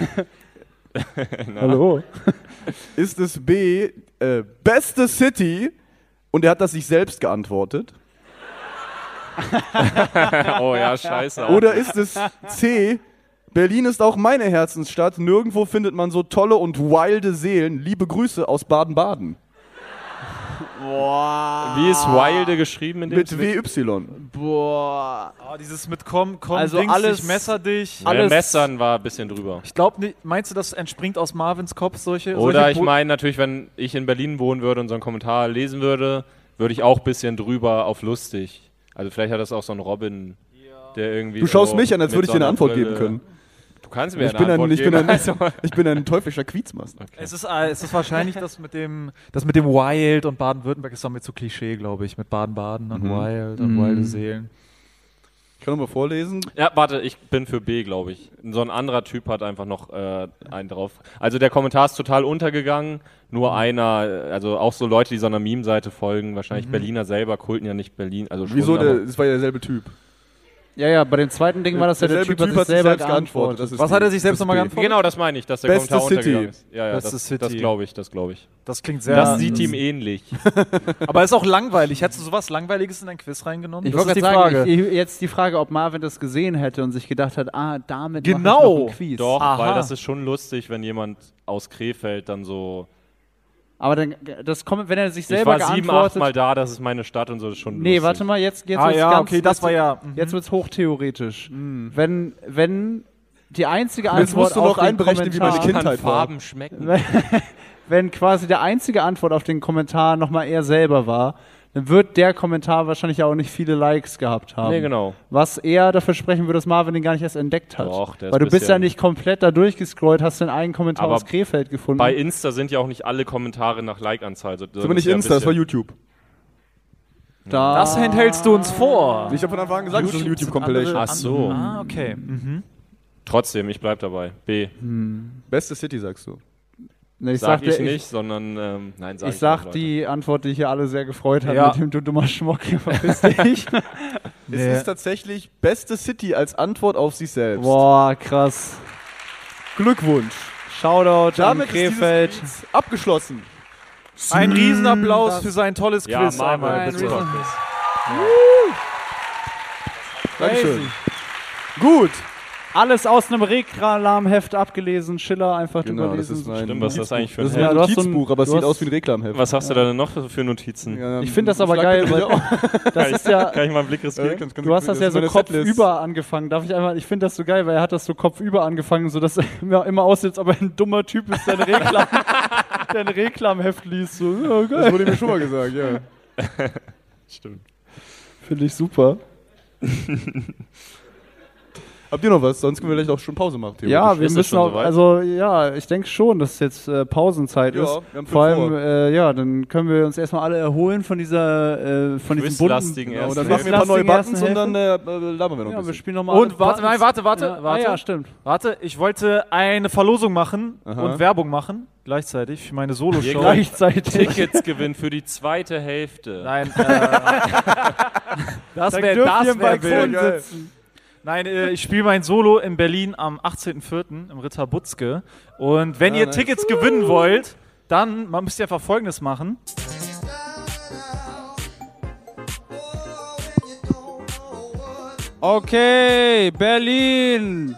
[SPEAKER 1] Hallo.
[SPEAKER 3] Ist es B? Äh, beste City? Und er hat das sich selbst geantwortet.
[SPEAKER 5] [LAUGHS] Oh ja, scheiße.
[SPEAKER 3] Oder ist es C? Berlin ist auch meine Herzensstadt. Nirgendwo findet man so tolle und wilde Seelen. Liebe Grüße aus Baden-Baden.
[SPEAKER 5] Wie ist Wilde geschrieben in dem
[SPEAKER 3] Mit WY.
[SPEAKER 1] Boah.
[SPEAKER 4] Oh, dieses mit komm, komm,
[SPEAKER 1] Also
[SPEAKER 4] links,
[SPEAKER 1] alles-
[SPEAKER 4] ich messer dich.
[SPEAKER 5] Der
[SPEAKER 1] alles-
[SPEAKER 5] Messern war ein bisschen drüber.
[SPEAKER 4] Ich glaube nicht. Meinst du, das entspringt aus Marvins Kopf solche?
[SPEAKER 5] Oder
[SPEAKER 4] solche
[SPEAKER 5] ich
[SPEAKER 4] Po-
[SPEAKER 5] meine natürlich, wenn ich in Berlin wohnen würde und so einen Kommentar lesen würde, würde ich auch ein bisschen drüber auf lustig. Also vielleicht hat das auch so ein Robin, der irgendwie.
[SPEAKER 3] Du
[SPEAKER 5] so
[SPEAKER 3] schaust mich an, als
[SPEAKER 5] mit
[SPEAKER 3] würde ich dir eine Antwort geben
[SPEAKER 5] Sonnenbrille-
[SPEAKER 3] können.
[SPEAKER 5] Du kannst mir
[SPEAKER 3] Ich
[SPEAKER 5] eine
[SPEAKER 3] bin ein-
[SPEAKER 5] Antwort
[SPEAKER 3] ich bin
[SPEAKER 5] geben.
[SPEAKER 3] ein-
[SPEAKER 5] Also-
[SPEAKER 3] [LAUGHS] Ich bin ein teuflischer Quiezmaster.
[SPEAKER 4] Es ist, äh, es ist wahrscheinlich das mit dem, das mit dem Wild und Baden-Württemberg ist doch mit so Klischee, glaube ich, mit Baden-Baden und Wild und wilde Seelen.
[SPEAKER 3] Ich kann nochmal vorlesen.
[SPEAKER 5] Ja, warte, ich bin für B, glaube ich. So ein anderer Typ hat einfach noch äh, einen drauf. Also der Kommentar ist total untergegangen. Nur einer, äh, also auch so Leute, die so einer Meme-Seite folgen, wahrscheinlich Berliner selber, kulten ja nicht Berlin. Also schon,
[SPEAKER 3] Wieso?
[SPEAKER 5] aber-
[SPEAKER 3] Der, das war ja derselbe Typ.
[SPEAKER 1] Ja, ja, bei dem zweiten Ding war das ja der
[SPEAKER 3] Derselbe
[SPEAKER 1] Typ, hat sich selber geantwortet.
[SPEAKER 3] Das ist
[SPEAKER 4] Was
[SPEAKER 3] die-
[SPEAKER 4] hat er sich selbst
[SPEAKER 3] das ist
[SPEAKER 4] nochmal
[SPEAKER 3] B.
[SPEAKER 4] geantwortet?
[SPEAKER 5] Genau, das meine ich, dass der
[SPEAKER 3] Beste
[SPEAKER 5] Kommentar
[SPEAKER 3] City.
[SPEAKER 5] untergegangen ist. Ja, ja,
[SPEAKER 4] Beste
[SPEAKER 5] das,
[SPEAKER 4] City.
[SPEAKER 5] das glaube ich, das glaube ich.
[SPEAKER 4] Das klingt sehr.
[SPEAKER 5] das sieht ihm ähnlich.
[SPEAKER 4] aber ist auch langweilig. Hättest du sowas Langweiliges in dein Quiz reingenommen?
[SPEAKER 1] Ich
[SPEAKER 4] Das
[SPEAKER 1] wollte
[SPEAKER 4] ist
[SPEAKER 1] gerade sagen, ich, ich- jetzt die Frage, ob Marvin das gesehen hätte und sich gedacht hat, ah, damit mach ich
[SPEAKER 4] Genau.
[SPEAKER 1] noch ein Quiz.
[SPEAKER 5] Doch,
[SPEAKER 4] Aha.
[SPEAKER 5] weil das ist schon lustig, wenn jemand aus Krefeld dann so
[SPEAKER 1] Aber dann, das kommt, wenn er sich
[SPEAKER 5] Ich war
[SPEAKER 1] selber
[SPEAKER 5] sieben, acht
[SPEAKER 1] geantwortet.
[SPEAKER 5] Mal da, das ist meine Stadt und so das ist schon
[SPEAKER 1] nee,
[SPEAKER 5] lustig.
[SPEAKER 1] warte mal, jetzt, jetzt
[SPEAKER 6] Ah,
[SPEAKER 1] wird's
[SPEAKER 6] ja,
[SPEAKER 1] ganz,
[SPEAKER 6] okay, das
[SPEAKER 1] jetzt-
[SPEAKER 6] war ja,
[SPEAKER 1] Jetzt wird's hochtheoretisch. Wenn, wenn die einzige Antwort
[SPEAKER 3] Jetzt musst du
[SPEAKER 1] auf
[SPEAKER 3] noch
[SPEAKER 1] den
[SPEAKER 3] einberechnen, wie
[SPEAKER 1] Kommentar,
[SPEAKER 3] meine Kindheit war.
[SPEAKER 8] Farben schmecken.
[SPEAKER 1] wenn quasi der einzige Antwort auf den Kommentar nochmal er selber war, dann wird der Kommentar wahrscheinlich auch nicht viele Likes gehabt haben.
[SPEAKER 5] Nee, genau.
[SPEAKER 1] Was eher dafür sprechen würde, dass Marvin den gar nicht erst entdeckt hat.
[SPEAKER 5] Doch, der ist
[SPEAKER 1] Weil du bist
[SPEAKER 5] bisher-
[SPEAKER 1] ja nicht komplett da durchgescrollt, hast den einen Kommentar
[SPEAKER 5] Aber
[SPEAKER 1] aus Krefeld gefunden.
[SPEAKER 5] Bei Insta sind ja auch nicht alle Kommentare nach Like-Anzahl. So,
[SPEAKER 3] Das war nicht Insta, das war YouTube.
[SPEAKER 1] da
[SPEAKER 6] Das enthältst du uns vor.
[SPEAKER 3] Ich habe von Anfang an gesagt, das ist eine YouTube-Compilation.
[SPEAKER 5] Ach so.
[SPEAKER 6] Ah, okay.
[SPEAKER 5] Trotzdem, ich bleib dabei. B.
[SPEAKER 3] Beste City, sagst du.
[SPEAKER 1] Nee, ich
[SPEAKER 5] Sag
[SPEAKER 1] sagte,
[SPEAKER 5] ich nicht, sondern ähm, nein,
[SPEAKER 1] Ich,
[SPEAKER 5] sag
[SPEAKER 1] ich
[SPEAKER 5] ich
[SPEAKER 1] sag
[SPEAKER 5] nicht, Leute.
[SPEAKER 1] die Antwort, die ich hier alle sehr gefreut hat,
[SPEAKER 6] Ja.
[SPEAKER 1] mit dem du dummer Schmock, verpiss
[SPEAKER 5] [LAUGHS]
[SPEAKER 1] dich.
[SPEAKER 3] Es ist tatsächlich beste City als Antwort auf sich selbst.
[SPEAKER 1] Boah, krass.
[SPEAKER 3] Glückwunsch.
[SPEAKER 1] Shoutout
[SPEAKER 3] Damit
[SPEAKER 1] an
[SPEAKER 3] ist dieses
[SPEAKER 1] Krefeld.
[SPEAKER 3] Quiz abgeschlossen.
[SPEAKER 6] Ein Riesenapplaus für sein tolles
[SPEAKER 5] Ja,
[SPEAKER 6] Quiz
[SPEAKER 5] Marvel,
[SPEAKER 6] einmal.
[SPEAKER 5] bitte.
[SPEAKER 6] Bitte.
[SPEAKER 3] Dankeschön. Gut.
[SPEAKER 1] Alles aus einem Reklamheft abgelesen, Schiller einfach
[SPEAKER 3] Genau, das
[SPEAKER 1] überlesen.
[SPEAKER 3] ist mein
[SPEAKER 5] Stimmt, was ist das eigentlich für ein
[SPEAKER 3] das ist
[SPEAKER 5] Heft?
[SPEAKER 3] mein
[SPEAKER 1] Ja, du hast so ein-
[SPEAKER 3] Notizbuch, aber es
[SPEAKER 1] du
[SPEAKER 3] sieht
[SPEAKER 1] hast-
[SPEAKER 3] aus wie ein Reklamheft.
[SPEAKER 5] Was hast du da denn noch für für Notizen?
[SPEAKER 3] Ähm,
[SPEAKER 1] ich finde das aber
[SPEAKER 3] schlag
[SPEAKER 1] geil,
[SPEAKER 3] bitte
[SPEAKER 1] weil
[SPEAKER 3] wieder auf.
[SPEAKER 1] [LAUGHS] das ist ja,
[SPEAKER 5] Kann ich mal einen Blick riskieren?
[SPEAKER 1] du hast das ja so
[SPEAKER 3] meine Setlist.
[SPEAKER 1] kopfüber angefangen. Darf ich einmal, ich finde das so geil, weil er hat das so kopfüber angefangen, sodass [LAUGHS] er immer, immer aussieht, aber ein dummer Typ ist, der ein, Reklam, [LAUGHS] der ein Reklamheft liest. So, ja, geil.
[SPEAKER 3] Das wurde mir schon mal gesagt, ja.
[SPEAKER 5] Stimmt.
[SPEAKER 3] Finde ich super. [LAUGHS] Habt ihr noch was? Sonst können wir vielleicht auch schon Pause machen.
[SPEAKER 1] Ja, wir
[SPEAKER 5] Ist es
[SPEAKER 1] müssen
[SPEAKER 5] schon
[SPEAKER 1] auch,
[SPEAKER 5] soweit?
[SPEAKER 1] also ja, ich denke schon, dass jetzt äh, Pausenzeit
[SPEAKER 3] Ja,
[SPEAKER 1] ist.
[SPEAKER 3] wir haben viel
[SPEAKER 1] Vor allem,
[SPEAKER 3] vor.
[SPEAKER 1] äh, ja, dann können wir uns erstmal alle erholen von dieser, äh, von diesem bunten.
[SPEAKER 5] Quizlastigen ersten
[SPEAKER 3] Und dann
[SPEAKER 5] Hälfte.
[SPEAKER 3] machen wir ein paar neue
[SPEAKER 1] Lass den ersten
[SPEAKER 3] Buttons und dann äh, äh, labern wir
[SPEAKER 1] Ja,
[SPEAKER 3] noch ein
[SPEAKER 1] wir
[SPEAKER 3] bisschen.
[SPEAKER 1] spielen nochmal.
[SPEAKER 6] Und warte, nein, warte, warte,
[SPEAKER 1] ja, Ah,
[SPEAKER 6] warte. [LAUGHS]
[SPEAKER 1] ja, stimmt.
[SPEAKER 6] Warte, ich wollte eine Verlosung machen und Werbung machen gleichzeitig für meine
[SPEAKER 5] Hier
[SPEAKER 6] Solo-Show.
[SPEAKER 5] gleich
[SPEAKER 1] Gleichzeitig.
[SPEAKER 5] Tickets gewinnen für die zweite Hälfte.
[SPEAKER 6] Nein, [LAUGHS] äh, das
[SPEAKER 1] Dann
[SPEAKER 6] wäre
[SPEAKER 1] dürft ihr
[SPEAKER 6] das
[SPEAKER 1] im
[SPEAKER 6] wär
[SPEAKER 1] Balkon
[SPEAKER 6] wild. Nein, äh, ich spiele mein Solo in Berlin am 18.04. im Ritter Butzke. Und wenn ihr Tickets gewinnen wollt, dann man müsst ihr einfach Folgendes machen.
[SPEAKER 1] Okay, Berlin.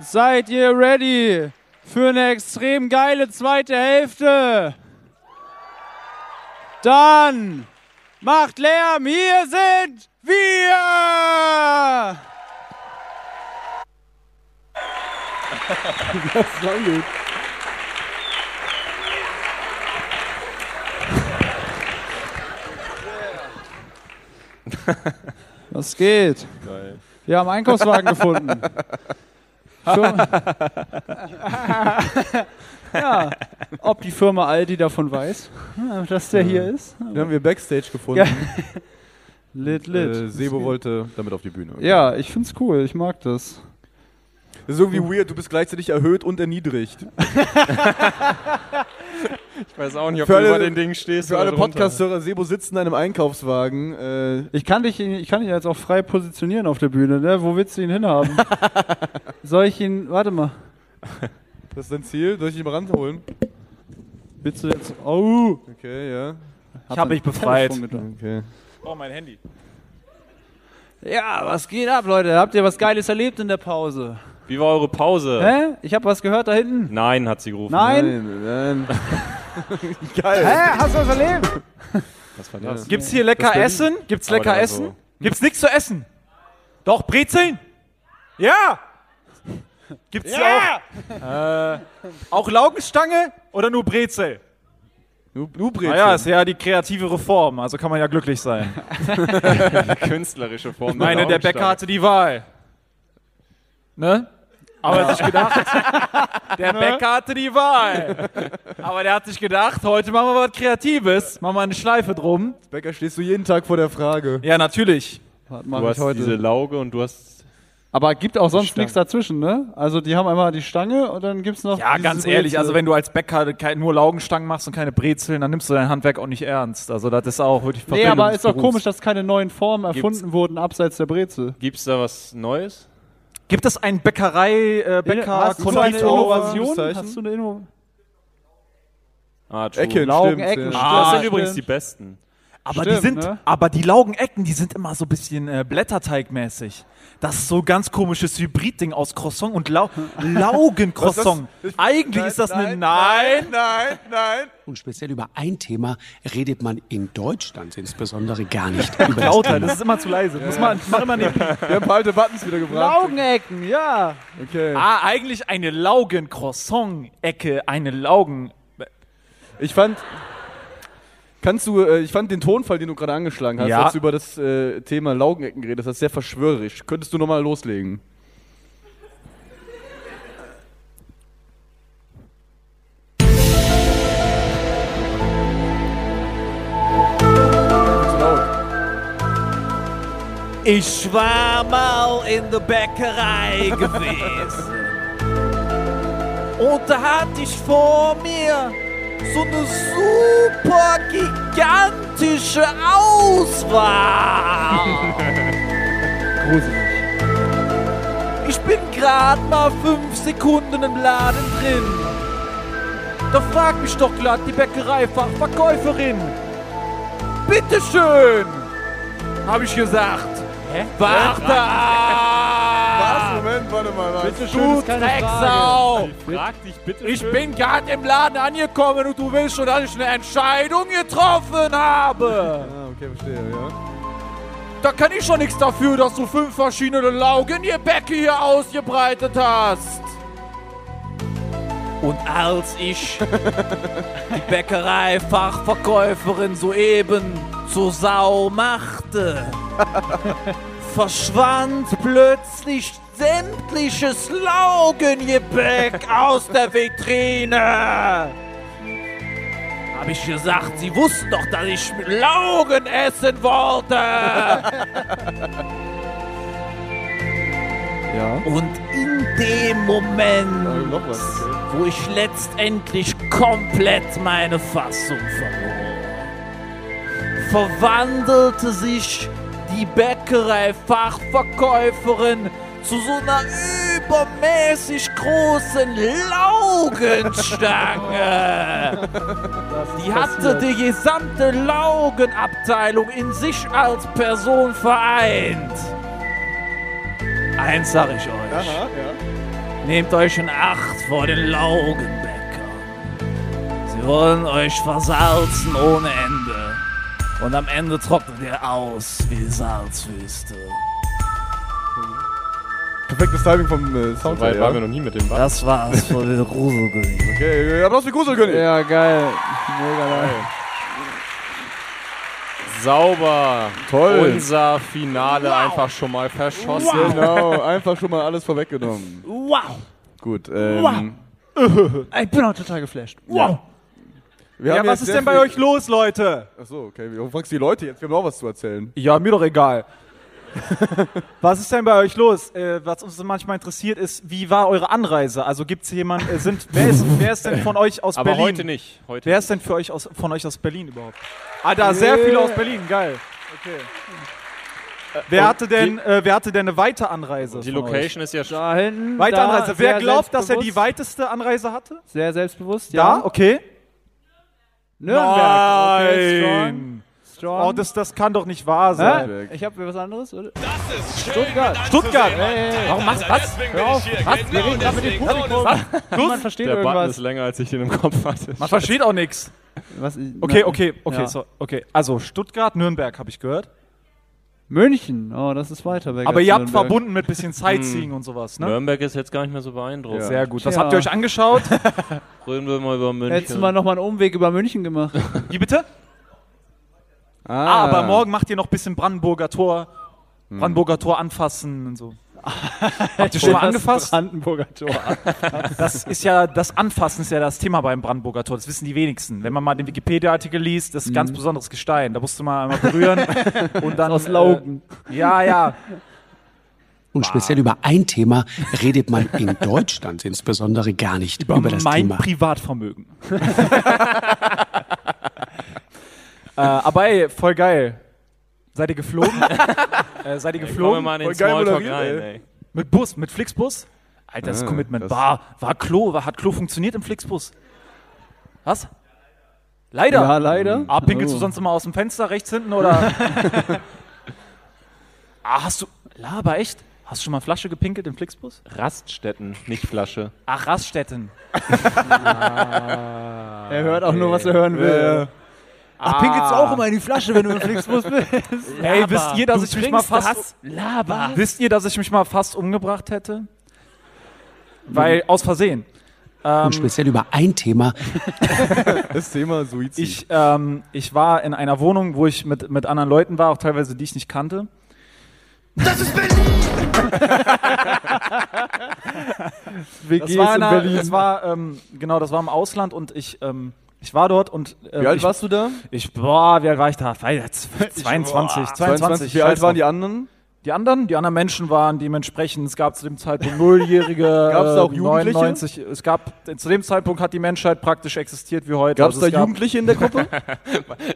[SPEAKER 1] Seid ihr ready für eine extrem geile zweite Hälfte? Dann macht Lärm, hier sind wir! Was geht?
[SPEAKER 5] Geil.
[SPEAKER 1] Wir haben einen Einkaufswagen gefunden. Firma- [LAUGHS] ja, ob die Firma Aldi davon weiß, äh, dass der hier ist.
[SPEAKER 3] Dann haben wir Backstage gefunden.
[SPEAKER 1] Ja. [LAUGHS] Lit,
[SPEAKER 3] Äh, Sebo wollte damit auf die Bühne.
[SPEAKER 1] Ja, ich find's cool, ich mag das.
[SPEAKER 3] Das ist irgendwie weird, du bist gleichzeitig erhöht und erniedrigt.
[SPEAKER 5] Ich weiß auch nicht, ob
[SPEAKER 3] Für
[SPEAKER 5] du
[SPEAKER 3] alle-
[SPEAKER 5] über den Dingen stehst.
[SPEAKER 3] Für
[SPEAKER 5] oder
[SPEAKER 3] alle
[SPEAKER 5] drunter.
[SPEAKER 3] Podcast-Hörer, Sebo sitzt in einem Einkaufswagen. Äh,
[SPEAKER 1] Ich kann dich, ich kann dich jetzt auch frei positionieren auf der Bühne, ne? Wo willst du ihn hinhaben? Soll ich ihn, warte mal,
[SPEAKER 3] das ist dein Ziel? Soll ich dich mal ranholen?
[SPEAKER 1] willst du jetzt, oh,
[SPEAKER 3] Okay, ja.
[SPEAKER 1] ich
[SPEAKER 6] hab mich befreit.
[SPEAKER 3] Okay.
[SPEAKER 6] Oh, mein Handy.
[SPEAKER 1] Ja, was geht ab, Leute? Habt ihr was Geiles erlebt in der Pause?
[SPEAKER 5] Wie war eure Pause?
[SPEAKER 1] Hä? Ich hab was gehört da hinten.
[SPEAKER 5] Nein, hat sie gerufen.
[SPEAKER 1] Nein?
[SPEAKER 3] Nein, nein. Geil.
[SPEAKER 10] Hä, hast du das erlebt?
[SPEAKER 5] Was war das?
[SPEAKER 6] Gibt's hier lecker Essen? Gibt's
[SPEAKER 5] Aber
[SPEAKER 6] lecker
[SPEAKER 5] der war
[SPEAKER 6] Essen?
[SPEAKER 5] so-
[SPEAKER 6] Gibt's nichts zu essen? Doch, Brezeln? Ja! Gibt's ja! auch? Äh, auch Laugenstange oder nur Brezel?
[SPEAKER 3] Nur, nur Brezel.
[SPEAKER 6] Naja, ist Ah ja die kreative Reform, also kann man ja glücklich
[SPEAKER 5] [LAUGHS]
[SPEAKER 6] sein.
[SPEAKER 5] Künstlerische Form.
[SPEAKER 6] Meine, der Bäcker hatte die Wahl. Ne? Aber er hat sich gedacht,
[SPEAKER 5] [LAUGHS] Ne?
[SPEAKER 6] der Bäcker hatte die Wahl. Aber der hat sich gedacht, heute machen wir was Kreatives, machen wir eine Schleife drum.
[SPEAKER 3] Bäcker stehst du jeden Tag vor der Frage.
[SPEAKER 6] Ja, natürlich.
[SPEAKER 1] Was
[SPEAKER 5] Du hast diese Lauge und du hast.
[SPEAKER 1] Aber gibt auch sonst nichts dazwischen, ne? Also die haben einmal die Stange und dann gibt's noch.
[SPEAKER 6] Ja,
[SPEAKER 1] dieses
[SPEAKER 6] ganz ehrlich,
[SPEAKER 1] Brezel.
[SPEAKER 6] also wenn du als Bäcker kei- nur Laugenstangen machst und keine Brezeln, dann nimmst du dein Handwerk auch nicht ernst. Also das ist auch wirklich
[SPEAKER 1] Nee,
[SPEAKER 6] Verfehlung
[SPEAKER 1] aber
[SPEAKER 6] des
[SPEAKER 1] ist doch
[SPEAKER 6] Berufs.
[SPEAKER 1] komisch, dass keine neuen Formen erfunden
[SPEAKER 5] Gibt's-
[SPEAKER 1] wurden abseits der Brezel.
[SPEAKER 5] Gibt's da was Neues?
[SPEAKER 6] Gibt es einen Bäckerei, äh, Bäcker,
[SPEAKER 1] Hast du eine
[SPEAKER 6] Konditor-
[SPEAKER 1] Innovation?
[SPEAKER 3] Zeichen?
[SPEAKER 1] Hast du eine Innovation?
[SPEAKER 5] Ah, true.
[SPEAKER 3] Ecken,
[SPEAKER 1] Laugen,
[SPEAKER 3] stimmt,
[SPEAKER 1] Ecken,
[SPEAKER 3] ja.
[SPEAKER 5] Ah, das sind
[SPEAKER 1] stimmt.
[SPEAKER 5] übrigens die besten.
[SPEAKER 6] Aber
[SPEAKER 1] Stimmt,
[SPEAKER 6] die sind,
[SPEAKER 1] ne?
[SPEAKER 6] aber die Laugenecken, die sind immer so ein bisschen äh, Blätterteigmäßig. Das ist so ein ganz komisches Hybridding aus Croissant und Lau Laugencroissant. Eigentlich ist das eine Nein.
[SPEAKER 3] nein, nein.
[SPEAKER 11] Und speziell über ein Thema redet man in Deutschland insbesondere gar nicht. [LAUGHS] Über das
[SPEAKER 6] Lauter,
[SPEAKER 11] Thema.
[SPEAKER 6] das ist immer zu leise. Muss man, mach immer nebenbei.
[SPEAKER 3] Wir haben alte Buttons wieder gebracht.
[SPEAKER 1] Laugenecken, ja.
[SPEAKER 3] Okay.
[SPEAKER 6] Ah, eigentlich eine Laugen-Croissant-Ecke, eine Laugen.
[SPEAKER 3] Ich fand. Kannst du, äh, ich fand den Tonfall, den du gerade angeschlagen hast,
[SPEAKER 6] Ja.
[SPEAKER 3] als du über das äh, Thema Laugenecken redest, das ist sehr verschwörerisch. Könntest du nochmal loslegen?
[SPEAKER 9] Ich war mal in der Bäckerei gewesen. Und da hatte ich vor mir so eine super gigantische Auswahl. Ich bin gerade mal fünf Sekunden im Laden drin. Da fragt mich doch glatt die Bäckereifachverkäuferin. Bitteschön, habe ich gesagt. Warte!
[SPEAKER 3] Was? Moment, warte mal. Was?
[SPEAKER 1] Bitte schön,
[SPEAKER 9] Du
[SPEAKER 1] ist keine
[SPEAKER 9] Drecksau!
[SPEAKER 5] Frag dich bitte.
[SPEAKER 9] Ich bin gerade im Laden angekommen und du willst schon, dass ich eine Entscheidung getroffen habe.
[SPEAKER 3] [LAUGHS] Ah, okay, verstehe, ja.
[SPEAKER 9] Da kann ich schon nichts dafür, dass du fünf verschiedene Laugen ihr Becke hier ausgebreitet hast. Und als
[SPEAKER 3] [LAUGHS]
[SPEAKER 9] ich die Bäckereifachverkäuferin soeben zur Sau machte, verschwand plötzlich sämtliches Laugengebäck aus der Vitrine. Habe ich gesagt, sie wussten doch, dass ich mit Laugen essen
[SPEAKER 3] [LAUGHS]
[SPEAKER 9] wollte. Und in dem Moment,
[SPEAKER 3] Noch was. Okay.
[SPEAKER 9] wo ich letztendlich komplett meine Fassung verlor, verwandelte sich die Bäckerei-Fachverkäuferin zu so einer übermäßig großen
[SPEAKER 3] [LAUGHS]
[SPEAKER 9] Laugenstange. Die hatte die gesamte Laugenabteilung in sich als Person vereint. Eins sag ich euch.
[SPEAKER 3] Aha, ja.
[SPEAKER 9] Nehmt euch in Acht vor den Laugenbäckern. Sie wollen euch versalzen ohne Ende. Und am Ende trocknet ihr aus wie die Salzwüste.
[SPEAKER 3] Perfektes Timing vom äh, Sound.
[SPEAKER 5] Weil
[SPEAKER 3] ja.
[SPEAKER 5] waren wir noch nie mit dem Button.
[SPEAKER 9] Das war's für den Ruselkönig.
[SPEAKER 3] Okay, äh, Applaus für Gruselkönig.
[SPEAKER 1] Ja, geil. Mega geil.
[SPEAKER 5] Sauber.
[SPEAKER 3] Toll.
[SPEAKER 5] Unser Finale einfach schon mal verschossen.
[SPEAKER 6] [LAUGHS]
[SPEAKER 3] Genau, einfach schon mal alles vorweggenommen.
[SPEAKER 9] Wow!
[SPEAKER 3] Gut, ähm,
[SPEAKER 6] Ich bin auch total geflasht. Wow.
[SPEAKER 3] wir
[SPEAKER 6] Ja,
[SPEAKER 3] haben
[SPEAKER 6] was
[SPEAKER 3] jetzt
[SPEAKER 6] ist
[SPEAKER 3] sehr
[SPEAKER 6] denn bei
[SPEAKER 3] viel-
[SPEAKER 6] euch los, Leute?
[SPEAKER 3] Achso, okay, du fragst die Leute jetzt, wir haben auch was zu erzählen.
[SPEAKER 6] Ja, mir doch egal. [LAUGHS] Was ist denn bei euch los? Äh, was uns manchmal interessiert ist, wie war eure Anreise? Also gibt's jemanden, äh, sind, wer, ist, wer ist denn von euch aus
[SPEAKER 5] Aber
[SPEAKER 6] Berlin?
[SPEAKER 5] heute nicht. Heute
[SPEAKER 6] Wer ist denn für euch aus, von euch aus Berlin überhaupt? Ah, da sehr viele aus Berlin, geil. Okay. Wer hatte, denn, äh, wer hatte denn eine weite Anreise?
[SPEAKER 5] Die
[SPEAKER 6] von euch?
[SPEAKER 5] Location ist ja schon.
[SPEAKER 1] Da hinten.
[SPEAKER 6] Weite
[SPEAKER 1] da,
[SPEAKER 6] Anreise. also Wer
[SPEAKER 1] sehr
[SPEAKER 6] glaubt, dass er die
[SPEAKER 1] selbstbewusst.
[SPEAKER 6] weiteste Anreise hatte?
[SPEAKER 1] Sehr selbstbewusst, ja.
[SPEAKER 6] Da? Oh, Okay.
[SPEAKER 1] Nürnberg. Okay, strong. Strong.
[SPEAKER 6] Oh, das, das kann doch nicht wahr sein.
[SPEAKER 1] Hä? Ich hab was anderes. oder?
[SPEAKER 6] Stuttgart.
[SPEAKER 1] Warum machst du das? Hör auf. Was? Wir reden gerade mit dem Publikum. Niemand versteht
[SPEAKER 5] Der Button
[SPEAKER 1] irgendwas.
[SPEAKER 5] ist länger, als ich den im Kopf hatte.
[SPEAKER 6] Man versteht auch nichts.
[SPEAKER 1] Was-
[SPEAKER 6] Okay, okay, okay,
[SPEAKER 1] Ja.
[SPEAKER 6] so, okay. Also Stuttgart, Nürnberg habe ich gehört.
[SPEAKER 1] München. Oh, das ist weiter weg.
[SPEAKER 6] Aber
[SPEAKER 1] als
[SPEAKER 6] ihr habt
[SPEAKER 1] Nürnberg. Hm.
[SPEAKER 6] verbunden mit bisschen Sightseeing und sowas, ne?
[SPEAKER 8] Nürnberg ist jetzt gar nicht mehr so beeindruckend.
[SPEAKER 6] Sehr gut. Was
[SPEAKER 1] Ja.
[SPEAKER 6] habt ihr euch angeschaut?
[SPEAKER 8] Reden wir mal über München.
[SPEAKER 1] Letztes Mal nochmal einen Umweg über München gemacht.
[SPEAKER 6] Wie bitte? Ah, aber morgen macht ihr noch ein bisschen Brandenburger Tor.
[SPEAKER 1] Hm.
[SPEAKER 6] Brandenburger Tor anfassen und
[SPEAKER 1] [LAUGHS]
[SPEAKER 6] so. Habt ihr schon mal angefasst?
[SPEAKER 1] Brandenburger
[SPEAKER 6] [LAUGHS]
[SPEAKER 1] Tor.
[SPEAKER 6] Das ist ja, das Anfassen ist ja das Thema beim Brandenburger Tor. Das wissen die wenigsten. Wenn man mal den Wikipedia-Artikel liest, das ist ganz besonderes Gestein. Da musst du mal einmal
[SPEAKER 1] [LAUGHS]
[SPEAKER 6] berühren und dann.
[SPEAKER 1] Mhm. Aus Laugen.
[SPEAKER 6] Äh, ja, ja.
[SPEAKER 11] Und speziell über ein Thema redet man in Deutschland insbesondere gar nicht. Über, das
[SPEAKER 6] mein
[SPEAKER 11] Thema.
[SPEAKER 6] Privatvermögen. [LAUGHS] äh, aber ey, voll geil. Seid ihr geflogen? äh, seid ihr
[SPEAKER 8] Kommen wir
[SPEAKER 6] geflogen?
[SPEAKER 8] mal in den
[SPEAKER 3] Voll geil
[SPEAKER 8] Smalltalk
[SPEAKER 3] moderiert,
[SPEAKER 8] rein,
[SPEAKER 3] ey.
[SPEAKER 8] ey.
[SPEAKER 6] Mit Bus, mit Flixbus? Alter, das ist Commitment. War, war Klo, war, hat Klo funktioniert im Flixbus? Was? Leider.
[SPEAKER 1] Ja, leider.
[SPEAKER 6] Ah, pinkelst
[SPEAKER 1] Oh.
[SPEAKER 6] du sonst immer aus dem Fenster rechts hinten
[SPEAKER 8] [LAUGHS]
[SPEAKER 6] oder? ah, hast du. Laber, echt? Hast du schon mal Flasche gepinkelt im Flixbus?
[SPEAKER 8] Raststätten, nicht Flasche.
[SPEAKER 6] Ach, Raststätten.
[SPEAKER 1] Er hört auch nur, was er hören will. Ach, pinkelst du auch immer in die Flasche, wenn du im Flixbus bist?
[SPEAKER 6] Hey, wisst ihr, dass ich mich mal fast.
[SPEAKER 1] Laber.
[SPEAKER 6] Wisst ihr, dass ich mich mal fast umgebracht hätte? Weil aus Versehen. Ähm,
[SPEAKER 11] Und speziell über ein Thema.
[SPEAKER 3] Das Thema Suizid.
[SPEAKER 6] Ich, ähm, ich war in einer Wohnung, wo ich mit, mit anderen Leuten war, auch teilweise die ich nicht kannte. [LAUGHS] Das
[SPEAKER 1] WGs
[SPEAKER 6] war,
[SPEAKER 1] in
[SPEAKER 6] in einer,
[SPEAKER 1] Berlin.
[SPEAKER 6] das war ähm, genau, das war im Ausland und ich, ähm, ich war dort und ähm,
[SPEAKER 3] Wie alt
[SPEAKER 6] ich,
[SPEAKER 3] warst du da?
[SPEAKER 6] Ich, boah, wie alt war ich da? Weil jetzt 22, 22.
[SPEAKER 3] 22. Wie
[SPEAKER 6] scheiß
[SPEAKER 3] alt waren
[SPEAKER 6] drauf.
[SPEAKER 3] die anderen?
[SPEAKER 6] Die anderen, die anderen Menschen waren dementsprechend, es gab zu dem Zeitpunkt Nulljährige,
[SPEAKER 3] [LAUGHS] Gab's da auch
[SPEAKER 6] äh,
[SPEAKER 3] Jugendliche?
[SPEAKER 6] 99, es gab, zu dem Zeitpunkt hat die Menschheit praktisch existiert wie heute.
[SPEAKER 3] Gab es
[SPEAKER 6] Also
[SPEAKER 3] da
[SPEAKER 6] gab-
[SPEAKER 3] Jugendliche in der Gruppe?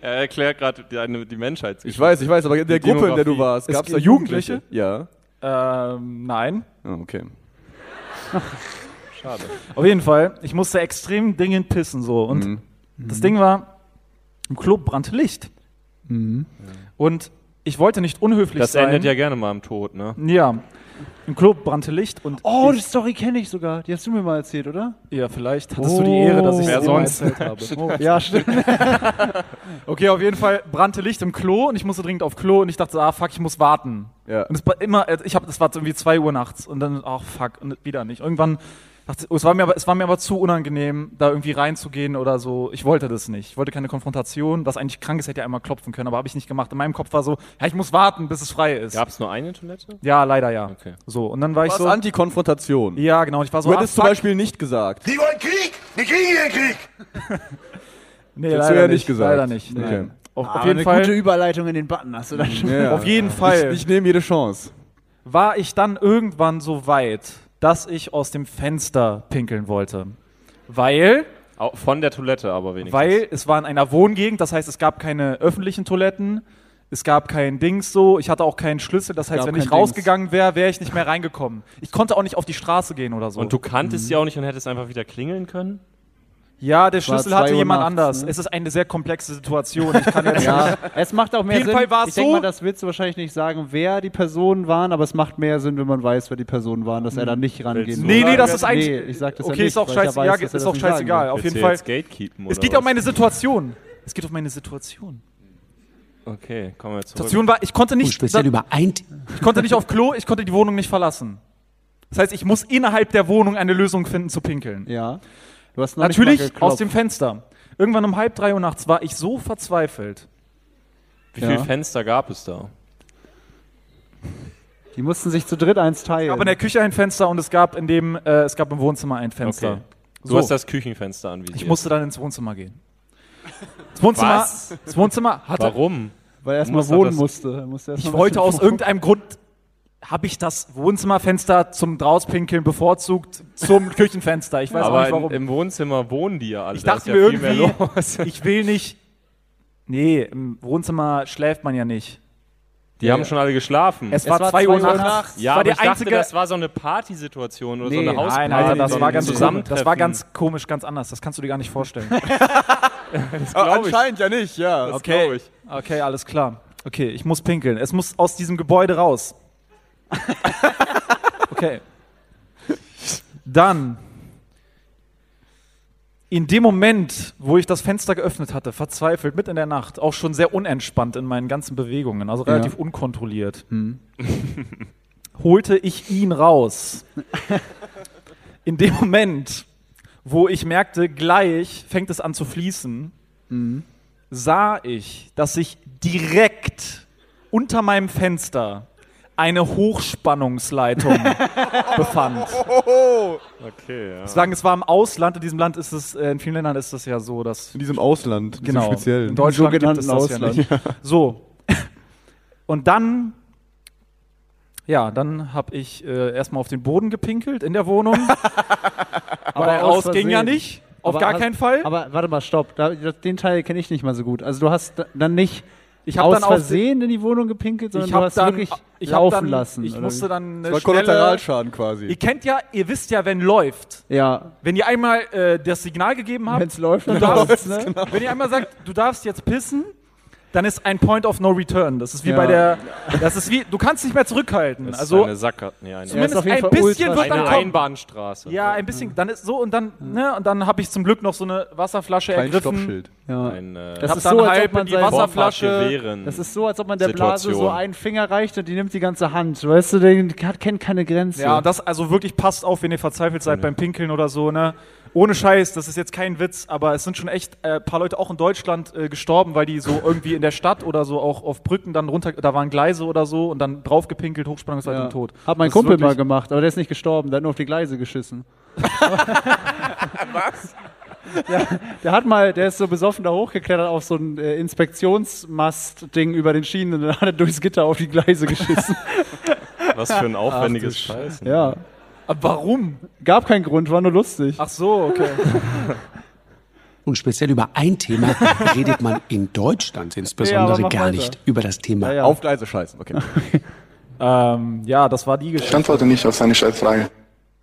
[SPEAKER 5] Er erklärt gerade die, die Menschheit.
[SPEAKER 3] Ich weiß, ich weiß, aber in der
[SPEAKER 5] Die
[SPEAKER 3] Gruppe, in der du
[SPEAKER 5] Demografie.
[SPEAKER 3] warst,
[SPEAKER 6] Es
[SPEAKER 3] gab es da
[SPEAKER 6] gibt
[SPEAKER 3] Jugendliche? Ja.
[SPEAKER 6] Ähm, nein.
[SPEAKER 3] Ah, okay.
[SPEAKER 6] Auf jeden Fall, ich musste extrem dringend pissen so und das Ding war, im Club brannte Licht und ich wollte nicht unhöflich
[SPEAKER 5] Das
[SPEAKER 6] sein.
[SPEAKER 5] endet ja gerne mal im Tod, ne?
[SPEAKER 6] Ja, im Club brannte Licht und
[SPEAKER 1] Oh, die
[SPEAKER 6] ich,
[SPEAKER 1] Story kenne ich sogar. Die hast du mir mal erzählt, oder?
[SPEAKER 6] ja, vielleicht hattest du die Ehre, dass ich
[SPEAKER 5] Wer
[SPEAKER 6] dir mal
[SPEAKER 5] sonst?
[SPEAKER 6] erzählt habe. Oh.
[SPEAKER 1] Ja, stimmt.
[SPEAKER 6] Okay, auf jeden Fall brannte Licht im Klo und ich musste dringend auf Klo und ich dachte, ah fuck, ich muss warten.
[SPEAKER 3] Ja.
[SPEAKER 6] Und es war immer, also ich habe, das war irgendwie 2 Uhr nachts und dann, ach fuck, und wieder nicht. Irgendwann dachte ich, oh, es war mir aber, es war mir aber zu unangenehm, da irgendwie reinzugehen oder so. Ich wollte das nicht. Ich wollte keine Konfrontation, was eigentlich krank ist, hätte ja einmal klopfen können, aber habe ich nicht gemacht. In meinem Kopf war so, ja, ich muss warten, bis es frei ist.
[SPEAKER 5] Gab es nur eine Toilette?
[SPEAKER 6] Ja, leider ja.
[SPEAKER 5] Okay.
[SPEAKER 6] So, und dann war ich
[SPEAKER 3] Was
[SPEAKER 6] so.
[SPEAKER 3] Antikonfrontation.
[SPEAKER 6] Ja, genau, und ich war so.
[SPEAKER 3] Du hättest
[SPEAKER 6] ah,
[SPEAKER 3] zum
[SPEAKER 6] fuck.
[SPEAKER 3] Beispiel nicht gesagt.
[SPEAKER 7] Die wollen Krieg! Die kriegen ihren Krieg!
[SPEAKER 6] Nee,
[SPEAKER 3] Hättest
[SPEAKER 6] leider
[SPEAKER 3] du ja
[SPEAKER 6] nicht,
[SPEAKER 3] nicht gesagt.
[SPEAKER 6] Leider nicht. Nee.
[SPEAKER 3] Okay.
[SPEAKER 6] Auf, auf
[SPEAKER 1] Aber
[SPEAKER 6] jeden
[SPEAKER 1] Ah, eine
[SPEAKER 6] Fall.
[SPEAKER 1] gute Überleitung in den Button hast du da schon.
[SPEAKER 3] Ja.
[SPEAKER 6] auf jeden Fall.
[SPEAKER 3] Ich nehme jede Chance.
[SPEAKER 6] war ich dann irgendwann so weit, dass ich aus dem Fenster pinkeln wollte. Weil,
[SPEAKER 5] Au- Von der Toilette aber wenigstens.
[SPEAKER 6] weil es war in einer Wohngegend, das heißt, es gab keine öffentlichen Toiletten, es gab kein Dings so, ich hatte auch keinen Schlüssel, das heißt,
[SPEAKER 1] Gab
[SPEAKER 6] wenn
[SPEAKER 1] kein
[SPEAKER 6] ich rausgegangen wäre, wäre ich nicht mehr reingekommen. Ich konnte auch nicht auf die Straße gehen oder so.
[SPEAKER 5] Und du kanntest
[SPEAKER 6] Mhm.
[SPEAKER 5] sie auch nicht und hättest einfach wieder klingeln können?
[SPEAKER 6] ja, der
[SPEAKER 1] war
[SPEAKER 6] Schlüssel
[SPEAKER 1] zwei
[SPEAKER 6] hatte
[SPEAKER 1] Uhr
[SPEAKER 6] jemand
[SPEAKER 1] nachts,
[SPEAKER 6] anders.
[SPEAKER 1] ne?
[SPEAKER 6] Es ist eine sehr komplexe Situation. Ich kann jetzt
[SPEAKER 1] [LAUGHS] Ja, es macht auch mehr
[SPEAKER 6] jeden
[SPEAKER 1] Sinn.
[SPEAKER 6] Fall war es
[SPEAKER 1] ich denke
[SPEAKER 6] so-
[SPEAKER 1] mal, das willst du wahrscheinlich nicht sagen, wer die Personen waren, aber es macht mehr Sinn, wenn man weiß, wer die Personen waren, dass er da nicht rangehen
[SPEAKER 6] Hm. Nee, nee, das ist eigentlich.
[SPEAKER 1] Nee, ich sag das
[SPEAKER 6] okay,
[SPEAKER 1] ja nicht,
[SPEAKER 6] ist auch,
[SPEAKER 1] weil ich ja
[SPEAKER 6] scheiße,
[SPEAKER 1] weiß,
[SPEAKER 6] ja,
[SPEAKER 1] dass er das
[SPEAKER 6] ist auch
[SPEAKER 1] nicht sagen
[SPEAKER 6] scheißegal.
[SPEAKER 1] will.
[SPEAKER 6] Auf
[SPEAKER 5] Willst
[SPEAKER 6] jeden
[SPEAKER 5] du
[SPEAKER 6] Fall.
[SPEAKER 5] Jetzt gatekeepen,
[SPEAKER 6] Es
[SPEAKER 5] oder
[SPEAKER 6] geht
[SPEAKER 5] was?
[SPEAKER 6] um meine Situation. Es geht um meine Situation.
[SPEAKER 5] Okay, kommen wir zurück.
[SPEAKER 6] Situation war, ich konnte
[SPEAKER 11] Und
[SPEAKER 6] nicht,
[SPEAKER 11] speziell über ein Thema.
[SPEAKER 6] ich konnte nicht auf Klo, ich konnte die Wohnung nicht verlassen. Das heißt, ich muss innerhalb der Wohnung eine Lösung finden zu pinkeln.
[SPEAKER 1] Ja. Du hast noch nicht mal
[SPEAKER 6] Natürlich
[SPEAKER 1] geklopft.
[SPEAKER 6] aus dem Fenster. Irgendwann um halb drei Uhr nachts war ich so verzweifelt.
[SPEAKER 5] Wie viele
[SPEAKER 1] Ja.
[SPEAKER 5] Fenster gab es da?
[SPEAKER 1] Die mussten sich zu dritt eins teilen.
[SPEAKER 6] Es gab in der Küche ein Fenster und es gab in dem, äh, es gab im Wohnzimmer ein Fenster.
[SPEAKER 5] Okay. Du
[SPEAKER 6] So.
[SPEAKER 5] hast das Küchenfenster anvisiert.
[SPEAKER 6] Ich musste dann ins Wohnzimmer gehen. Das Wohnzimmer,
[SPEAKER 5] Was?
[SPEAKER 6] das Wohnzimmer hatte
[SPEAKER 5] Warum?
[SPEAKER 1] weil er erstmal
[SPEAKER 5] Muss doch
[SPEAKER 1] wohnen
[SPEAKER 5] das-
[SPEAKER 1] musste. Er musste erst
[SPEAKER 6] Ich
[SPEAKER 1] mal
[SPEAKER 6] wollte
[SPEAKER 1] [LAUGHS] was-
[SPEAKER 6] aus irgendeinem Grund, habe ich das Wohnzimmerfenster zum Drauspinkeln bevorzugt
[SPEAKER 5] [LAUGHS]
[SPEAKER 6] zum Küchenfenster. Ich weiß auch
[SPEAKER 5] Aber
[SPEAKER 6] nicht warum.
[SPEAKER 5] in, im Wohnzimmer wohnen die ja alle.
[SPEAKER 6] ich
[SPEAKER 5] Da ist
[SPEAKER 6] dachte
[SPEAKER 5] ja
[SPEAKER 6] mir
[SPEAKER 5] viel mehr
[SPEAKER 6] irgendwie,
[SPEAKER 5] los. [LAUGHS]
[SPEAKER 6] ich will nicht. Nee, im Wohnzimmer schläft man ja nicht.
[SPEAKER 5] Die haben schon alle geschlafen.
[SPEAKER 6] Es, war 2 Uhr nachts.
[SPEAKER 5] ja,
[SPEAKER 6] war
[SPEAKER 5] aber
[SPEAKER 6] der
[SPEAKER 5] ich dachte,
[SPEAKER 6] einzige.
[SPEAKER 5] das war so eine Partysituation oder so
[SPEAKER 1] Nee,
[SPEAKER 5] eine Hausparty.
[SPEAKER 6] Nein, Alter,
[SPEAKER 5] so
[SPEAKER 6] das
[SPEAKER 5] ein
[SPEAKER 6] war ganz komisch.
[SPEAKER 5] Zusammentreffen.
[SPEAKER 6] Das war ganz komisch, ganz anders. Das kannst du dir gar nicht [LAUGHS] vorstellen.
[SPEAKER 3] Ah, anscheinend ja nicht, ja. Das
[SPEAKER 6] Okay.
[SPEAKER 3] glaub Ich.
[SPEAKER 6] Okay, alles klar. Okay, ich muss pinkeln. Es muss aus diesem Gebäude
[SPEAKER 3] [LAUGHS]
[SPEAKER 6] raus. Okay. Dann, in dem Moment, wo ich das Fenster geöffnet hatte, verzweifelt, mit in der Nacht, auch schon sehr unentspannt in meinen ganzen Bewegungen, also relativ unkontrolliert, holte ich ihn raus. In dem Moment, wo ich merkte, gleich fängt es an zu fließen, sah ich, dass sich direkt unter meinem Fenster eine Hochspannungsleitung befand.
[SPEAKER 5] Okay, ja.
[SPEAKER 6] Sagen, es war im Ausland, in diesem Land ist es, äh, in vielen Ländern ist es ja so, dass
[SPEAKER 3] In diesem Ausland, in diesem
[SPEAKER 6] genau,
[SPEAKER 3] speziellen.
[SPEAKER 6] in Deutschland
[SPEAKER 1] Im
[SPEAKER 6] gibt es das
[SPEAKER 1] sogenannten
[SPEAKER 6] ja nicht. So. [LAUGHS] Und dann ja, dann habe ich äh, erstmal auf den Boden gepinkelt in der Wohnung. aber
[SPEAKER 1] aus
[SPEAKER 6] raus ging ja
[SPEAKER 1] Versehen.
[SPEAKER 6] nicht. Auf
[SPEAKER 1] Aber
[SPEAKER 6] gar
[SPEAKER 1] hast-
[SPEAKER 6] keinen Fall.
[SPEAKER 1] Aber warte mal, stopp. Da, das- den Teil kenne ich nicht mal so gut. Also du hast da- dann nicht Ich
[SPEAKER 6] hab
[SPEAKER 1] Aus
[SPEAKER 6] dann auch-
[SPEAKER 1] Versehen in die Wohnung gepinkelt, sondern
[SPEAKER 6] Ich
[SPEAKER 1] du
[SPEAKER 6] hab
[SPEAKER 1] hast
[SPEAKER 6] dann-
[SPEAKER 1] wirklich
[SPEAKER 6] ich hab
[SPEAKER 1] laufen
[SPEAKER 6] dann-
[SPEAKER 1] lassen.
[SPEAKER 6] ich
[SPEAKER 1] oder
[SPEAKER 6] musste
[SPEAKER 1] wie?
[SPEAKER 6] dann
[SPEAKER 3] Das
[SPEAKER 6] eine
[SPEAKER 3] war
[SPEAKER 6] schnelle-
[SPEAKER 3] Kollateralschaden quasi.
[SPEAKER 6] Ihr kennt ja, ihr wisst ja, wenn läuft.
[SPEAKER 1] Ja.
[SPEAKER 6] Wenn ihr einmal äh, das Signal gegeben habt,
[SPEAKER 1] Wenn's läuft,
[SPEAKER 6] du
[SPEAKER 1] dann
[SPEAKER 6] darfst,
[SPEAKER 1] läuft's,
[SPEAKER 6] ne?
[SPEAKER 1] ne?
[SPEAKER 6] wenn ihr einmal sagt, du darfst jetzt pissen, dann ist ein Point of No Return. Das ist wie
[SPEAKER 5] Ja.
[SPEAKER 6] bei der, das ist wie, du kannst nicht mehr zurückhalten.
[SPEAKER 5] Das ist
[SPEAKER 6] also
[SPEAKER 5] eine Sackgasse. Nee, eine-
[SPEAKER 6] zumindest
[SPEAKER 5] Ja, ist auf jeden
[SPEAKER 6] ein
[SPEAKER 5] Fall
[SPEAKER 6] bisschen
[SPEAKER 5] ultra
[SPEAKER 6] wird dann
[SPEAKER 5] Eine
[SPEAKER 6] kommen.
[SPEAKER 5] Einbahnstraße.
[SPEAKER 6] Ja, ein bisschen. Dann ist so und dann, ne, und dann habe ich zum Glück noch so eine Wasserflasche
[SPEAKER 5] Kein
[SPEAKER 6] ergriffen.
[SPEAKER 5] Stoppschild. Ja. Ein, äh,
[SPEAKER 6] das
[SPEAKER 5] Das
[SPEAKER 6] hab
[SPEAKER 5] ist
[SPEAKER 6] dann
[SPEAKER 5] so, als
[SPEAKER 6] halb
[SPEAKER 5] ob man
[SPEAKER 6] in die
[SPEAKER 5] sein-
[SPEAKER 6] Wasserflasche.
[SPEAKER 5] Bombardieren.
[SPEAKER 1] Das ist so, als ob man der Blase so
[SPEAKER 5] Situation.
[SPEAKER 1] einen Finger reicht und die nimmt die ganze Hand. Weißt du, die hat, kennt keine Grenze.
[SPEAKER 6] Ja, und das also wirklich passt auf, wenn ihr verzweifelt seid beim Pinkeln oder so, ne? Ohne Scheiß, das ist jetzt kein Witz, aber es sind schon echt ein äh, paar Leute auch in Deutschland äh, gestorben, weil die so irgendwie in der Stadt oder so auch auf Brücken dann runter, da waren Gleise oder so und dann draufgepinkelt, Hochspannungsleitung
[SPEAKER 1] Ja.
[SPEAKER 6] tot.
[SPEAKER 1] Hat
[SPEAKER 6] Das
[SPEAKER 1] mein
[SPEAKER 6] ist
[SPEAKER 1] Kumpel
[SPEAKER 6] wirklich-
[SPEAKER 1] mal gemacht, aber der ist nicht gestorben, der hat nur auf die Gleise geschissen.
[SPEAKER 3] Was?
[SPEAKER 1] Der, der hat mal, der ist so besoffen da hochgeklettert auf so ein äh, Inspektionsmast-Ding über den Schienen und dann hat er durchs Gitter auf die
[SPEAKER 6] [LAUGHS]
[SPEAKER 1] Gleise geschissen.
[SPEAKER 5] Was für ein aufwendiges
[SPEAKER 1] Ach du Scheiße.
[SPEAKER 5] Scheißen.
[SPEAKER 1] Ja.
[SPEAKER 6] Aber Äh, warum?
[SPEAKER 1] Gab keinen Grund, war nur lustig.
[SPEAKER 6] Um. Ach so, okay.
[SPEAKER 11] Und speziell über ein Thema redet man in Deutschland insbesondere
[SPEAKER 6] mach
[SPEAKER 11] gar
[SPEAKER 6] weiter.
[SPEAKER 11] nicht über das Thema.
[SPEAKER 3] Auf Gleise scheißen, okay.
[SPEAKER 6] Ähm, ja, das war die Geschichte.
[SPEAKER 12] Ich antworte nicht auf seine Scheißfrage.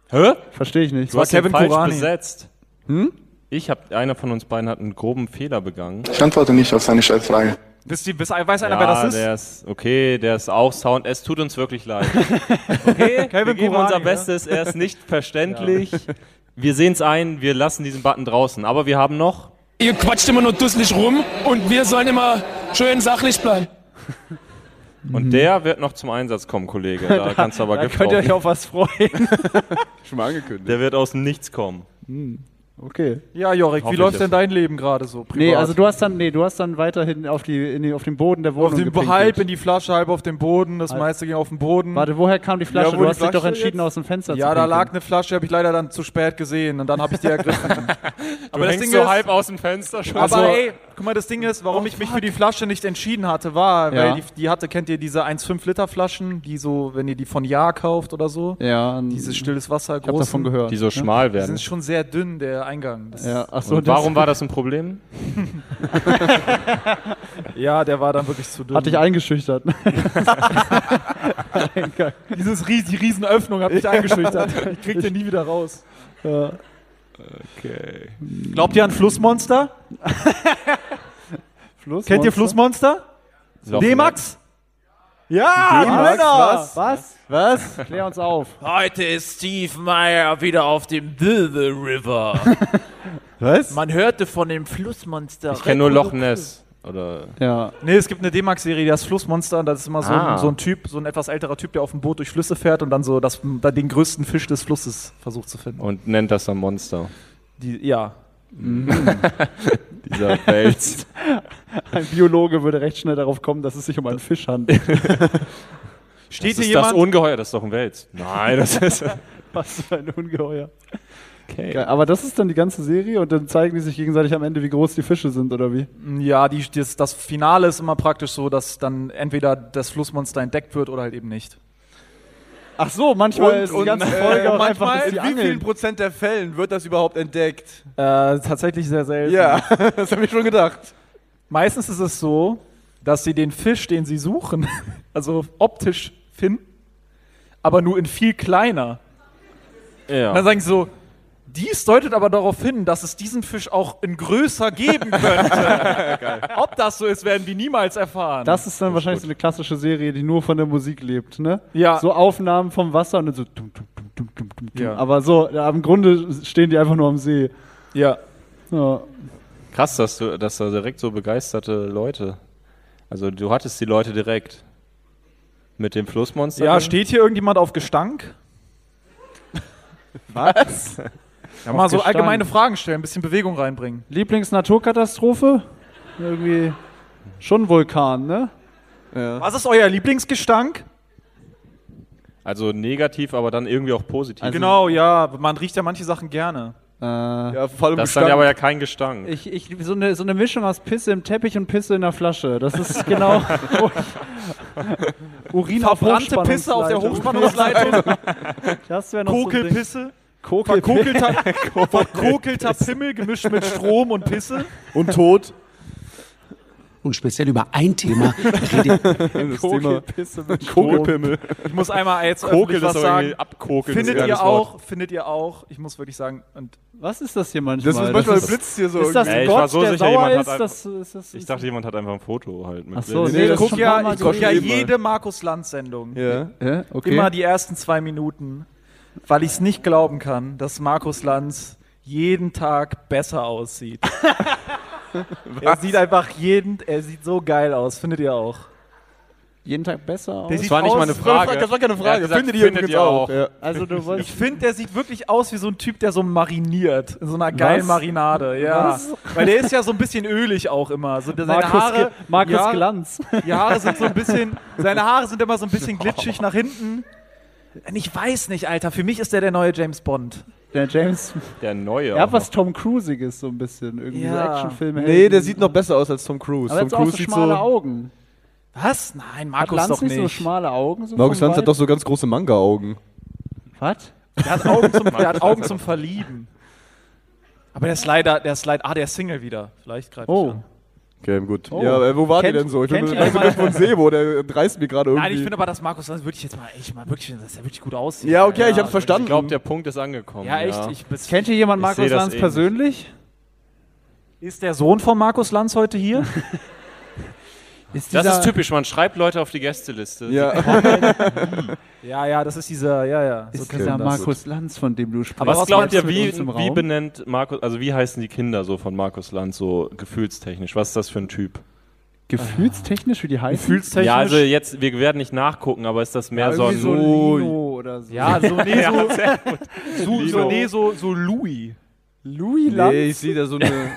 [SPEAKER 5] Hä?
[SPEAKER 1] Verstehe ich nicht.
[SPEAKER 5] Du hast Kevin falsch besetzt.
[SPEAKER 6] Hm?
[SPEAKER 5] Ich hab, einer von uns beiden hat einen groben Fehler begangen.
[SPEAKER 12] Ich antworte nicht auf seine Scheißfrage.
[SPEAKER 6] Wisst ihr, wisst- weiß einer,
[SPEAKER 5] ja,
[SPEAKER 6] wer das ist?
[SPEAKER 5] Der ist? Okay, der ist auch Sound. Es tut uns
[SPEAKER 6] [LAUGHS]
[SPEAKER 5] wirklich leid. Okay, wir
[SPEAKER 6] Kevin
[SPEAKER 5] geben
[SPEAKER 6] Kurani,
[SPEAKER 5] unser
[SPEAKER 6] ne?
[SPEAKER 5] Bestes. Er
[SPEAKER 6] [LAUGHS]
[SPEAKER 5] ist nicht verständlich. Wir sehen es ein, wir lassen diesen Button draußen. Aber wir haben noch.
[SPEAKER 13] Ihr quatscht immer nur dusselig rum und wir sollen immer schön sachlich bleiben.
[SPEAKER 5] Und der wird noch zum Einsatz kommen, Kollege. Da,
[SPEAKER 1] Da-
[SPEAKER 5] kannst du aber
[SPEAKER 1] da
[SPEAKER 5] Gift
[SPEAKER 1] könnt ihr
[SPEAKER 5] drauf.
[SPEAKER 1] euch auf was freuen.
[SPEAKER 5] [LAUGHS] Schon mal angekündigt. Der wird aus dem Nichts kommen.
[SPEAKER 1] Okay.
[SPEAKER 6] Ja, Jorik,
[SPEAKER 5] Hoffe
[SPEAKER 6] wie
[SPEAKER 5] ich
[SPEAKER 6] läuft denn
[SPEAKER 5] jetzt.
[SPEAKER 6] dein Leben gerade so? Privat?
[SPEAKER 1] Nee, also du hast dann, nee, du hast dann weiterhin auf, die, in die, auf den Boden der Wohnung
[SPEAKER 6] auf den,
[SPEAKER 1] gepinkelt.
[SPEAKER 6] halb in die Flasche, halb auf den Boden, das
[SPEAKER 1] Halb.
[SPEAKER 6] meiste ging auf den Boden.
[SPEAKER 1] Warte, woher kam die Flasche?
[SPEAKER 6] wo
[SPEAKER 1] Du
[SPEAKER 6] die
[SPEAKER 1] hast dich doch entschieden, aus dem Fenster zu
[SPEAKER 6] Ja, da
[SPEAKER 1] pinkeln.
[SPEAKER 6] lag eine Flasche, habe ich leider dann zu spät gesehen und dann habe ich die
[SPEAKER 1] [LAUGHS]
[SPEAKER 6] ergriffen.
[SPEAKER 5] Du hängst so halb aus dem Fenster schon.
[SPEAKER 6] Aber
[SPEAKER 5] Also-
[SPEAKER 6] ey, guck mal, das Ding ist, warum ich mich für die Flasche nicht entschieden hatte, war,
[SPEAKER 1] Oh, Ja.
[SPEAKER 6] weil die, die hatte, kennt ihr diese 1,5 Liter Flaschen, die so, wenn ihr die von Ja kauft oder so,
[SPEAKER 1] Ja,
[SPEAKER 6] dieses stilles Wasser,
[SPEAKER 1] ich hab davon gehört.
[SPEAKER 5] Die so schmal
[SPEAKER 6] Die
[SPEAKER 5] werden.
[SPEAKER 6] sind schon sehr dünn, der Eingang. Das-
[SPEAKER 1] Ja, ach so,
[SPEAKER 5] Und warum war das ein Problem?
[SPEAKER 6] ja, der war dann wirklich zu dünn.
[SPEAKER 1] Hat dich [LAUGHS] eingeschüchtert.
[SPEAKER 6] Dieses Ries, die Riesenöffnung hat mich eingeschüchtert.
[SPEAKER 1] [LAUGHS]
[SPEAKER 6] Ich krieg den nie wieder raus.
[SPEAKER 5] Okay.
[SPEAKER 6] Glaubt ihr an Flussmonster? Kennt ihr Flussmonster?
[SPEAKER 5] So.
[SPEAKER 6] D-Max? Ja,
[SPEAKER 1] D-Max,
[SPEAKER 6] Männer!
[SPEAKER 1] was? Was? Was? [LAUGHS] Klär uns auf.
[SPEAKER 14] Heute ist Steve Meyer wieder auf dem Bilbe River.
[SPEAKER 1] Was?
[SPEAKER 14] Man hörte von dem Flussmonster.
[SPEAKER 5] Ich kenne nur Loch Ness. Oder
[SPEAKER 1] Ja.
[SPEAKER 6] Nee, es gibt eine D-Max-Serie, die heißt Flussmonster. Und das ist immer so,
[SPEAKER 5] Ah.
[SPEAKER 6] ein, so ein Typ, so ein etwas älterer Typ, der auf dem Boot durch Flüsse fährt und dann so das, da den größten Fisch des Flusses versucht zu finden.
[SPEAKER 5] und nennt das ein Monster.
[SPEAKER 6] Die, ja.
[SPEAKER 5] Dieser Wels.
[SPEAKER 1] Ein Biologe würde recht schnell darauf kommen, dass es sich um einen Fisch handelt. [LAUGHS]
[SPEAKER 5] das ist das Ungeheuer, das ist doch ein Wels. Nein, das ist.
[SPEAKER 1] Was für ein Ungeheuer.
[SPEAKER 5] Okay.
[SPEAKER 1] Geil, aber das ist dann die ganze Serie und dann zeigen die sich gegenseitig am Ende, wie groß die Fische sind oder wie?
[SPEAKER 6] Ja, die, das, das Finale ist immer praktisch so, dass dann entweder das Flussmonster entdeckt wird oder halt eben nicht.
[SPEAKER 1] Ach so,
[SPEAKER 6] manchmal
[SPEAKER 3] und,
[SPEAKER 6] ist die
[SPEAKER 3] und,
[SPEAKER 6] ganze
[SPEAKER 3] äh,
[SPEAKER 6] Folge auch einfach, dass
[SPEAKER 3] manchmal, in
[SPEAKER 6] die
[SPEAKER 3] wie vielen
[SPEAKER 6] angeln.
[SPEAKER 3] Prozent der Fällen wird das überhaupt entdeckt?
[SPEAKER 6] Äh, tatsächlich sehr selten.
[SPEAKER 3] Ja, [LAUGHS] das habe ich schon gedacht.
[SPEAKER 6] Meistens ist es so, dass sie den Fisch, den sie suchen, [LAUGHS] also optisch finden, aber nur in viel kleiner.
[SPEAKER 5] Ja.
[SPEAKER 6] Und dann sagen sie so, dies deutet aber darauf hin, dass es diesen Fisch auch in größer geben
[SPEAKER 3] [LAUGHS]
[SPEAKER 6] könnte. Ob das so ist, werden wir niemals erfahren.
[SPEAKER 1] Das ist dann wahrscheinlich so eine klassische Serie, die nur von der Musik lebt, ne?
[SPEAKER 6] Ja.
[SPEAKER 1] So Aufnahmen vom Wasser und dann so. Dum, dum, dum, dum, dum, dum, dum.
[SPEAKER 6] Ja.
[SPEAKER 1] Aber so, ja, im Grunde stehen die einfach nur am See.
[SPEAKER 6] Ja.
[SPEAKER 1] ja.
[SPEAKER 5] Krass, dass du, dass da direkt so begeisterte Leute. Also du hattest die Leute direkt. Mit dem Flussmonster.
[SPEAKER 6] ja, steht hier irgendjemand auf
[SPEAKER 3] [LAUGHS]
[SPEAKER 6] Gestank? Was? [LAUGHS] Ja, mal
[SPEAKER 1] Auf
[SPEAKER 6] so
[SPEAKER 1] Gestank.
[SPEAKER 6] allgemeine Fragen stellen, ein bisschen Bewegung reinbringen.
[SPEAKER 1] Lieblingsnaturkatastrophe? Irgendwie schon Vulkan, ne?
[SPEAKER 6] Was ist euer Lieblingsgestank?
[SPEAKER 5] Also negativ, aber dann irgendwie auch positiv.
[SPEAKER 3] Also-
[SPEAKER 6] genau, ja, man riecht ja manche Sachen gerne.
[SPEAKER 1] Äh,
[SPEAKER 3] ja, vor
[SPEAKER 5] Das ist dann aber ja kein Gestank.
[SPEAKER 1] Ich, ich, so, eine, so eine Mischung aus Pisse im Teppich und Pisse in der Flasche. Das [LAUGHS] ist genau. wo ich- Urin auf
[SPEAKER 6] Verbrannte Pisse auf der Hochspannungsleitung.
[SPEAKER 1] Das wäre
[SPEAKER 6] [LAUGHS]
[SPEAKER 1] noch
[SPEAKER 6] Kokelpisse.
[SPEAKER 1] so ein Ding. Kokelpisse.
[SPEAKER 6] Verkokelter,
[SPEAKER 3] [LAUGHS]
[SPEAKER 6] verkokelter Pimmel gemischt mit Strom und Pisse.
[SPEAKER 3] Und tot.
[SPEAKER 11] Und speziell über ein Thema redet man.
[SPEAKER 3] Das Thema Kokelpimmel.
[SPEAKER 6] also Ich muss einmal jetzt
[SPEAKER 3] Kokeln
[SPEAKER 6] öffentlich
[SPEAKER 3] ist
[SPEAKER 6] was
[SPEAKER 3] aber
[SPEAKER 6] sagen.
[SPEAKER 3] irgendwie- abkokeln ist
[SPEAKER 6] findet
[SPEAKER 3] ein
[SPEAKER 6] ihr
[SPEAKER 3] geiles
[SPEAKER 6] auch, findet ihr auch, ich muss wirklich sagen, und was ist das hier manchmal?
[SPEAKER 3] Das ist- manchmal blitzt hier so
[SPEAKER 6] Ist das
[SPEAKER 3] irgendwie.
[SPEAKER 6] ein
[SPEAKER 5] ich war
[SPEAKER 6] Gott,
[SPEAKER 5] so
[SPEAKER 6] der
[SPEAKER 5] sicher,
[SPEAKER 6] sauer
[SPEAKER 5] jemand hat
[SPEAKER 6] ist?
[SPEAKER 5] ein,
[SPEAKER 6] Das, ist, das,
[SPEAKER 5] Ich dachte, jemand hat einfach ein Foto halt mit.
[SPEAKER 6] Ach so,
[SPEAKER 5] Bild.
[SPEAKER 6] nee, das guck ja, ich
[SPEAKER 5] ich guck
[SPEAKER 6] gucke ja
[SPEAKER 5] eben mal.
[SPEAKER 6] jede Markus Lanz-Sendung.
[SPEAKER 5] Ja, ja, okay.
[SPEAKER 6] Immer die ersten zwei Minuten, weil ich es nicht glauben kann, dass Markus Lanz jeden Tag besser aussieht. er sieht einfach jeden, er sieht so geil aus, findet ihr auch? Jeden Tag besser aus?
[SPEAKER 3] Das war nicht mal eine Frage.
[SPEAKER 6] Das war keine
[SPEAKER 3] Er
[SPEAKER 6] Frage.
[SPEAKER 3] hat gesagt, findet ihr auch. Ja.
[SPEAKER 6] Also du wolltest- ich finde, der sieht wirklich aus wie so ein Typ, der so mariniert. In so einer geilen
[SPEAKER 1] Was?
[SPEAKER 6] Marinade, ja.
[SPEAKER 1] Was?
[SPEAKER 6] Weil der ist ja so ein bisschen ölig auch immer. So, seine
[SPEAKER 1] Markus
[SPEAKER 6] Haare,
[SPEAKER 1] Ge- Markus
[SPEAKER 6] die Haare-
[SPEAKER 1] Glanz.
[SPEAKER 6] Die Haare sind so ein bisschen, seine Haare sind immer so ein bisschen glitschig nach hinten. Ich weiß nicht, Alter. Für mich ist der der neue James Bond.
[SPEAKER 1] [LAUGHS] Der James.
[SPEAKER 5] Der neue.
[SPEAKER 1] Ja, was Tom Cruisiges so ein bisschen. Irgendwie so
[SPEAKER 6] Ja.
[SPEAKER 1] Actionfilme.
[SPEAKER 3] Nee, der sieht noch besser aus als Tom Cruise.
[SPEAKER 1] Äh, Aber
[SPEAKER 3] Tom
[SPEAKER 1] jetzt auch so
[SPEAKER 3] Cruise sieht
[SPEAKER 1] schmale
[SPEAKER 3] so.
[SPEAKER 1] Augen.
[SPEAKER 6] Was? Nein,
[SPEAKER 1] Markus hat Lanz nicht. so schmale Augen. So
[SPEAKER 3] Markus
[SPEAKER 1] vom
[SPEAKER 3] Lanz hat
[SPEAKER 1] Vibe?
[SPEAKER 3] doch so ganz große Manga-Augen.
[SPEAKER 6] Was? Der hat Augen zum, der hat Augen zum Verlieben. Aber der ist leider, der ist leider, ah, der ist Single wieder. Vielleicht gerade.
[SPEAKER 3] Oh. Okay, gut.
[SPEAKER 6] Oh.
[SPEAKER 3] Ja, aber wo wart
[SPEAKER 6] Kennt-
[SPEAKER 3] ihr denn so? Ich bin
[SPEAKER 6] kennt
[SPEAKER 3] mit
[SPEAKER 6] ihr mal-
[SPEAKER 3] von Sebo, der dreist mir gerade irgendwie.
[SPEAKER 6] Nein, ich finde aber, dass Markus Lanz wirklich jetzt mal, ich mal wirklich, dass er wirklich gut aussieht.
[SPEAKER 3] ja, okay, ich hab's
[SPEAKER 6] also-
[SPEAKER 3] verstanden.
[SPEAKER 5] Ich glaube, der Punkt ist angekommen.
[SPEAKER 6] Ja, echt. Ich, bis-
[SPEAKER 1] Kennt ihr jemand
[SPEAKER 5] Ich
[SPEAKER 1] Markus
[SPEAKER 5] seh das
[SPEAKER 1] Lanz
[SPEAKER 5] ähnlich.
[SPEAKER 1] persönlich?
[SPEAKER 6] Ist der Sohn von Markus Lanz heute
[SPEAKER 1] [LAUGHS]
[SPEAKER 6] hier?
[SPEAKER 5] das ist typisch, man schreibt Leute auf die Gästeliste.
[SPEAKER 3] Ja.
[SPEAKER 6] ja, ja, das ist dieser, ja, ja.
[SPEAKER 1] Ist
[SPEAKER 6] kennt
[SPEAKER 1] dieser
[SPEAKER 6] man das.
[SPEAKER 1] Markus Lanz, von dem du sprichst?
[SPEAKER 5] Aber was glaubt ihr, wie,
[SPEAKER 1] Mit uns im
[SPEAKER 5] wie
[SPEAKER 1] Raum?
[SPEAKER 5] benennt Markus, also wie heißen die Kinder so von Markus Lanz so gefühlstechnisch? Was ist das für ein Typ?
[SPEAKER 1] Gefühlstechnisch, wie die heißen?
[SPEAKER 5] Ja, also jetzt, wir werden nicht nachgucken, aber ist das mehr so ein.
[SPEAKER 1] irgendwie so ein Lino oder so.
[SPEAKER 6] Ja, so, nee,
[SPEAKER 1] [LAUGHS] Ja,
[SPEAKER 6] so,
[SPEAKER 1] sehr
[SPEAKER 6] so, so,
[SPEAKER 1] Lino.
[SPEAKER 6] nee, so, so Louis.
[SPEAKER 1] Louis
[SPEAKER 3] Nee, ich sehe da so [LAUGHS] eine.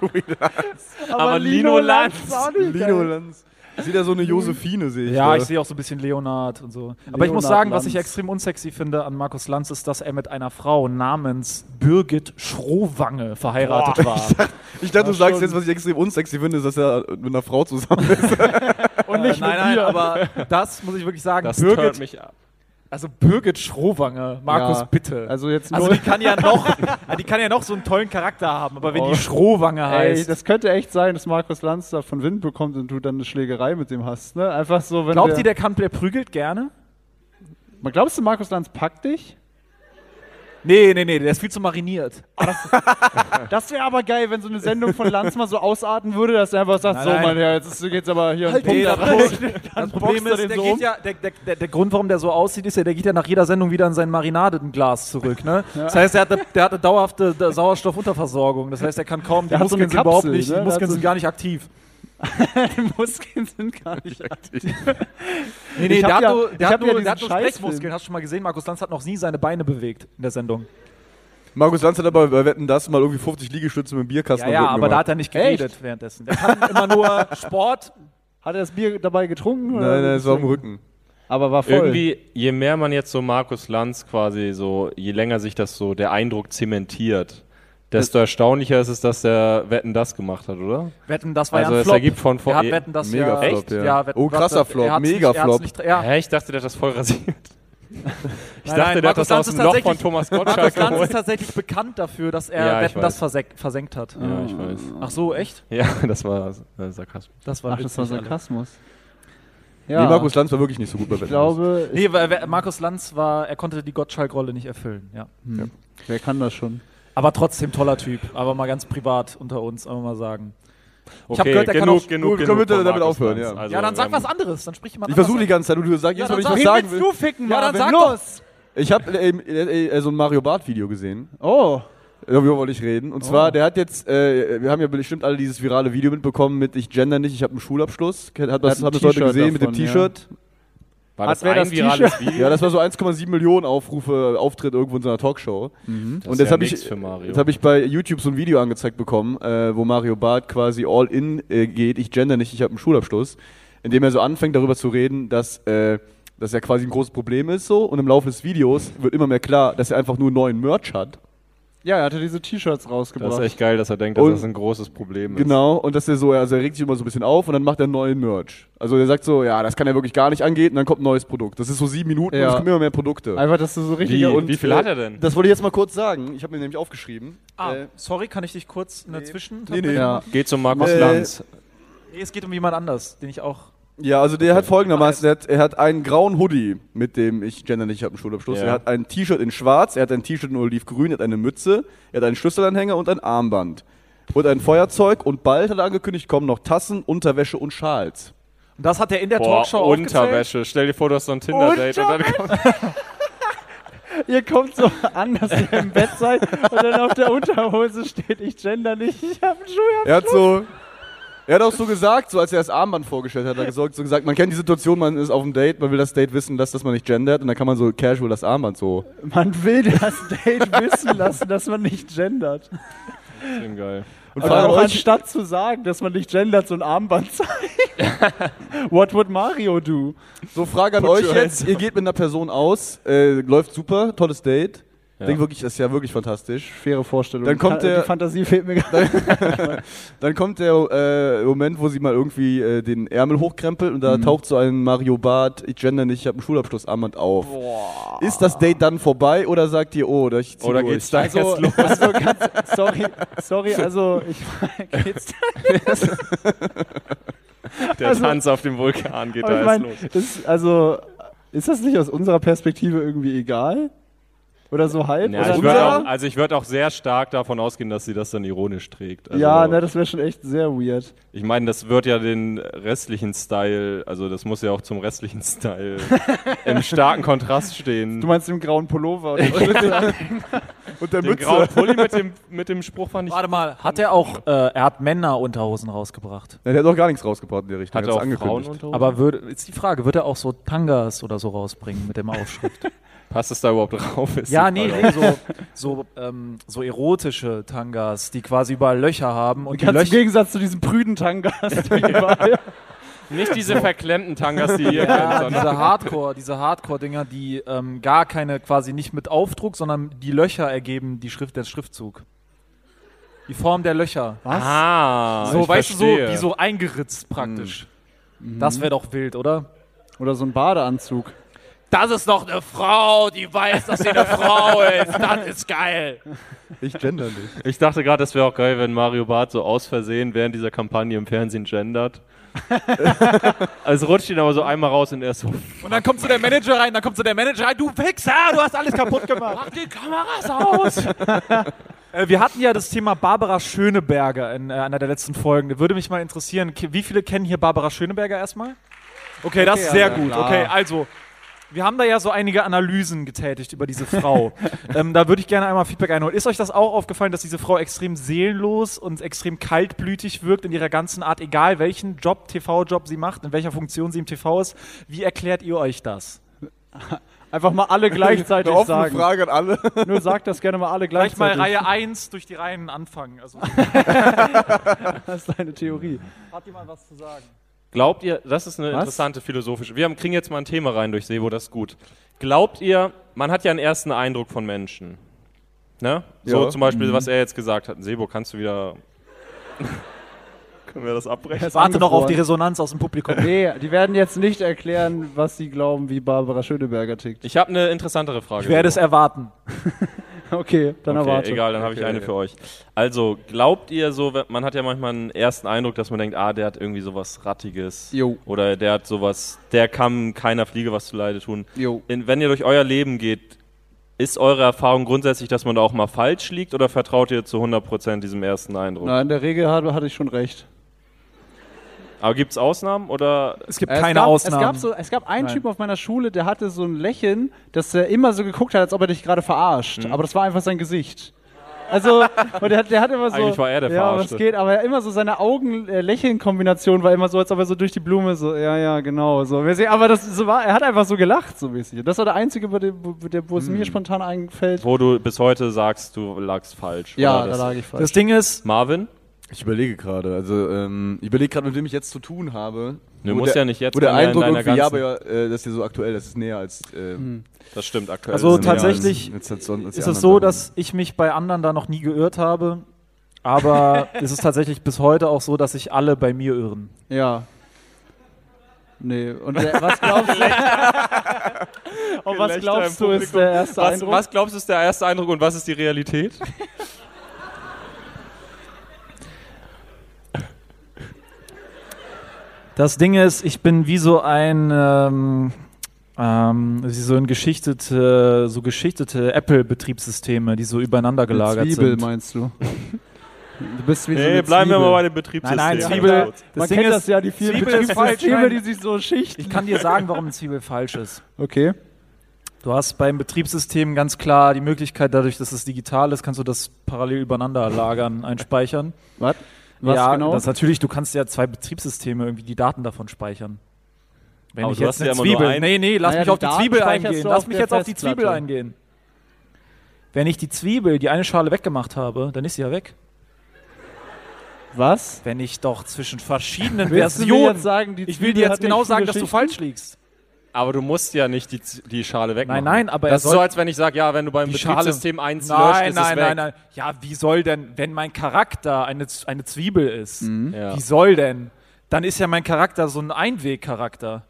[SPEAKER 3] Louis Lanz.
[SPEAKER 6] Aber Aber Lino Lino Lanz. Lanz ist auch nicht
[SPEAKER 3] Lino
[SPEAKER 6] geil.
[SPEAKER 3] Lanz. Ich sehe da so eine Josephine, sehe ich.
[SPEAKER 6] Ja,
[SPEAKER 3] da.
[SPEAKER 6] ich sehe auch so ein bisschen Äh, Leonard und so. Aber ich
[SPEAKER 3] Leonard
[SPEAKER 6] muss sagen, was
[SPEAKER 3] Lanz.
[SPEAKER 6] ich extrem unsexy finde an Markus Lanz, ist, dass er mit einer Frau namens Birgit Schrohwange verheiratet
[SPEAKER 3] Boah,
[SPEAKER 6] war. [LAUGHS]
[SPEAKER 3] Ich dachte, ich dachte du sagst jetzt, was ich extrem unsexy finde, ist, dass er mit einer Frau zusammen [LAUGHS] ist.
[SPEAKER 6] Und nicht
[SPEAKER 1] nein,
[SPEAKER 6] mit
[SPEAKER 1] nein,
[SPEAKER 6] mir.
[SPEAKER 1] aber
[SPEAKER 6] das muss ich wirklich sagen.
[SPEAKER 5] Das turnt mich ab.
[SPEAKER 6] Also Birgit Schrohwange, Markus,
[SPEAKER 1] Ja.
[SPEAKER 6] bitte.
[SPEAKER 1] Also jetzt
[SPEAKER 6] also
[SPEAKER 1] nur-
[SPEAKER 6] die kann ja noch,
[SPEAKER 1] [LAUGHS]
[SPEAKER 6] ah, die kann ja noch so einen tollen Charakter haben, aber wenn die Schrohwange
[SPEAKER 1] Oh. Ey,
[SPEAKER 6] heißt.
[SPEAKER 1] das könnte echt sein, dass Markus Lanz da von Wind bekommt und du dann eine Schlägerei mit dem hast. Ne? Einfach so, wenn
[SPEAKER 6] Glaubt ihr, der kann, der prügelt gerne?
[SPEAKER 1] Man glaubst du, Markus Lanz packt dich?
[SPEAKER 6] Nee, nee, nee, der ist viel zu mariniert.
[SPEAKER 1] Das wäre aber geil, wenn so eine Sendung von Lanz mal so ausarten würde, dass er einfach sagt,
[SPEAKER 6] Nein,
[SPEAKER 1] so
[SPEAKER 6] nein.
[SPEAKER 1] mein Herr, jetzt ist, geht's aber hier
[SPEAKER 6] Halt
[SPEAKER 1] Punkt
[SPEAKER 6] nee,
[SPEAKER 1] ab.
[SPEAKER 6] das Problem- [LAUGHS]
[SPEAKER 1] Dann
[SPEAKER 6] das
[SPEAKER 1] boxt
[SPEAKER 6] Problem
[SPEAKER 1] er
[SPEAKER 6] ist,
[SPEAKER 1] den
[SPEAKER 6] der,
[SPEAKER 1] so
[SPEAKER 6] geht
[SPEAKER 1] um.
[SPEAKER 6] ja, der, der, der, der Grund, warum der so aussieht, ist ja, der geht ja nach jeder Sendung wieder in sein Marinadenglas zurück. Ne? Das heißt, der hat, eine, der hat eine dauerhafte da- Sauerstoffunterversorgung. Das heißt, er kann kaum, die
[SPEAKER 1] Der hat so
[SPEAKER 6] Muskeln sind
[SPEAKER 1] gekapselt,
[SPEAKER 6] überhaupt nicht,
[SPEAKER 1] ne?
[SPEAKER 6] die
[SPEAKER 1] Der hat
[SPEAKER 6] Muskeln
[SPEAKER 1] so-
[SPEAKER 6] sind gar nicht aktiv.
[SPEAKER 1] [LAUGHS] Die Muskeln sind gar nicht aktiv.
[SPEAKER 6] Nee, nee,
[SPEAKER 1] Ich
[SPEAKER 6] der
[SPEAKER 1] hab
[SPEAKER 6] hat
[SPEAKER 1] ja-
[SPEAKER 6] nur,
[SPEAKER 1] ich
[SPEAKER 6] der
[SPEAKER 1] hab
[SPEAKER 6] hat nur,
[SPEAKER 1] ja
[SPEAKER 6] der
[SPEAKER 1] diesen
[SPEAKER 6] hat nur
[SPEAKER 1] Scheißfilm.
[SPEAKER 6] Sprechmuskeln. Hast du schon mal gesehen, Markus Lanz hat noch nie seine Beine bewegt in der Sendung.
[SPEAKER 3] Markus Lanz hat aber bei Wetten das mal irgendwie 50 Liegestütze mit dem Bierkasten
[SPEAKER 6] Ja, ja,
[SPEAKER 3] am Rücken
[SPEAKER 6] aber da
[SPEAKER 3] gemacht.
[SPEAKER 6] hat er nicht geredet währenddessen. Der kann immer nur Sport.
[SPEAKER 1] Hat er das Bier dabei getrunken? oder?
[SPEAKER 3] Nein, nein, es war am Rücken.
[SPEAKER 1] Aber war voll.
[SPEAKER 5] Irgendwie, je mehr man jetzt so Markus Lanz quasi so, je länger sich das so der Eindruck zementiert, desto erstaunlicher ist es, dass der Wetten das gemacht hat, oder? [LAUGHS]
[SPEAKER 6] Wetten, das war
[SPEAKER 5] also
[SPEAKER 6] ja ein
[SPEAKER 5] es
[SPEAKER 6] Flop.
[SPEAKER 5] ergibt von vor
[SPEAKER 6] er hat Wetten, das
[SPEAKER 5] Mega
[SPEAKER 6] ja,
[SPEAKER 5] Flop,
[SPEAKER 6] echt?
[SPEAKER 5] ja.
[SPEAKER 6] Wetten,
[SPEAKER 3] Oh,
[SPEAKER 6] das-
[SPEAKER 3] krasser
[SPEAKER 6] er
[SPEAKER 3] Flop,
[SPEAKER 6] hat's nicht-
[SPEAKER 3] mega
[SPEAKER 6] er hat's
[SPEAKER 3] Flop.
[SPEAKER 6] nicht- ja.
[SPEAKER 5] Hä, ich dachte, der hat das voll rasiert. Ich
[SPEAKER 6] Nein,
[SPEAKER 5] dachte,
[SPEAKER 6] nein,
[SPEAKER 5] der hat das
[SPEAKER 6] Markus Lanz
[SPEAKER 5] aus dem
[SPEAKER 6] ist
[SPEAKER 5] Loch
[SPEAKER 6] tatsächlich-
[SPEAKER 5] von Thomas
[SPEAKER 6] Markus
[SPEAKER 5] Gottschalk
[SPEAKER 6] Lanz ist
[SPEAKER 5] geholt.
[SPEAKER 6] tatsächlich bekannt dafür, dass er
[SPEAKER 5] Ja, ich
[SPEAKER 6] Wetten, das
[SPEAKER 5] weiß.
[SPEAKER 6] versenkt, versenkt hat.
[SPEAKER 5] Ja,
[SPEAKER 3] Ah.
[SPEAKER 5] ich weiß.
[SPEAKER 6] Ach so, echt?
[SPEAKER 5] Ja, das war äh, Sarkasmus.
[SPEAKER 6] Das war
[SPEAKER 1] Ach, das war
[SPEAKER 6] witzig, Alter.
[SPEAKER 1] Sarkasmus.
[SPEAKER 3] Nee, Markus Lanz war wirklich nicht so gut bei Wetten
[SPEAKER 1] Ich glaube,
[SPEAKER 6] Nee, weil, wer- Markus Lanz war, er konnte die Gottschalk-Rolle nicht erfüllen, ja.
[SPEAKER 1] hm. wer kann das schon?
[SPEAKER 6] Aber trotzdem toller Typ. Aber mal ganz privat unter uns, aber mal sagen. Ich hab
[SPEAKER 5] Okay,
[SPEAKER 6] gehört, er kann
[SPEAKER 5] genug,
[SPEAKER 6] auch-
[SPEAKER 5] genug,
[SPEAKER 3] Gut,
[SPEAKER 5] genug.
[SPEAKER 3] können wir
[SPEAKER 5] von
[SPEAKER 3] damit
[SPEAKER 5] Markus
[SPEAKER 3] aufhören,
[SPEAKER 5] Lanz.
[SPEAKER 3] ja.
[SPEAKER 5] Also,
[SPEAKER 6] ja, dann sag
[SPEAKER 5] ähm,
[SPEAKER 6] was anderes, dann sprich jemand
[SPEAKER 3] Ich versuche die
[SPEAKER 6] anderes.
[SPEAKER 3] ganze Zeit und du sagst jedes Mal, wenn ich was
[SPEAKER 6] wen
[SPEAKER 3] sagen
[SPEAKER 6] willst
[SPEAKER 3] will.
[SPEAKER 6] du ficken,
[SPEAKER 1] Ja,
[SPEAKER 6] Marvin?
[SPEAKER 1] dann sag
[SPEAKER 6] Los!
[SPEAKER 1] los!
[SPEAKER 3] Ich habe äh, äh, äh, so ein Mario Barth-Video gesehen.
[SPEAKER 1] Oh,
[SPEAKER 3] Darüber wollte ich reden. Und zwar, der hat jetzt, äh, wir haben ja bestimmt alle dieses virale Video mitbekommen mit Ich gender nicht, ich habe einen Schulabschluss. Hat, hat das,
[SPEAKER 1] ein
[SPEAKER 3] hat das Leute
[SPEAKER 1] T-Shirt
[SPEAKER 3] gesehen mit dem
[SPEAKER 1] davon, ja.
[SPEAKER 3] T-Shirt?
[SPEAKER 5] War
[SPEAKER 1] Hat
[SPEAKER 5] das
[SPEAKER 1] wer
[SPEAKER 5] ein
[SPEAKER 1] das
[SPEAKER 5] virales
[SPEAKER 1] T-Shirt?
[SPEAKER 5] Video?
[SPEAKER 3] Ja, das war so 1,7 Millionen Aufrufe, äh, Auftritt irgendwo in so einer Talkshow.
[SPEAKER 5] Das
[SPEAKER 3] Und
[SPEAKER 5] ist
[SPEAKER 3] jetzt
[SPEAKER 5] ja
[SPEAKER 3] habe
[SPEAKER 5] nix
[SPEAKER 3] ich,
[SPEAKER 5] für Mario.
[SPEAKER 3] jetzt hab ich bei YouTube so ein Video angezeigt bekommen, äh, wo Mario Barth quasi all in äh, geht, ich gender nicht, ich habe einen Schulabschluss, indem er so anfängt darüber zu reden, dass äh, das ja quasi ein großes Problem ist so und im Laufe des Videos wird immer mehr klar, dass er einfach nur neuen Merch hat.
[SPEAKER 1] Ja, er hatte diese T-Shirts rausgebracht.
[SPEAKER 5] Das ist echt geil, dass er denkt, dass
[SPEAKER 3] Und-
[SPEAKER 5] das ein großes Problem ist.
[SPEAKER 3] Genau, und dass er so, also er regt sich immer so ein bisschen auf und dann macht er neuen Merch. Also er sagt so, ja, das kann er wirklich gar nicht angehen, und dann kommt ein neues Produkt. Das ist so sieben Minuten
[SPEAKER 1] Ja.
[SPEAKER 3] und es kommen immer mehr Produkte.
[SPEAKER 1] Einfach, dass du so richtig- Wie?
[SPEAKER 3] und
[SPEAKER 5] Wie viel hat er denn?
[SPEAKER 3] Äh, Das wollte ich jetzt mal kurz sagen. Ich habe mir nämlich aufgeschrieben. Äh,
[SPEAKER 6] Ah, sorry, kann ich dich kurz eine Zwischen?
[SPEAKER 5] Geht zum Markus
[SPEAKER 3] Äh,
[SPEAKER 5] Lanz.
[SPEAKER 6] Nee, es geht um jemand anders, den ich auch.
[SPEAKER 3] Ja, also der hat folgendermaßen, der hat, er hat einen grauen Hoodie, mit dem ich gender nicht habe einen Schulabschluss.
[SPEAKER 5] Ja.
[SPEAKER 3] Er hat ein T-Shirt in schwarz, er hat ein T-Shirt in olivgrün, er hat eine Mütze, er hat einen Schlüsselanhänger und ein Armband. Und ein Feuerzeug und bald hat er angekündigt, kommen noch Tassen, Unterwäsche und Schals.
[SPEAKER 6] Und das hat er in der
[SPEAKER 5] Boah,
[SPEAKER 6] Talkshow aufgezählt.
[SPEAKER 5] Unterwäsche. Stell dir vor, du hast so ein Tinder-Date und dann kommt
[SPEAKER 1] Ihr
[SPEAKER 6] [LAUGHS]
[SPEAKER 1] kommt so an, dass ihr im Bett seid und dann auf der Unterhose steht, ich gender nicht, ich hab einen Schuh.
[SPEAKER 3] Er hat so. Er hat auch so gesagt, so als er das Armband vorgestellt hat, hat er gesagt, so gesagt, man kennt die Situation, man ist auf dem Date, man will das Date wissen, dass, dass man nicht gendert und dann kann man so casual das Armband so.
[SPEAKER 1] Man will das Date wissen lassen, dass man nicht gendert.
[SPEAKER 5] Extrem geil.
[SPEAKER 1] Und
[SPEAKER 3] vor allem
[SPEAKER 1] Aber auch
[SPEAKER 3] euch-
[SPEAKER 1] anstatt zu sagen, dass man nicht gendert, so ein Armband zeigt. What would Mario do?
[SPEAKER 3] So, Frage an
[SPEAKER 1] Put
[SPEAKER 3] euch
[SPEAKER 1] your
[SPEAKER 3] jetzt,
[SPEAKER 1] hands
[SPEAKER 3] ihr geht mit einer Person aus, äh, läuft super, tolles Date.
[SPEAKER 1] Ja.
[SPEAKER 3] Denk wirklich, das ist ja wirklich fantastisch.
[SPEAKER 1] Faire Vorstellung.
[SPEAKER 3] Dann
[SPEAKER 1] Ka-
[SPEAKER 3] kommt der,
[SPEAKER 1] die Fantasie fehlt mir gerade.
[SPEAKER 3] dann kommt der äh, Moment, wo sie mal irgendwie äh, den Ärmel hochkrempelt und da
[SPEAKER 5] Mhm.
[SPEAKER 3] taucht so ein Mario Bart, ich gender nicht, ich habe einen Schulabschluss Armband auf. Ist das Date dann vorbei oder sagt ihr, oh, da ich zieh
[SPEAKER 5] Oder
[SPEAKER 3] durch?
[SPEAKER 5] geht's da
[SPEAKER 3] Also-
[SPEAKER 5] jetzt los?
[SPEAKER 1] Also ganz, sorry, sorry, also ich geht's
[SPEAKER 5] der
[SPEAKER 1] Also-
[SPEAKER 5] Tanz auf dem Vulkan geht
[SPEAKER 1] Aber
[SPEAKER 5] da
[SPEAKER 1] ich
[SPEAKER 5] jetzt
[SPEAKER 1] mein,
[SPEAKER 5] los.
[SPEAKER 1] ist, also ist das nicht aus unserer Perspektive irgendwie egal? Oder so halb?
[SPEAKER 5] Ja,
[SPEAKER 1] oder
[SPEAKER 5] ich würd
[SPEAKER 1] unserer?
[SPEAKER 5] auch, also ich würde auch sehr stark davon ausgehen, dass sie das dann ironisch trägt. Also
[SPEAKER 1] ja, ne, das wäre schon echt sehr weird.
[SPEAKER 5] ich meine, das wird ja den restlichen Style, also das muss ja auch zum restlichen Style im starken Kontrast stehen.
[SPEAKER 1] Du meinst im grauen
[SPEAKER 5] [LAUGHS]
[SPEAKER 1] Pullover oder
[SPEAKER 3] und der
[SPEAKER 5] Den grauen Pulli mit dem, mit dem Spruch fand ich
[SPEAKER 6] Warte mal, hat er auch, äh, er hat Männer-Unterhosen rausgebracht.
[SPEAKER 3] Ja, der hat doch gar nichts rausgebracht in der Richtung.
[SPEAKER 5] Hat er
[SPEAKER 3] hat's
[SPEAKER 5] auch Frauenunterhosen?
[SPEAKER 6] Aber würde, ist die Frage, wird er auch so Tangas oder so rausbringen mit dem Aufschrift?
[SPEAKER 5] Passt es da überhaupt drauf? Ist
[SPEAKER 6] [LAUGHS] ja,
[SPEAKER 5] die
[SPEAKER 6] nee,
[SPEAKER 5] Frage.
[SPEAKER 6] nee so, so, ähm, so erotische Tangas, die quasi überall Löcher haben. Und die
[SPEAKER 1] Ganz im
[SPEAKER 6] Löcher,
[SPEAKER 1] Gegensatz zu diesem prüden Tangas, die überall.
[SPEAKER 5] Nicht diese verklemmten Tangas, die ihr kennt,
[SPEAKER 6] ja,
[SPEAKER 5] sondern
[SPEAKER 6] diese Hardcore, diese Hardcore-Dinger, die ähm, gar keine quasi nicht mit Aufdruck, sondern die Löcher ergeben die Schrift, den Schriftzug. Die Form der Löcher.
[SPEAKER 5] Was? Ah,
[SPEAKER 6] so,
[SPEAKER 5] ich
[SPEAKER 6] weißt du,
[SPEAKER 5] verstehe. Hm. Mhm.
[SPEAKER 6] so, wie so eingeritzt praktisch. Das wäre doch wild, oder?
[SPEAKER 1] Oder so ein Badeanzug.
[SPEAKER 14] Das ist doch eine Frau, die weiß, dass sie eine Frau ist. Das ist geil.
[SPEAKER 3] Ich gender nicht.
[SPEAKER 5] Ich dachte gerade, das wäre auch geil, wenn Mario Barth so aus Versehen während dieser Kampagne im
[SPEAKER 6] [LAUGHS]
[SPEAKER 5] Fernsehen gendert. also rutscht ihn aber so einmal raus und er ist so.
[SPEAKER 6] Und dann kommt so der Manager rein, dann kommt so der Manager rein, du Wichser, du hast alles kaputt gemacht. Mach die Kameras aus. [LAUGHS] Äh, Wir hatten ja das Thema Barbara Schöneberger in äh, einer der letzten Folgen. Würde mich mal interessieren, ki- wie viele kennen hier Barbara Schöneberger erstmal? Okay, das
[SPEAKER 1] Okay,
[SPEAKER 6] ist sehr
[SPEAKER 1] ja,
[SPEAKER 6] gut.
[SPEAKER 1] klar.
[SPEAKER 6] Okay, also, wir haben da ja so einige Analysen getätigt über diese [LAUGHS] Frau. ähm, da würde ich gerne einmal Feedback einholen. Ist euch das auch aufgefallen, dass diese Frau extrem seelenlos und extrem kaltblütig wirkt in ihrer ganzen Art, egal welchen Job, TV-Job sie macht, in welcher Funktion sie im TV ist? Wie erklärt ihr euch das?
[SPEAKER 1] Einfach mal alle gleichzeitig
[SPEAKER 6] Eine offene
[SPEAKER 1] sagen.
[SPEAKER 6] Frage
[SPEAKER 3] an alle.
[SPEAKER 1] [LAUGHS] Nur sagt das gerne mal alle
[SPEAKER 6] Vielleicht
[SPEAKER 1] gleichzeitig.
[SPEAKER 6] mal Reihe 1 durch die Reihen anfangen. Also.
[SPEAKER 1] Das ist eine Theorie.
[SPEAKER 6] Hat jemand was zu sagen?
[SPEAKER 5] Glaubt ihr, das ist eine
[SPEAKER 6] Was?
[SPEAKER 5] interessante philosophische. Wir haben, kriegen jetzt mal ein Thema rein durch Sebo, das ist gut. Glaubt ihr, man hat ja einen ersten Eindruck von Menschen. Ne? So
[SPEAKER 3] Ja.
[SPEAKER 5] zum Beispiel,
[SPEAKER 3] Mhm.
[SPEAKER 5] was er jetzt gesagt hat. Sebo, kannst du wieder. Können wir das abbrechen?
[SPEAKER 1] ist Warte noch auf die angefroren.
[SPEAKER 6] Resonanz aus dem Publikum.
[SPEAKER 1] Nee, die werden jetzt nicht erklären, was sie glauben, wie Barbara Schöneberger tickt.
[SPEAKER 5] Ich habe eine interessantere Frage.
[SPEAKER 6] Ich werde es
[SPEAKER 5] Sebo.
[SPEAKER 6] erwarten.
[SPEAKER 1] [LAUGHS] Okay, dann
[SPEAKER 5] okay,
[SPEAKER 1] erwarte.
[SPEAKER 5] Egal, dann habe ich
[SPEAKER 1] Okay.
[SPEAKER 5] eine für euch. Also, glaubt ihr so, wenn- man hat ja manchmal einen ersten Eindruck, dass man denkt, ah, der hat irgendwie sowas Rattiges.
[SPEAKER 3] Jo.
[SPEAKER 5] Oder der hat sowas, der kann keiner Fliege was zuleide tun.
[SPEAKER 3] Jo.
[SPEAKER 5] In, wenn ihr durch euer Leben geht, ist eure Erfahrung grundsätzlich, dass man da auch mal falsch liegt oder vertraut ihr zu 100% diesem ersten Eindruck?
[SPEAKER 1] Na, in der Regel hatte, hatte ich schon recht.
[SPEAKER 5] Aber gibt es Ausnahmen oder?
[SPEAKER 6] Es gibt
[SPEAKER 1] Äh, Es gab, Es gab, so, es gab einen
[SPEAKER 5] Nein.
[SPEAKER 1] Typen auf meiner Schule, der hatte so ein Lächeln, dass er immer so geguckt hat, als ob er dich gerade verarscht.
[SPEAKER 5] Mhm.
[SPEAKER 1] Aber das war einfach sein Gesicht.
[SPEAKER 5] [LAUGHS]
[SPEAKER 1] Also, und der, hat- der hat immer so.
[SPEAKER 5] Eigentlich war er der
[SPEAKER 1] Ja, was
[SPEAKER 5] Verarschte.
[SPEAKER 1] geht, aber immer so seine Augen-Lächeln-Kombination war immer so, als ob er so durch die Blume so, ja, ja, genau. So. mäßig. Aber das so war, er hat einfach so gelacht, so mäßig. Und das war der einzige, über den, wo, der- wo es mir spontan eingefällt.
[SPEAKER 5] Hm. Wo du bis heute sagst, du lagst falsch.
[SPEAKER 1] Ja,
[SPEAKER 5] oder
[SPEAKER 1] da
[SPEAKER 5] das-
[SPEAKER 1] lag ich falsch.
[SPEAKER 6] Das Ding ist.
[SPEAKER 5] Marvin?
[SPEAKER 3] Ich überlege gerade, also ähm, ich überlege gerade, mit wem ich jetzt zu tun habe.
[SPEAKER 5] Du
[SPEAKER 3] Wo
[SPEAKER 5] musst
[SPEAKER 3] der-
[SPEAKER 5] ja nicht jetzt,
[SPEAKER 3] Wo der
[SPEAKER 5] kann ja in
[SPEAKER 3] Eindruck
[SPEAKER 5] deiner
[SPEAKER 3] irgendwie, ja,
[SPEAKER 5] ganzen-
[SPEAKER 3] aber äh, das ist ja so aktuell, das ist näher als. Äh,
[SPEAKER 5] Hm. Das stimmt, aktuell
[SPEAKER 3] ist
[SPEAKER 6] Also
[SPEAKER 3] es näher als-
[SPEAKER 6] tatsächlich
[SPEAKER 3] als- als- als die
[SPEAKER 6] ist es
[SPEAKER 3] anderen
[SPEAKER 6] so,
[SPEAKER 3] Sachen.
[SPEAKER 6] dass ich mich bei anderen da noch nie geirrt habe.
[SPEAKER 1] [LAUGHS]
[SPEAKER 6] Aber es ist tatsächlich bis heute auch so, dass sich alle bei mir irren.
[SPEAKER 1] Ja. Nee, und
[SPEAKER 5] [LAUGHS]
[SPEAKER 1] der, was glaubst du? und was
[SPEAKER 5] Gelächter
[SPEAKER 1] glaubst
[SPEAKER 5] im
[SPEAKER 1] du ist
[SPEAKER 5] Publikum.
[SPEAKER 1] der erste
[SPEAKER 5] was,
[SPEAKER 1] Eindruck?
[SPEAKER 5] Was glaubst du ist der erste Eindruck und was ist die Realität?
[SPEAKER 6] Das Ding ist, ich bin wie so ein ähm, ähm, wie so ein geschichtete, so geschichtete Apple-Betriebssysteme, die so übereinander gelagert
[SPEAKER 1] Zwiebel,
[SPEAKER 6] sind.
[SPEAKER 5] [LAUGHS]
[SPEAKER 1] meinst du? Du bist wie so
[SPEAKER 5] Nee,
[SPEAKER 1] eine
[SPEAKER 5] bleiben wir
[SPEAKER 1] Zwiebel.
[SPEAKER 5] mal bei den Betriebssystemen.
[SPEAKER 6] Nein, nein,
[SPEAKER 5] Ja,
[SPEAKER 6] Zwiebel.
[SPEAKER 5] kurz.
[SPEAKER 1] Man kennt das ja, die vielen
[SPEAKER 6] Zwiebel ist falsch.
[SPEAKER 1] Betriebssysteme,
[SPEAKER 6] Nein.
[SPEAKER 1] die sich so schichten.
[SPEAKER 6] Ich kann dir sagen, warum eine Zwiebel falsch ist.
[SPEAKER 1] Okay.
[SPEAKER 6] Du hast beim Betriebssystem ganz klar die Möglichkeit, dadurch, dass es digital ist, kannst du das parallel übereinander lagern, einspeichern.
[SPEAKER 1] Was? Was
[SPEAKER 6] ja,
[SPEAKER 1] genau?
[SPEAKER 6] das natürlich, du kannst ja zwei Betriebssysteme irgendwie die Daten davon speichern. Wenn
[SPEAKER 5] Aber
[SPEAKER 6] ich
[SPEAKER 5] du
[SPEAKER 6] jetzt
[SPEAKER 5] hast
[SPEAKER 6] eine
[SPEAKER 5] ja immer nur
[SPEAKER 6] Zwiebel.
[SPEAKER 5] ein-
[SPEAKER 6] Nee, nee, lass
[SPEAKER 1] Naja,
[SPEAKER 6] mich
[SPEAKER 1] die
[SPEAKER 6] auf die
[SPEAKER 1] Daten
[SPEAKER 6] Zwiebel
[SPEAKER 1] speicherst
[SPEAKER 6] eingehen.
[SPEAKER 1] du
[SPEAKER 6] Lass
[SPEAKER 1] auf
[SPEAKER 6] mich
[SPEAKER 1] der
[SPEAKER 6] jetzt auf die
[SPEAKER 1] Festplatte.
[SPEAKER 6] Zwiebel eingehen. Wenn ich die Zwiebel, die eine Schale weggemacht habe, dann ist sie ja weg.
[SPEAKER 1] Was?
[SPEAKER 6] Wenn ich doch zwischen verschiedenen
[SPEAKER 1] Willst du mir
[SPEAKER 6] Versionen.
[SPEAKER 1] jetzt sagen, die
[SPEAKER 6] ich will dir
[SPEAKER 1] Zwiebel
[SPEAKER 6] jetzt
[SPEAKER 1] hat
[SPEAKER 6] genau
[SPEAKER 1] nicht
[SPEAKER 6] sagen,
[SPEAKER 1] viele
[SPEAKER 6] dass du
[SPEAKER 1] Schichten?
[SPEAKER 6] falsch liegst.
[SPEAKER 5] Aber du musst ja nicht die, Z- die Schale wegmachen.
[SPEAKER 6] Nein, nein, aber er
[SPEAKER 5] Das ist
[SPEAKER 6] soll-
[SPEAKER 5] so, als wenn ich sage, ja, wenn du beim
[SPEAKER 6] Die Schale-
[SPEAKER 5] Betriebssystem 1
[SPEAKER 6] nein,
[SPEAKER 5] löscht, ist
[SPEAKER 6] nein,
[SPEAKER 5] es weg.
[SPEAKER 6] Nein, nein, Ja, wie soll denn, wenn mein Charakter eine, Z- eine Zwiebel ist,
[SPEAKER 5] Ja.
[SPEAKER 6] wie soll denn? Dann ist ja mein Charakter so ein Einwegcharakter.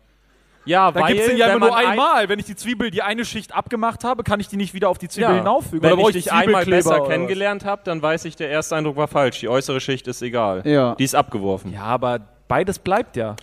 [SPEAKER 5] Ja,
[SPEAKER 6] Da
[SPEAKER 5] weil
[SPEAKER 6] gibt es den ja
[SPEAKER 5] wenn
[SPEAKER 6] immer nur
[SPEAKER 5] man ein-
[SPEAKER 6] einmal. wenn ich die Zwiebel, die eine Schicht abgemacht habe, kann ich die nicht wieder auf die Zwiebel hinauffügen.
[SPEAKER 5] Wenn
[SPEAKER 6] Oder brauche
[SPEAKER 5] ich dich
[SPEAKER 6] einen
[SPEAKER 5] einmal
[SPEAKER 6] Zwiebelkleber
[SPEAKER 5] besser
[SPEAKER 6] oder was?
[SPEAKER 5] kennengelernt habe, dann weiß ich, der erste Eindruck war falsch. Die äußere Schicht ist egal.
[SPEAKER 6] Ja.
[SPEAKER 5] Die ist abgeworfen.
[SPEAKER 6] Ja, aber beides bleibt ja.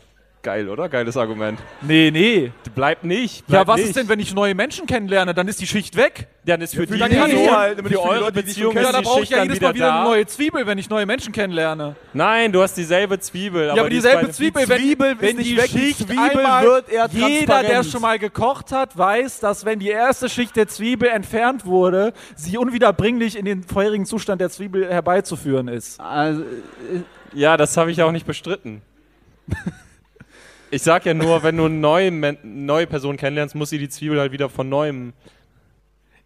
[SPEAKER 5] Geil, oder? Geiles Argument.
[SPEAKER 6] Nee, nee.
[SPEAKER 5] Bleibt nicht.
[SPEAKER 6] Ja,
[SPEAKER 5] Bleibt
[SPEAKER 6] was
[SPEAKER 5] nicht.
[SPEAKER 6] ist denn, wenn ich neue Menschen kennenlerne? Dann ist die Schicht weg.
[SPEAKER 5] Dann ist für die
[SPEAKER 6] dann
[SPEAKER 5] Person,
[SPEAKER 6] kann ich ja-
[SPEAKER 5] halt, damit für eure Beziehung
[SPEAKER 6] Ja,
[SPEAKER 5] ist
[SPEAKER 6] da
[SPEAKER 5] die
[SPEAKER 6] brauche ich
[SPEAKER 5] Schicht
[SPEAKER 6] ja
[SPEAKER 5] dann
[SPEAKER 6] jedes Mal
[SPEAKER 5] wieder
[SPEAKER 6] wieder
[SPEAKER 5] da.
[SPEAKER 6] eine neue Zwiebel, wenn ich neue Menschen kennenlerne.
[SPEAKER 5] Nein, du hast dieselbe Zwiebel.
[SPEAKER 6] Ja, aber
[SPEAKER 5] die ist
[SPEAKER 6] dieselbe
[SPEAKER 5] bei-
[SPEAKER 6] Zwiebel,
[SPEAKER 5] Die
[SPEAKER 6] wenn,
[SPEAKER 5] Zwiebel
[SPEAKER 6] wenn
[SPEAKER 5] ist
[SPEAKER 6] die
[SPEAKER 5] nicht weg.
[SPEAKER 6] Schicht
[SPEAKER 5] Die
[SPEAKER 6] einmal,
[SPEAKER 5] wird
[SPEAKER 3] eher
[SPEAKER 6] jeder,
[SPEAKER 3] transparent.
[SPEAKER 6] der schon mal gekocht hat, weiß, dass wenn die erste Schicht der Zwiebel entfernt wurde, sie unwiederbringlich in den vorherigen Zustand der Zwiebel herbeizuführen ist.
[SPEAKER 1] Also,
[SPEAKER 5] Ja, das habe ich auch nicht bestritten. Ich sag ja nur, wenn du eine neue, Men- neue Person kennenlernst, muss sie die Zwiebel halt wieder von neuem.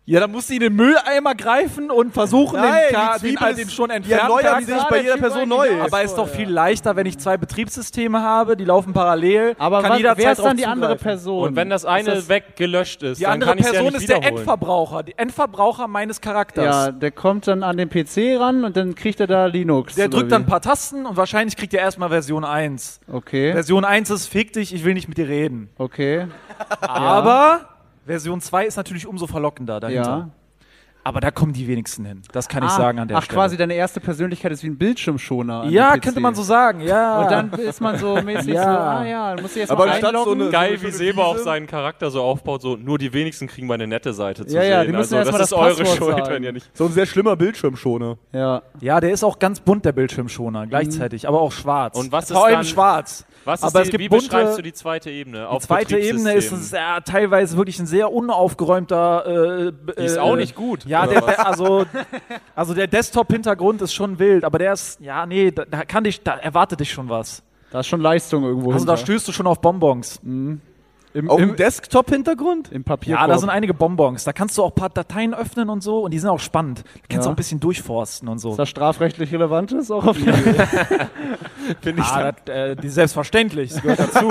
[SPEAKER 6] ja, dann muss sie in den Mülleimer greifen und versuchen,
[SPEAKER 5] Nein,
[SPEAKER 6] den, Ka-
[SPEAKER 5] die
[SPEAKER 6] den,
[SPEAKER 5] Zwiebel
[SPEAKER 6] äh, den
[SPEAKER 5] ist-
[SPEAKER 6] schon
[SPEAKER 5] die
[SPEAKER 6] entfernten
[SPEAKER 5] erneuert
[SPEAKER 6] Charakter-
[SPEAKER 5] sich bei jeder Person neu.
[SPEAKER 6] Aber ist doch viel leichter, wenn ich zwei Betriebssysteme habe, die laufen parallel. Aber kann
[SPEAKER 1] was-
[SPEAKER 6] jederzeit
[SPEAKER 1] wer ist dann
[SPEAKER 6] drauf
[SPEAKER 1] die andere
[SPEAKER 6] zugreifen.
[SPEAKER 1] Person?
[SPEAKER 5] Und wenn das eine
[SPEAKER 6] das-
[SPEAKER 5] weggelöscht ist,
[SPEAKER 6] Die
[SPEAKER 5] dann
[SPEAKER 6] andere
[SPEAKER 5] kann ich ja
[SPEAKER 6] Person
[SPEAKER 5] nicht
[SPEAKER 6] ist der
[SPEAKER 5] wiederholen.
[SPEAKER 6] Endverbraucher, die Endverbraucher meines Charakters.
[SPEAKER 1] Ja, der kommt dann an den PC ran und dann kriegt er da Linux.
[SPEAKER 6] Der
[SPEAKER 1] oder
[SPEAKER 6] drückt dann ein
[SPEAKER 1] wie?
[SPEAKER 6] paar Tasten und wahrscheinlich kriegt er erstmal Version 1.
[SPEAKER 1] Okay.
[SPEAKER 6] Version 1 ist fick dich, ich will nicht mit dir reden.
[SPEAKER 1] Okay.
[SPEAKER 6] Aber Version 2 ist natürlich umso verlockender dahinter.
[SPEAKER 1] Ja.
[SPEAKER 6] Aber da kommen die wenigsten hin. Das kann ich
[SPEAKER 1] Ah,
[SPEAKER 6] sagen an der
[SPEAKER 1] Ach,
[SPEAKER 6] Stelle.
[SPEAKER 1] quasi deine erste Persönlichkeit ist wie ein Bildschirmschoner. an
[SPEAKER 6] Ja,
[SPEAKER 1] dem PC.
[SPEAKER 6] könnte man so sagen, ja.
[SPEAKER 1] Und dann ist man so mäßig
[SPEAKER 6] Ja.
[SPEAKER 1] so, ah ja, dann muss ich erst mal einloggen.
[SPEAKER 5] geil, wie Seba auch seinen Charakter so aufbaut, so nur die wenigsten kriegen meine nette Seite zu
[SPEAKER 1] Ja,
[SPEAKER 5] sehen.
[SPEAKER 1] ja, die müssen
[SPEAKER 5] also,
[SPEAKER 1] erst mal
[SPEAKER 5] das,
[SPEAKER 1] das
[SPEAKER 5] ist eure
[SPEAKER 1] Passwort
[SPEAKER 5] Schuld,
[SPEAKER 1] sagen.
[SPEAKER 5] wenn ihr nicht.
[SPEAKER 3] So ein sehr schlimmer Bildschirmschoner.
[SPEAKER 1] Ja.
[SPEAKER 6] ja, der ist auch ganz bunt, der Bildschirmschoner, gleichzeitig,
[SPEAKER 1] Mhm.
[SPEAKER 6] aber auch schwarz.
[SPEAKER 5] Und was ist
[SPEAKER 6] Vor allem
[SPEAKER 5] dann-
[SPEAKER 6] schwarz.
[SPEAKER 5] Was ist
[SPEAKER 6] aber
[SPEAKER 5] die,
[SPEAKER 6] es gibt
[SPEAKER 5] wie
[SPEAKER 6] bunte,
[SPEAKER 5] beschreibst du die zweite Ebene?
[SPEAKER 6] Die zweite Ebene ist es, ja, teilweise wirklich ein sehr unaufgeräumter. Äh, b-
[SPEAKER 5] Die ist
[SPEAKER 6] äh,
[SPEAKER 5] auch nicht gut,
[SPEAKER 6] Ja,
[SPEAKER 5] oder
[SPEAKER 6] der,
[SPEAKER 5] was?
[SPEAKER 6] der, also, also der Desktop-Hintergrund ist schon wild, aber der ist, ja, nee, da, da kann dich, da erwartet dich schon was.
[SPEAKER 1] Da ist schon Leistung irgendwo.
[SPEAKER 6] Also da
[SPEAKER 1] hinter.
[SPEAKER 6] stößt du schon auf Bonbons. Hm?
[SPEAKER 1] Im,
[SPEAKER 3] Auch
[SPEAKER 1] im,
[SPEAKER 3] im Desktop-Hintergrund?
[SPEAKER 1] Im Papier.
[SPEAKER 6] Ja, da sind einige Bonbons. Da kannst du auch ein paar Dateien öffnen und so und die sind auch spannend. Da kannst du
[SPEAKER 1] Ja.
[SPEAKER 6] auch ein bisschen durchforsten und so.
[SPEAKER 1] Ist das strafrechtlich relevant ist auch auf jeden Fall.
[SPEAKER 6] Finde ich ah, das, äh, die selbstverständlich, das gehört dazu.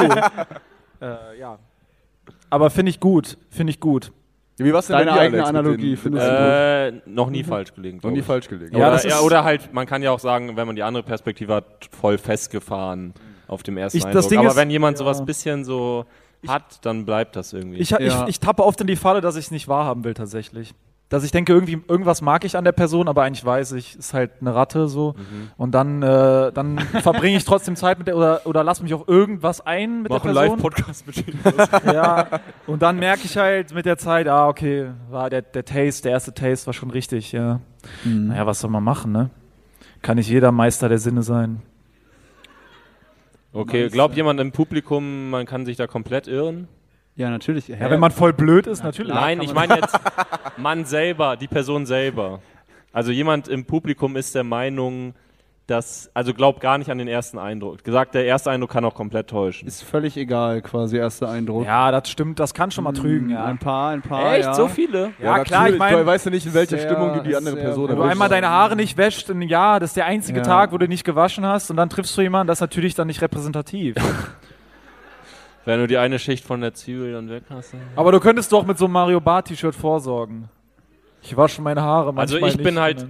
[SPEAKER 6] äh, ja. Aber finde ich gut, finde ich gut.
[SPEAKER 3] Wie war's denn
[SPEAKER 1] Deine
[SPEAKER 3] bei dir,
[SPEAKER 1] eigene
[SPEAKER 3] Alex, mit
[SPEAKER 1] Analogie
[SPEAKER 3] den-
[SPEAKER 1] findest
[SPEAKER 3] mit den-
[SPEAKER 5] Äh, noch
[SPEAKER 6] Mhm.
[SPEAKER 5] nie falsch gelegen.
[SPEAKER 3] Noch
[SPEAKER 5] glaub
[SPEAKER 3] nie
[SPEAKER 5] ich.
[SPEAKER 3] falsch gelegen.
[SPEAKER 6] Ja,
[SPEAKER 5] oder,
[SPEAKER 6] das ist-
[SPEAKER 5] ja, oder halt, man kann ja auch sagen, wenn man die andere Perspektive hat, voll festgefahren auf dem ersten
[SPEAKER 6] Ich- das
[SPEAKER 5] Eindruck.
[SPEAKER 6] Ding
[SPEAKER 5] Aber
[SPEAKER 6] ist-
[SPEAKER 5] wenn jemand
[SPEAKER 6] ja.
[SPEAKER 5] sowas bisschen so hat, dann bleibt das irgendwie.
[SPEAKER 6] Ich, ha- ich, ich tappe oft in die Falle, dass ich es nicht wahrhaben will, tatsächlich. Dass ich denke, irgendwie, irgendwas mag ich an der Person, aber eigentlich weiß ich, ist halt eine Ratte so.
[SPEAKER 5] Mhm.
[SPEAKER 6] Und dann, äh, dann verbringe ich trotzdem Zeit mit der oder, oder lass mich auf irgendwas ein mit
[SPEAKER 5] Mach
[SPEAKER 6] der
[SPEAKER 5] einen
[SPEAKER 6] Person.
[SPEAKER 5] Live-Podcast mit ihm.
[SPEAKER 6] [LAUGHS] ja. Und dann merke ich halt mit der Zeit, ah, okay, war der, der Taste, der erste Taste war schon richtig, ja. Naja, was soll man machen, ne? Kann nicht jeder Meister der Sinne sein.
[SPEAKER 5] Okay, glaubt jemand im Publikum, man kann sich da komplett irren?
[SPEAKER 1] Ja, natürlich.
[SPEAKER 6] Ja, wenn man voll blöd ist, natürlich.
[SPEAKER 5] Nein, ich [LAUGHS] meine jetzt man selber, die Person selber. Also jemand im Publikum ist der Meinung, dass, also glaubt gar nicht an den ersten Eindruck. Gesagt, der erste Eindruck kann auch komplett täuschen.
[SPEAKER 1] Ist völlig egal, quasi erster Eindruck.
[SPEAKER 6] Ja, das stimmt, das kann schon
[SPEAKER 5] Mhm.
[SPEAKER 6] mal trügen, ja.
[SPEAKER 1] Ein paar, ein paar.
[SPEAKER 5] Echt?
[SPEAKER 1] ja.
[SPEAKER 5] So viele?
[SPEAKER 6] Ja, klar, ich
[SPEAKER 3] natürlich.
[SPEAKER 6] meine.
[SPEAKER 3] Du weißt ja nicht, in welcher
[SPEAKER 1] sehr-
[SPEAKER 3] Stimmung du die andere
[SPEAKER 1] sehr
[SPEAKER 3] Person
[SPEAKER 6] Wenn du einmal deine Haare nicht wäscht, ein Jahr, das ist der einzige
[SPEAKER 1] Ja.
[SPEAKER 6] Tag, wo du nicht gewaschen hast und dann triffst du jemanden, das ist natürlich dann nicht repräsentativ. [LAUGHS]
[SPEAKER 5] Wenn du die eine Schicht von der Zwiebel dann weg hast. dann-
[SPEAKER 6] Aber du könntest doch mit so einem Mario Bart-T-Shirt vorsorgen. Ich wasche meine Haare
[SPEAKER 5] Also
[SPEAKER 6] manchmal
[SPEAKER 5] ich
[SPEAKER 6] nicht.
[SPEAKER 5] bin halt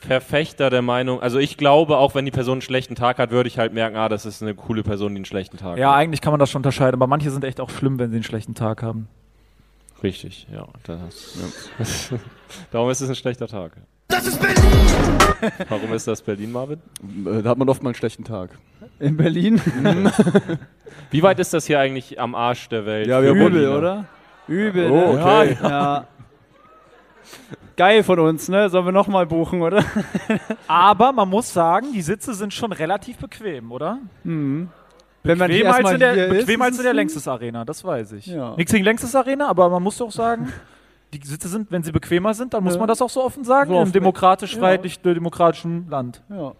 [SPEAKER 5] Verfechter der Meinung, also ich glaube, auch wenn die Person einen schlechten Tag hat, würde ich halt merken, ah, das ist eine coole Person, die einen schlechten Tag
[SPEAKER 6] Ja,
[SPEAKER 5] hat.
[SPEAKER 6] eigentlich kann man das schon unterscheiden, aber manche sind echt auch schlimm, wenn sie einen schlechten Tag haben.
[SPEAKER 5] Richtig, ja. Das, [LAUGHS] Darum ist es ein schlechter Tag.
[SPEAKER 15] Das ist Berlin!
[SPEAKER 5] Warum ist das Berlin, Marvin?
[SPEAKER 3] Ähm, äh,
[SPEAKER 16] Da hat man oft mal einen schlechten Tag.
[SPEAKER 1] In Berlin?
[SPEAKER 5] Wie weit ist das hier eigentlich am Arsch der Welt?
[SPEAKER 16] Ja, wir
[SPEAKER 5] Für
[SPEAKER 16] haben
[SPEAKER 5] Berliner?
[SPEAKER 16] Berlin,
[SPEAKER 1] oder? Übel,
[SPEAKER 5] Oh,
[SPEAKER 1] ne?
[SPEAKER 5] okay.
[SPEAKER 1] Ja, ja. Geil von uns, ne? Sollen wir nochmal buchen, oder?
[SPEAKER 6] Aber man muss sagen, die Sitze sind schon relativ bequem, oder?
[SPEAKER 1] Mhm.
[SPEAKER 6] bequem als in der, bequem als
[SPEAKER 1] ist
[SPEAKER 6] in der
[SPEAKER 1] es-
[SPEAKER 6] Längstes Arena, das weiß ich.
[SPEAKER 1] Ja.
[SPEAKER 6] Nichts gegen Längstes Arena, aber man muss doch
[SPEAKER 1] [LAUGHS]
[SPEAKER 6] sagen, die Sitze sind, wenn sie bequemer sind, dann muss
[SPEAKER 1] Ja.
[SPEAKER 6] man das auch so offen sagen,
[SPEAKER 1] So
[SPEAKER 6] im
[SPEAKER 1] offen.
[SPEAKER 6] demokratisch-freiheitlich-demokratischen äh, Land.
[SPEAKER 1] Ja.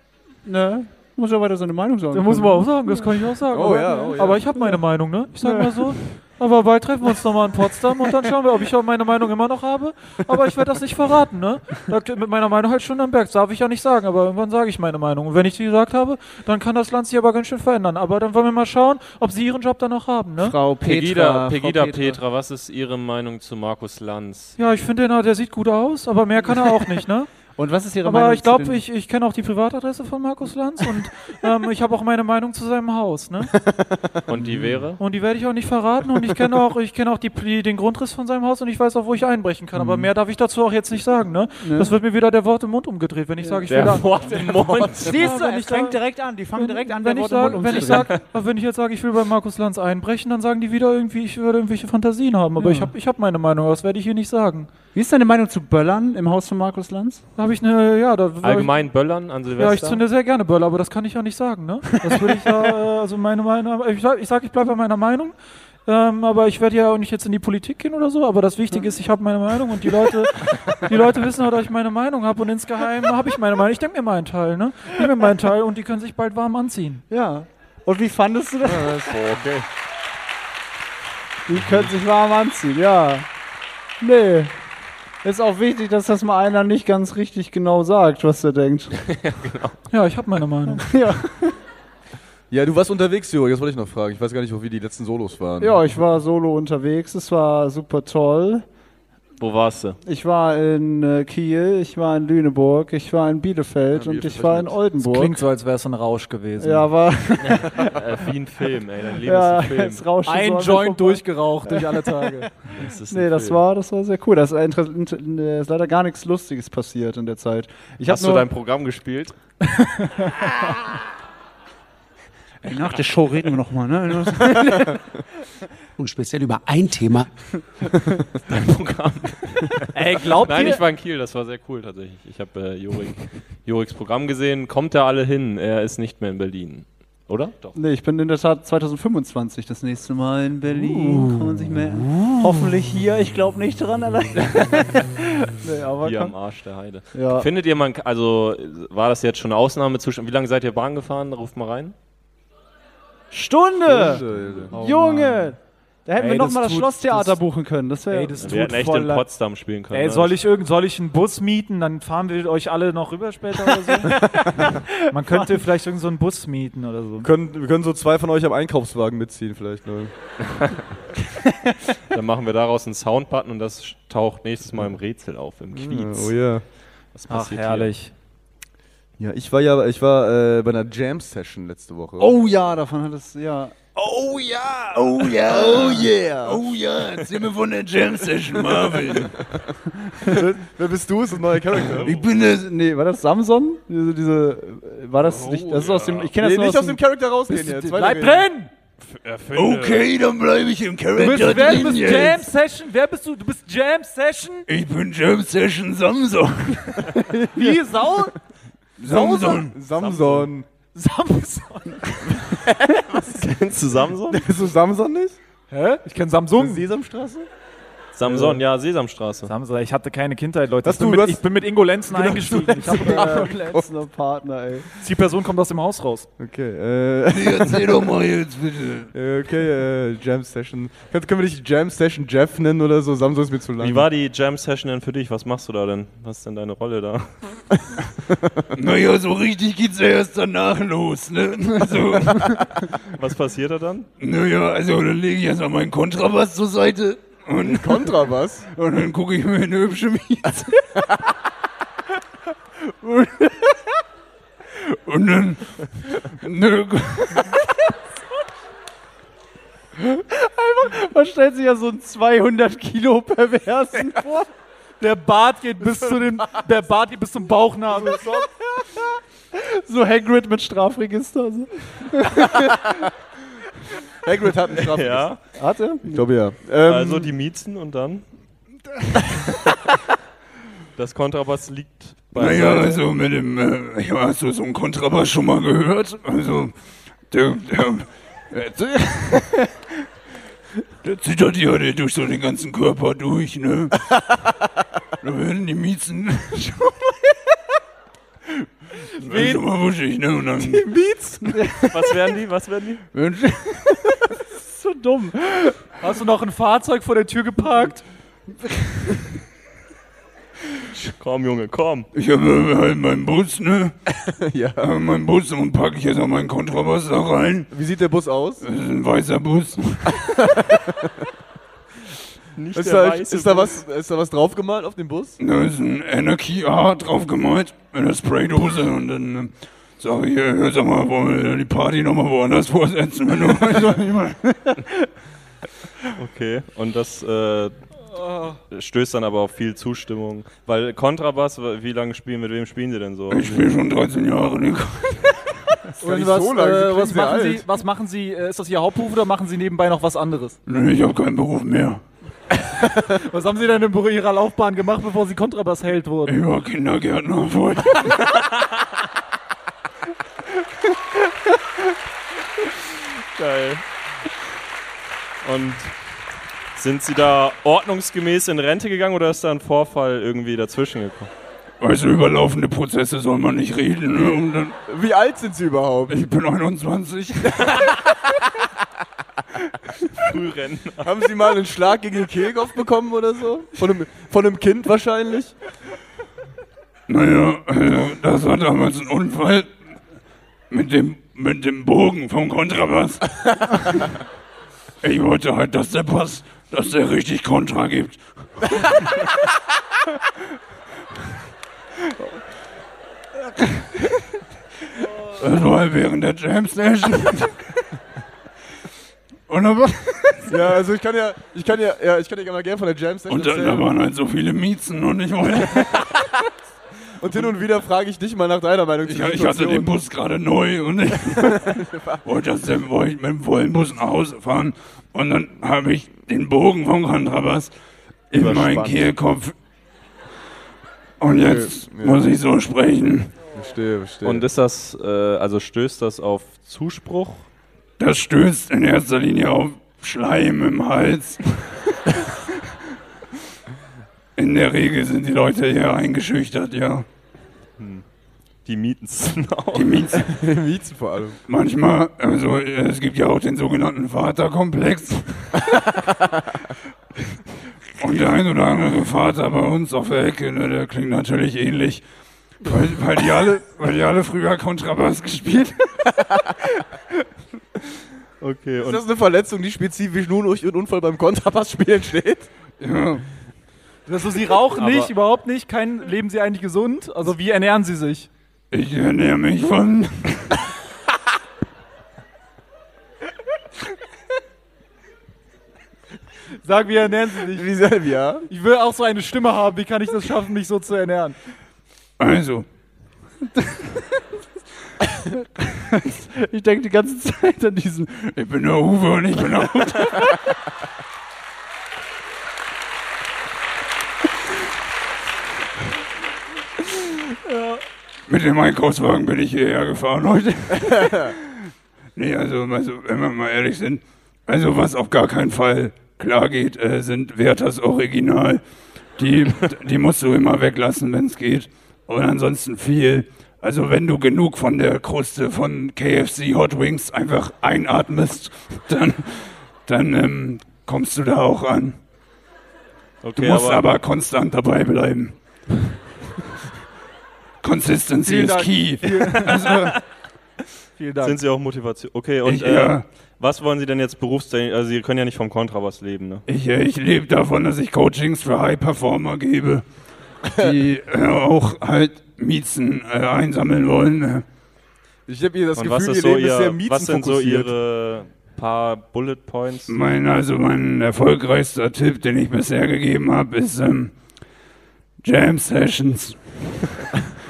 [SPEAKER 1] Ne? Muss ja weiter seine Meinung sagen.
[SPEAKER 6] Da muss man auch sagen, das kann ich auch sagen.
[SPEAKER 1] Oh
[SPEAKER 6] aber
[SPEAKER 1] ja, oh ja.
[SPEAKER 6] aber ich habe meine Meinung, ne? Ich sag mal so. Aber bald treffen wir uns nochmal in Potsdam und dann schauen wir, ob ich auch meine Meinung immer noch habe. Aber ich werde das nicht verraten, ne? Da, mit meiner Meinung halt schon am Berg. Das darf ich ja nicht sagen, aber irgendwann sage ich meine Meinung. Und wenn ich sie gesagt habe, dann kann das Land sich aber ganz schön verändern. Aber dann wollen wir mal schauen, ob sie ihren Job dann noch haben, ne?
[SPEAKER 1] Frau
[SPEAKER 5] Pegida, Pegida Petra. was ist Ihre Meinung zu Markus Lanz?
[SPEAKER 6] Ja, ich finde, na, der sieht gut aus, aber mehr kann er auch nicht, ne?
[SPEAKER 1] Und was ist [LAUGHS] Ihre
[SPEAKER 6] aber
[SPEAKER 1] Meinung
[SPEAKER 6] ich
[SPEAKER 1] zu
[SPEAKER 6] glaube,
[SPEAKER 1] den-
[SPEAKER 6] ich, ich kenne auch die Privatadresse von Markus Lanz und ähm, ich habe auch meine Meinung zu seinem Haus, ne?
[SPEAKER 5] Und
[SPEAKER 6] Mhm.
[SPEAKER 5] die wäre?
[SPEAKER 6] Und die werde ich auch nicht verraten und ich kenne auch, ich kenne auch die, die, den Grundriss von seinem Haus und ich weiß auch, wo ich einbrechen kann.
[SPEAKER 1] Mhm.
[SPEAKER 6] Aber mehr darf ich dazu auch jetzt nicht sagen, ne?
[SPEAKER 1] Ne.
[SPEAKER 6] Das wird mir wieder der Wort im Mund umgedreht, wenn ich sage, ich
[SPEAKER 5] Der
[SPEAKER 6] will da-
[SPEAKER 5] Wort im Mund.
[SPEAKER 6] Ja,
[SPEAKER 1] Siehst du,
[SPEAKER 6] wenn
[SPEAKER 1] es
[SPEAKER 6] ich da-
[SPEAKER 1] fängt direkt an. Die fangen
[SPEAKER 6] wenn-
[SPEAKER 1] direkt an,
[SPEAKER 6] wenn
[SPEAKER 1] der
[SPEAKER 6] ich
[SPEAKER 1] Wort im
[SPEAKER 6] sag,
[SPEAKER 1] Mund
[SPEAKER 6] wenn, ich
[SPEAKER 1] umzudrehen.
[SPEAKER 6] sag, wenn ich jetzt sage, ich will bei Markus Lanz einbrechen, dann sagen die wieder irgendwie, ich würde irgendwelche Fantasien haben. Aber
[SPEAKER 1] Ja.
[SPEAKER 6] ich habe ich hab meine Meinung, das werde ich hier nicht sagen.
[SPEAKER 1] Wie ist deine Meinung zu Böllern im Haus von Markus Lanz?
[SPEAKER 6] Da habe ich eine, ja, da
[SPEAKER 5] Allgemein Böllern an Silvester?
[SPEAKER 6] Ja, ich zünde sehr gerne Böller, aber das kann ich ja nicht sagen, ne? Das würde ich
[SPEAKER 1] [LAUGHS]
[SPEAKER 6] ja, äh, also meine Meinung, ich sage, ich, sag, ich bleibe bei meiner Meinung, ähm, aber ich werde ja auch nicht jetzt in die Politik gehen oder so, aber das Wichtige ist, ich habe meine Meinung und die
[SPEAKER 1] [LAUGHS]
[SPEAKER 6] Leute, die Leute wissen halt, dass ich meine Meinung habe und insgeheim habe ich meine Meinung. Ich denke mir meinen Teil, ne? Ich nehme mir meinen Teil und die können sich bald warm anziehen.
[SPEAKER 1] Ja. Und wie fandest du das?
[SPEAKER 5] okay.
[SPEAKER 1] Die können sich warm anziehen, ja. Nee. Ist auch wichtig, dass das mal einer nicht ganz richtig genau sagt, was er denkt.
[SPEAKER 5] ja, genau.
[SPEAKER 6] Ja, ich habe meine Meinung.
[SPEAKER 1] ja.
[SPEAKER 3] Ja, du warst unterwegs, Juri, das wollte ich noch fragen. Ich weiß gar nicht, wie die letzten Solos waren.
[SPEAKER 1] ja, ich war solo unterwegs, es war super toll.
[SPEAKER 5] Wo warst du?
[SPEAKER 1] Ich war in äh, Kiel, ich war in Lüneburg, ich war in Bielefeld und ich war in Oldenburg.
[SPEAKER 6] Klingt so, als wäre es ein Rausch gewesen.
[SPEAKER 1] Ja, aber.
[SPEAKER 5] Äh, wie ein Film,
[SPEAKER 6] [LAUGHS]
[SPEAKER 5] ey, dein Leben ist ein Film.
[SPEAKER 1] es rauscht
[SPEAKER 6] Ein
[SPEAKER 1] so an mir
[SPEAKER 6] Joint
[SPEAKER 1] vorbei.
[SPEAKER 6] durchgeraucht durch alle Tage.
[SPEAKER 5] Das ist ein
[SPEAKER 1] nee, das
[SPEAKER 5] Film.
[SPEAKER 1] war, das war sehr cool. Da ist, ein- äh, ist leider gar nichts Lustiges passiert in der Zeit. Ich hab
[SPEAKER 5] Hast du
[SPEAKER 1] nur-
[SPEAKER 5] dein Programm gespielt?
[SPEAKER 11] Ey, nach der Show reden wir nochmal, ne? Und speziell über ein Thema. Dein Programm.
[SPEAKER 6] Ey, glaubt
[SPEAKER 5] Nein,
[SPEAKER 6] ihr-
[SPEAKER 5] ich war in Kiel, das war sehr cool tatsächlich. Ich habe äh, [LAUGHS] Jorik, Joriks Programm gesehen. Kommt da alle hin? Er ist nicht mehr in Berlin. Oder? Doch.
[SPEAKER 1] Nee, ich bin in der Tat 2025 das nächste Mal in Berlin. Kann man sich melden. Hoffentlich hier. Ich glaube nicht dran allein. nee, aber
[SPEAKER 5] Hier
[SPEAKER 1] komm.
[SPEAKER 5] am Arsch der Heide.
[SPEAKER 1] Ja.
[SPEAKER 5] Findet ihr, man, k- also äh, war das jetzt schon Ausnahmezustand? Wie lange seid ihr Bahn gefahren? Ruft mal rein.
[SPEAKER 1] Stunde!
[SPEAKER 5] Stunde,
[SPEAKER 3] Oh,
[SPEAKER 5] Alter.
[SPEAKER 1] Junge! Da hätten
[SPEAKER 6] Ey,
[SPEAKER 1] wir
[SPEAKER 6] das
[SPEAKER 1] nochmal das,
[SPEAKER 6] tut-
[SPEAKER 1] Schlosstheater
[SPEAKER 6] das-
[SPEAKER 1] buchen können. Das wäre.
[SPEAKER 6] Ey, das
[SPEAKER 5] Wir
[SPEAKER 6] tut
[SPEAKER 5] hätten echt
[SPEAKER 6] voll
[SPEAKER 5] in
[SPEAKER 6] leid.
[SPEAKER 5] Potsdam spielen können.
[SPEAKER 6] Ey,
[SPEAKER 5] ne?
[SPEAKER 6] soll ich, irgend, soll ich einen Bus mieten? Dann fahren wir euch alle noch rüber später oder so. Man könnte vielleicht irgend so einen Bus mieten oder so.
[SPEAKER 3] Wir können, wir können so zwei von euch am Einkaufswagen mitziehen, vielleicht. Ne?
[SPEAKER 5] Dann machen wir daraus einen Soundbutton und das sch- taucht nächstes Mal im Rätsel auf,
[SPEAKER 6] Mhm.
[SPEAKER 5] im Quiz.
[SPEAKER 3] Oh ja.
[SPEAKER 5] Was
[SPEAKER 6] Ach,
[SPEAKER 5] passiert
[SPEAKER 6] herrlich.
[SPEAKER 3] Ja, ich war ja ich war, äh, bei einer Jam-Session letzte Woche.
[SPEAKER 1] Oh ja, davon hat es. Ja. Oh ja!
[SPEAKER 14] Oh ja!
[SPEAKER 1] Oh yeah!
[SPEAKER 14] Oh ja! Erzähl mir von der Jam Session, Marvin!
[SPEAKER 3] Wer bist du? Ist ein neuer [LAUGHS] Charakter.
[SPEAKER 1] Ich bin das. Nee, war das Samson? Diese. diese äh, war
[SPEAKER 5] Oh,
[SPEAKER 1] das nicht. Das ist aus dem. Ich kenne das
[SPEAKER 3] Nee,
[SPEAKER 1] nur
[SPEAKER 3] nicht aus dem Äh, Charakter rausgehen
[SPEAKER 1] Bist du-
[SPEAKER 3] jetzt.
[SPEAKER 6] Bleib
[SPEAKER 3] weiterreden.
[SPEAKER 6] drin!
[SPEAKER 14] Okay, dann bleibe ich im
[SPEAKER 6] Du bist,
[SPEAKER 14] Charakter
[SPEAKER 6] wer du
[SPEAKER 14] drin
[SPEAKER 6] bist Jam
[SPEAKER 14] jetzt!
[SPEAKER 6] Session? Wer bist du? Du bist Jam Session?
[SPEAKER 14] Ich bin Jam Session Samsung!
[SPEAKER 6] [LAUGHS] Wie Sau?
[SPEAKER 14] Samsung!
[SPEAKER 3] Samson.
[SPEAKER 6] Samson.
[SPEAKER 5] Kennst du Samson?
[SPEAKER 3] Bist du Samson nicht?
[SPEAKER 6] Hä? Ich kenn Samsung.
[SPEAKER 3] Sesamstraße?
[SPEAKER 5] [LAUGHS] Samson, ja, Sesamstraße.
[SPEAKER 6] Samson, ich hatte keine Kindheit, Leute.
[SPEAKER 5] Das
[SPEAKER 6] ich, bin
[SPEAKER 5] du,
[SPEAKER 6] mit,
[SPEAKER 5] du hast-
[SPEAKER 6] ich bin mit Ingo Lenzen
[SPEAKER 5] Genau,
[SPEAKER 6] eingestiegen.
[SPEAKER 5] du
[SPEAKER 6] Ich hab, äh,
[SPEAKER 1] letzter Partner, ey.
[SPEAKER 6] die Person kommt aus dem Haus raus.
[SPEAKER 3] Okay, äh. [LAUGHS] Äh, Okay, äh, Jam Session. Können, können wir dich Jam Session Jeff nennen oder so? Samsung ist mir zu lang.
[SPEAKER 5] Wie war die Jam-Session denn für dich? Was machst du da denn? Was ist denn deine Rolle da?
[SPEAKER 14] Naja, so richtig geht's ja erst danach los, ne? Also,
[SPEAKER 5] [LAUGHS] Was passiert da dann?
[SPEAKER 14] naja, also dann lege ich erstmal meinen Kontrabass zur Seite. Und
[SPEAKER 3] Kontrabass?
[SPEAKER 14] Und dann gucke ich mir eine hübsche Miete. und, und dann. ne, Nö.
[SPEAKER 1] Einfach, man stellt sich ja so einen 200 Kilo Perversen
[SPEAKER 14] [LAUGHS]
[SPEAKER 1] vor.
[SPEAKER 6] Der Bart geht bis zu dem, der Bart geht bis zum Bauchnabel.
[SPEAKER 1] So Hagrid mit Strafregister. So.
[SPEAKER 3] Hagrid hat einen Strafregister.
[SPEAKER 5] [LAUGHS] Ja.
[SPEAKER 3] Hatte? Ich glaube ja.
[SPEAKER 5] also die Miezen und dann? [LAUGHS] das Kontrabass liegt bei.
[SPEAKER 14] Naja, also mit dem, äh, ja, hast du so einen Kontrabass schon mal gehört? Also, der, der, der, [LAUGHS] der zittert ja der durch so den ganzen Körper durch, ne? da werden die Miezen [LAUGHS] schon mal, Werden schon mal wuschig, ne? Und dann,
[SPEAKER 1] Miezen.
[SPEAKER 5] Was werden die? Was werden die?
[SPEAKER 6] Das ist so dumm. Hast du noch ein Fahrzeug vor der Tür geparkt?
[SPEAKER 5] Komm, Junge, komm.
[SPEAKER 14] ich habe halt meinen Bus, ne?
[SPEAKER 3] ja.
[SPEAKER 14] Äh, meinen Bus und packe ich jetzt auch meinen Kontrabass da rein.
[SPEAKER 3] Wie sieht der Bus aus?
[SPEAKER 14] Das ist ein weißer Bus.
[SPEAKER 5] Nicht
[SPEAKER 3] Ist
[SPEAKER 5] der
[SPEAKER 3] da,
[SPEAKER 5] weiße
[SPEAKER 3] ist, da
[SPEAKER 5] Bus.
[SPEAKER 3] was, ist da was draufgemalt auf dem Bus?
[SPEAKER 14] Da ist ein Anarchy A drauf gemalt, in der Spraydose und dann ähm, sag ich, äh, sag mal, wollen wir die Party nochmal woanders vorsetzen, wenn du [LAUGHS] weißt, was ich meine.
[SPEAKER 5] Okay, und das äh, stößt dann aber auf viel Zustimmung. Weil Kontrabass, wie lange spielen, mit wem spielen sie denn so?
[SPEAKER 14] Ich spiele schon 13 Jahre, ne?
[SPEAKER 3] gar nicht
[SPEAKER 6] was,
[SPEAKER 3] so lang, Sie klingen
[SPEAKER 6] was,
[SPEAKER 3] sehr
[SPEAKER 6] machen
[SPEAKER 3] alt.
[SPEAKER 6] Sie, was machen Sie? äh, Ist das Ihr Hauptberuf oder machen Sie nebenbei noch was anderes?
[SPEAKER 14] Nee, ich habe keinen Beruf mehr.
[SPEAKER 6] Was haben Sie denn in Bur- Ihrer Laufbahn gemacht, bevor Sie Kontrabassheld wurden?
[SPEAKER 14] Ich war Kindergärtner vorher.
[SPEAKER 5] Geil. Und sind sie da ordnungsgemäß in Rente gegangen oder ist da ein Vorfall irgendwie dazwischen gekommen?
[SPEAKER 14] Weißt du, über laufende Prozesse soll man nicht reden, ne? Und dann,
[SPEAKER 3] Wie alt sind sie überhaupt?
[SPEAKER 14] ich bin 21.
[SPEAKER 5] Frührennen.
[SPEAKER 3] Haben sie mal einen Schlag gegen den Kehlkopf bekommen oder so? Von einem, von einem Kind wahrscheinlich?
[SPEAKER 14] Naja, also, das war damals ein Unfall mit dem, mit dem Bogen vom
[SPEAKER 3] [LAUGHS]
[SPEAKER 14] Kontrabass. ich wollte halt, dass der Bass, dass der richtig Kontra
[SPEAKER 3] [LAUGHS]
[SPEAKER 14] gibt. das war halt während der Jam
[SPEAKER 3] [LAUGHS]
[SPEAKER 14] Session. Und da, war,
[SPEAKER 3] Ja, also ich kann ja, ich kann ja, ja ich kann ja mal gerne von der Jam Session
[SPEAKER 14] und da, da
[SPEAKER 3] erzählen.
[SPEAKER 14] waren halt so viele Miezen und ich
[SPEAKER 3] [LAUGHS]
[SPEAKER 14] wollte.
[SPEAKER 3] Und hin und wieder frage ich dich mal nach deiner Meinung
[SPEAKER 14] Ich, ich hatte den Bus gerade neu
[SPEAKER 3] [LAUGHS]
[SPEAKER 14] und ich wollte das denn, wollte ich mit dem vollen Bus nach Hause fahren. Und dann habe ich den Bogen vom Kontrabass in meinen
[SPEAKER 3] Überspannt.
[SPEAKER 14] Kehlkopf. Und
[SPEAKER 3] Nö,
[SPEAKER 14] jetzt
[SPEAKER 3] nö.
[SPEAKER 14] muss ich so sprechen.
[SPEAKER 3] Verstehe, verstehe.
[SPEAKER 5] Und ist das, äh, also stößt das auf Zuspruch?
[SPEAKER 14] Das stößt in erster Linie auf Schleim im Hals. in der Regel sind die Leute eher eingeschüchtert, ja.
[SPEAKER 5] Die Mietens.
[SPEAKER 14] Die Mietz
[SPEAKER 3] den Miezen vor allem.
[SPEAKER 14] Manchmal, also äh, es gibt ja auch den sogenannten Vaterkomplex. Und der ein oder andere Vater bei uns auf der Ecke, ne, der klingt natürlich ähnlich. Weil, weil, die alle, weil die alle früher Kontrabass gespielt haben.
[SPEAKER 5] Okay,
[SPEAKER 3] Ist
[SPEAKER 5] und
[SPEAKER 3] das eine Verletzung, die spezifisch nur durch einen Unfall beim Kontrabassspielen steht?
[SPEAKER 14] Ja.
[SPEAKER 6] Also Sie rauchen
[SPEAKER 5] Aber-
[SPEAKER 6] nicht, überhaupt nicht. Kein, leben Sie eigentlich gesund? Also wie ernähren Sie sich?
[SPEAKER 14] Ich ernähre mich von.
[SPEAKER 6] Sag, wie ernähren Sie sich?
[SPEAKER 3] Wie selber, [LAUGHS] ja?
[SPEAKER 6] Ich will auch so eine Stimme haben. Wie kann ich das schaffen, mich so zu ernähren?
[SPEAKER 14] Also,
[SPEAKER 1] Ich denke die ganze Zeit an diesen.
[SPEAKER 14] ich bin der Uwe und ich bin der Uwe. Mit dem Einkaufswagen bin ich hierher gefahren heute. [LAUGHS] nee, also, also, wenn wir mal ehrlich sind, also was auf gar keinen Fall klar geht, äh, sind Werthers Original. Die, die musst du immer weglassen, wenn es geht. Und ansonsten viel. Also wenn du genug von der Kruste von KFC Hot Wings einfach einatmest, dann, dann ähm, kommst du da auch an.
[SPEAKER 5] Okay,
[SPEAKER 14] du musst
[SPEAKER 5] aber-
[SPEAKER 14] aber, konstant dabei bleiben. Consistency
[SPEAKER 5] Vielen
[SPEAKER 14] is
[SPEAKER 5] Dank.
[SPEAKER 14] key.
[SPEAKER 5] Vielen-
[SPEAKER 14] Also,
[SPEAKER 5] Vielen Dank. Sind Sie auch Motivation? Okay, und
[SPEAKER 14] Ich,
[SPEAKER 5] äh,
[SPEAKER 14] ja.
[SPEAKER 5] was wollen Sie denn jetzt berufstätig? Also Sie können ja nicht vom Kontrabass leben, ne?
[SPEAKER 14] Ich, äh, ich lebe davon, dass ich Coachings für High Performer gebe, die äh, auch halt Miezen äh, einsammeln wollen. ne?
[SPEAKER 3] Ich habe ihr das
[SPEAKER 5] und
[SPEAKER 3] Gefühl,
[SPEAKER 5] was ist
[SPEAKER 3] ihr
[SPEAKER 5] so
[SPEAKER 3] Leben ist sehr
[SPEAKER 5] Ihr, was sind so
[SPEAKER 3] miezenfokussiert.
[SPEAKER 5] Ihre paar Bullet Points?
[SPEAKER 14] Mein, also mein erfolgreichster Tipp, den ich bisher gegeben habe, ist ähm, Jam Sessions.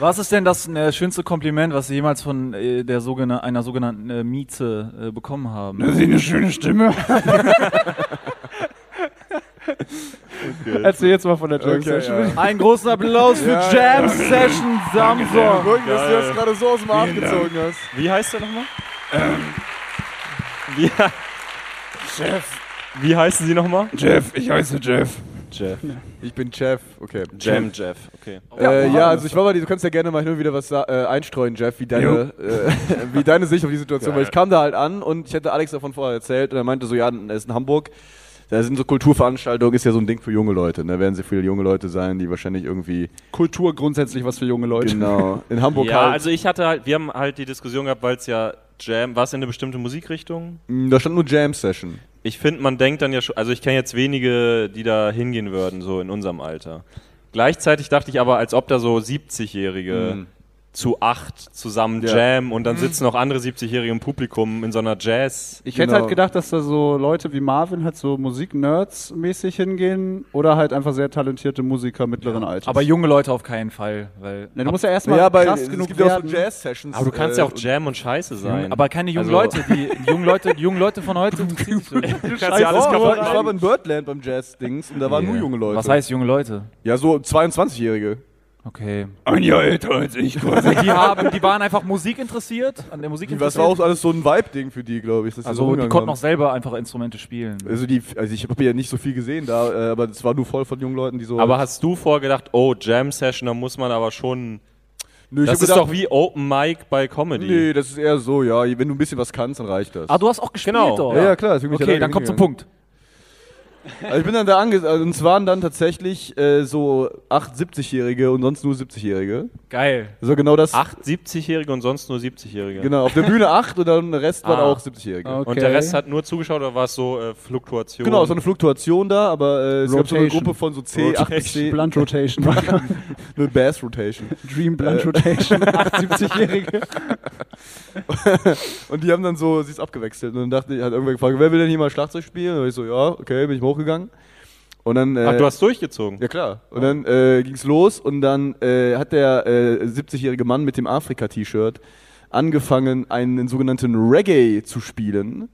[SPEAKER 6] Was ist denn das äh, schönste Kompliment, was Sie jemals von äh, der sogena einer sogenannten äh, Mieze äh, bekommen haben?
[SPEAKER 14] Dass ich eine schöne Stimme
[SPEAKER 1] Erzähl jetzt mal von der Jam
[SPEAKER 3] Okay,
[SPEAKER 1] Session.
[SPEAKER 3] ja.
[SPEAKER 1] Einen großen Applaus für
[SPEAKER 3] Ja,
[SPEAKER 1] Jam
[SPEAKER 3] ja.
[SPEAKER 1] Session
[SPEAKER 3] Danke,
[SPEAKER 1] Samsung.
[SPEAKER 3] Wirklich, dass du das gerade so aus dem Arm
[SPEAKER 14] Vielen
[SPEAKER 3] gezogen
[SPEAKER 14] Dank.
[SPEAKER 3] hast.
[SPEAKER 5] Wie heißt der nochmal?
[SPEAKER 3] Ähm.
[SPEAKER 14] Chef.
[SPEAKER 5] Wie heißen Sie nochmal?
[SPEAKER 14] Jeff, ich heiße Jeff.
[SPEAKER 5] Jeff.
[SPEAKER 3] Ich bin Jeff, okay.
[SPEAKER 5] Jam Jeff, okay.
[SPEAKER 3] Äh, ja, also ich war mal, die- du kannst ja gerne mal hin und wieder was sa- äh, einstreuen, Jeff, wie deine, äh, [LAUGHS] wie deine Sicht auf die Situation. Weil ich kam da halt an und ich hatte Alex davon vorher erzählt und er meinte so, ja, er ist in Hamburg. Da sind so Kulturveranstaltungen, ist ja so ein Ding für junge Leute. Da ne? werden sehr viele junge Leute sein, die wahrscheinlich irgendwie.
[SPEAKER 2] Kultur grundsätzlich was für junge Leute.
[SPEAKER 3] Genau. In Hamburg
[SPEAKER 5] Ja,
[SPEAKER 3] halt.
[SPEAKER 5] also ich hatte halt, wir haben halt die Diskussion gehabt, weil es ja Jam, war es in eine bestimmte Musikrichtung?
[SPEAKER 3] Mm, da stand nur Jam Session.
[SPEAKER 5] Ich finde, man denkt dann ja schon, also ich kenne jetzt wenige, die da hingehen würden, so in unserem Alter. Gleichzeitig dachte ich aber, als ob da so 70-Jährige
[SPEAKER 3] Mhm.
[SPEAKER 5] zu acht zusammen
[SPEAKER 3] Ja.
[SPEAKER 5] jammen und dann
[SPEAKER 3] Mhm.
[SPEAKER 5] sitzen noch andere 70-Jährige im Publikum in so einer Jazz.
[SPEAKER 11] Ich hätte
[SPEAKER 3] Genau.
[SPEAKER 11] halt gedacht, dass da so Leute wie Marvin halt so Musik-Nerds mäßig hingehen oder halt einfach sehr talentierte Musiker mittleren Alters.
[SPEAKER 6] Aber junge Leute auf keinen Fall, weil.
[SPEAKER 11] Ne, du musst ja erstmal
[SPEAKER 3] Ja, aber
[SPEAKER 11] krass
[SPEAKER 3] es
[SPEAKER 11] genug
[SPEAKER 3] gibt ja auch so
[SPEAKER 11] werden.
[SPEAKER 3] Jazz-Sessions.
[SPEAKER 5] aber du kannst ja
[SPEAKER 3] äh,
[SPEAKER 5] auch jammen und scheiße sein.
[SPEAKER 6] Aber keine jungen
[SPEAKER 5] Also-
[SPEAKER 6] Leute, die jungen Leute, die jungen Leute von heute interessieren sich so nicht.
[SPEAKER 3] Du
[SPEAKER 5] kannst ja alles
[SPEAKER 3] ich
[SPEAKER 5] kaputt
[SPEAKER 3] war, ich war
[SPEAKER 5] machen.
[SPEAKER 3] beim Birdland beim Jazz-Dings und da waren nur junge Leute.
[SPEAKER 6] Was heißt junge Leute?
[SPEAKER 3] Ja, so 22-Jährige.
[SPEAKER 6] Okay. Also
[SPEAKER 14] Ein Jahr älter als ich quasi.
[SPEAKER 6] Die, haben, die waren einfach Musik interessiert, an der Musik
[SPEAKER 3] [LAUGHS] Das
[SPEAKER 6] interessiert.
[SPEAKER 3] war auch alles so ein Vibe-Ding für die, glaube ich. dass die so
[SPEAKER 6] also die
[SPEAKER 3] rumgegangen
[SPEAKER 6] konnten auch
[SPEAKER 3] haben.
[SPEAKER 6] selber einfach Instrumente spielen.
[SPEAKER 3] Also, die, also ich habe ja nicht so viel gesehen da, äh, aber es war nur voll von jungen Leuten, die so.
[SPEAKER 5] Aber hast du vorgedacht, oh, Jam-Session, da muss man aber schon.
[SPEAKER 3] Nö, ich
[SPEAKER 5] das
[SPEAKER 3] hab
[SPEAKER 5] ist
[SPEAKER 3] gedacht-
[SPEAKER 5] doch wie Open Mic bei Comedy.
[SPEAKER 3] nee, das ist eher so, ja. Wenn du ein bisschen was kannst, dann reicht das.
[SPEAKER 6] Ah, du hast auch gespielt,
[SPEAKER 5] Genau.
[SPEAKER 6] oder?
[SPEAKER 3] Ja, ja, klar, deswegen bin ich
[SPEAKER 6] Okay,
[SPEAKER 3] alleine
[SPEAKER 6] dann komm zum
[SPEAKER 3] hingegangen.
[SPEAKER 6] Punkt.
[SPEAKER 3] Also ich bin dann da ange also uns waren dann tatsächlich äh, so 8, 70-Jährige und sonst nur 70-Jährige.
[SPEAKER 6] Geil.
[SPEAKER 3] Also genau das.
[SPEAKER 5] Acht 70-Jährige und sonst nur 70-Jährige.
[SPEAKER 3] Genau, auf der Bühne 8 und dann der Rest waren
[SPEAKER 5] Ah.
[SPEAKER 3] auch 70-Jährige.
[SPEAKER 5] Und der Rest hat nur zugeschaut oder war es so äh, Fluktuation?
[SPEAKER 3] Genau, so eine Fluktuation da, aber äh, es gab so eine
[SPEAKER 11] Rotation.
[SPEAKER 3] Gruppe von so C, 8 bis C.
[SPEAKER 11] Blunt
[SPEAKER 3] [LAUGHS]
[SPEAKER 11] Rotation.
[SPEAKER 3] eine Bass Rotation.
[SPEAKER 11] Dream Blunt
[SPEAKER 3] [LAUGHS]
[SPEAKER 11] Rotation. 78-Jährige.
[SPEAKER 3] und die haben dann so sich abgewechselt. Und dann dachte ich, hat irgendwer gefragt, wer will denn hier mal Schlagzeug spielen? Und ich so, ja, okay, bin ich mal hochgegangen. Und dann. Äh,
[SPEAKER 5] Ach, du hast durchgezogen.
[SPEAKER 3] Ja, klar. Und dann äh, ging's los und dann äh, hat der äh, 70-jährige Mann mit dem Afrika-T-Shirt angefangen, einen sogenannten Reggae zu spielen.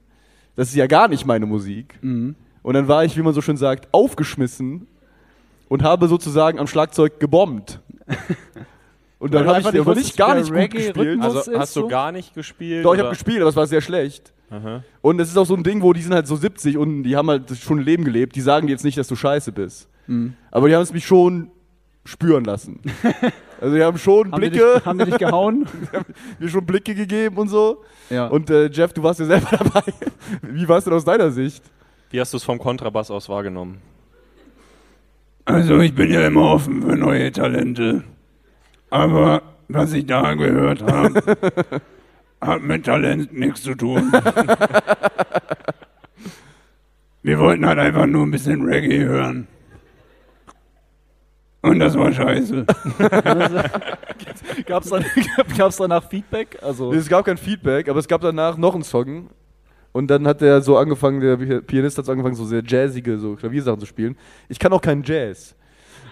[SPEAKER 3] Das ist ja gar nicht meine Musik.
[SPEAKER 11] Mhm.
[SPEAKER 3] Und dann war ich, wie man so schön sagt, aufgeschmissen und habe sozusagen am
[SPEAKER 11] [LAUGHS]
[SPEAKER 3] Schlagzeug gebombt. Und dann
[SPEAKER 11] Weil du
[SPEAKER 3] habe ich
[SPEAKER 11] einfach nicht
[SPEAKER 3] aber nicht
[SPEAKER 11] wusstest,
[SPEAKER 3] gar
[SPEAKER 11] wie
[SPEAKER 3] nicht
[SPEAKER 11] der
[SPEAKER 3] gut gespielt.
[SPEAKER 11] Reggae-Rhythmus
[SPEAKER 3] Also,
[SPEAKER 5] Also hast du gar nicht gespielt?
[SPEAKER 3] doch, ich habe
[SPEAKER 5] oder?
[SPEAKER 3] gespielt, aber es war sehr schlecht.
[SPEAKER 5] Aha.
[SPEAKER 3] Und es ist auch so ein Ding, wo die sind halt so 70 und die haben halt schon ein Leben gelebt. Die sagen dir jetzt nicht, dass du scheiße bist.
[SPEAKER 11] Mhm.
[SPEAKER 3] Aber die haben es mich schon
[SPEAKER 11] [LAUGHS]
[SPEAKER 3] spüren lassen. also die haben schon
[SPEAKER 11] Haben die
[SPEAKER 3] Blicke,
[SPEAKER 11] dich- haben die dich gehauen?
[SPEAKER 3] die haben mir schon Blicke gegeben und so.
[SPEAKER 11] Ja.
[SPEAKER 3] Und äh, Jeff, du warst ja selber [LAUGHS] dabei. Wie war es denn aus deiner Sicht?
[SPEAKER 5] Wie hast du es vom Kontrabass aus wahrgenommen?
[SPEAKER 14] Also ich bin ja immer offen für neue Talente. Aber was ich da
[SPEAKER 11] [LAUGHS]
[SPEAKER 14] gehört habe, hat mit Talent nichts zu tun. Wir wollten halt einfach nur ein bisschen Reggae hören. Und das war scheiße.
[SPEAKER 6] Gab es danach, gab's danach Feedback? Also,
[SPEAKER 3] Es gab kein Feedback, aber es gab danach noch einen Song. Und dann hat er so angefangen, der Pianist hat so angefangen, so sehr jazzige so Klaviersachen zu spielen. Ich kann auch keinen Jazz.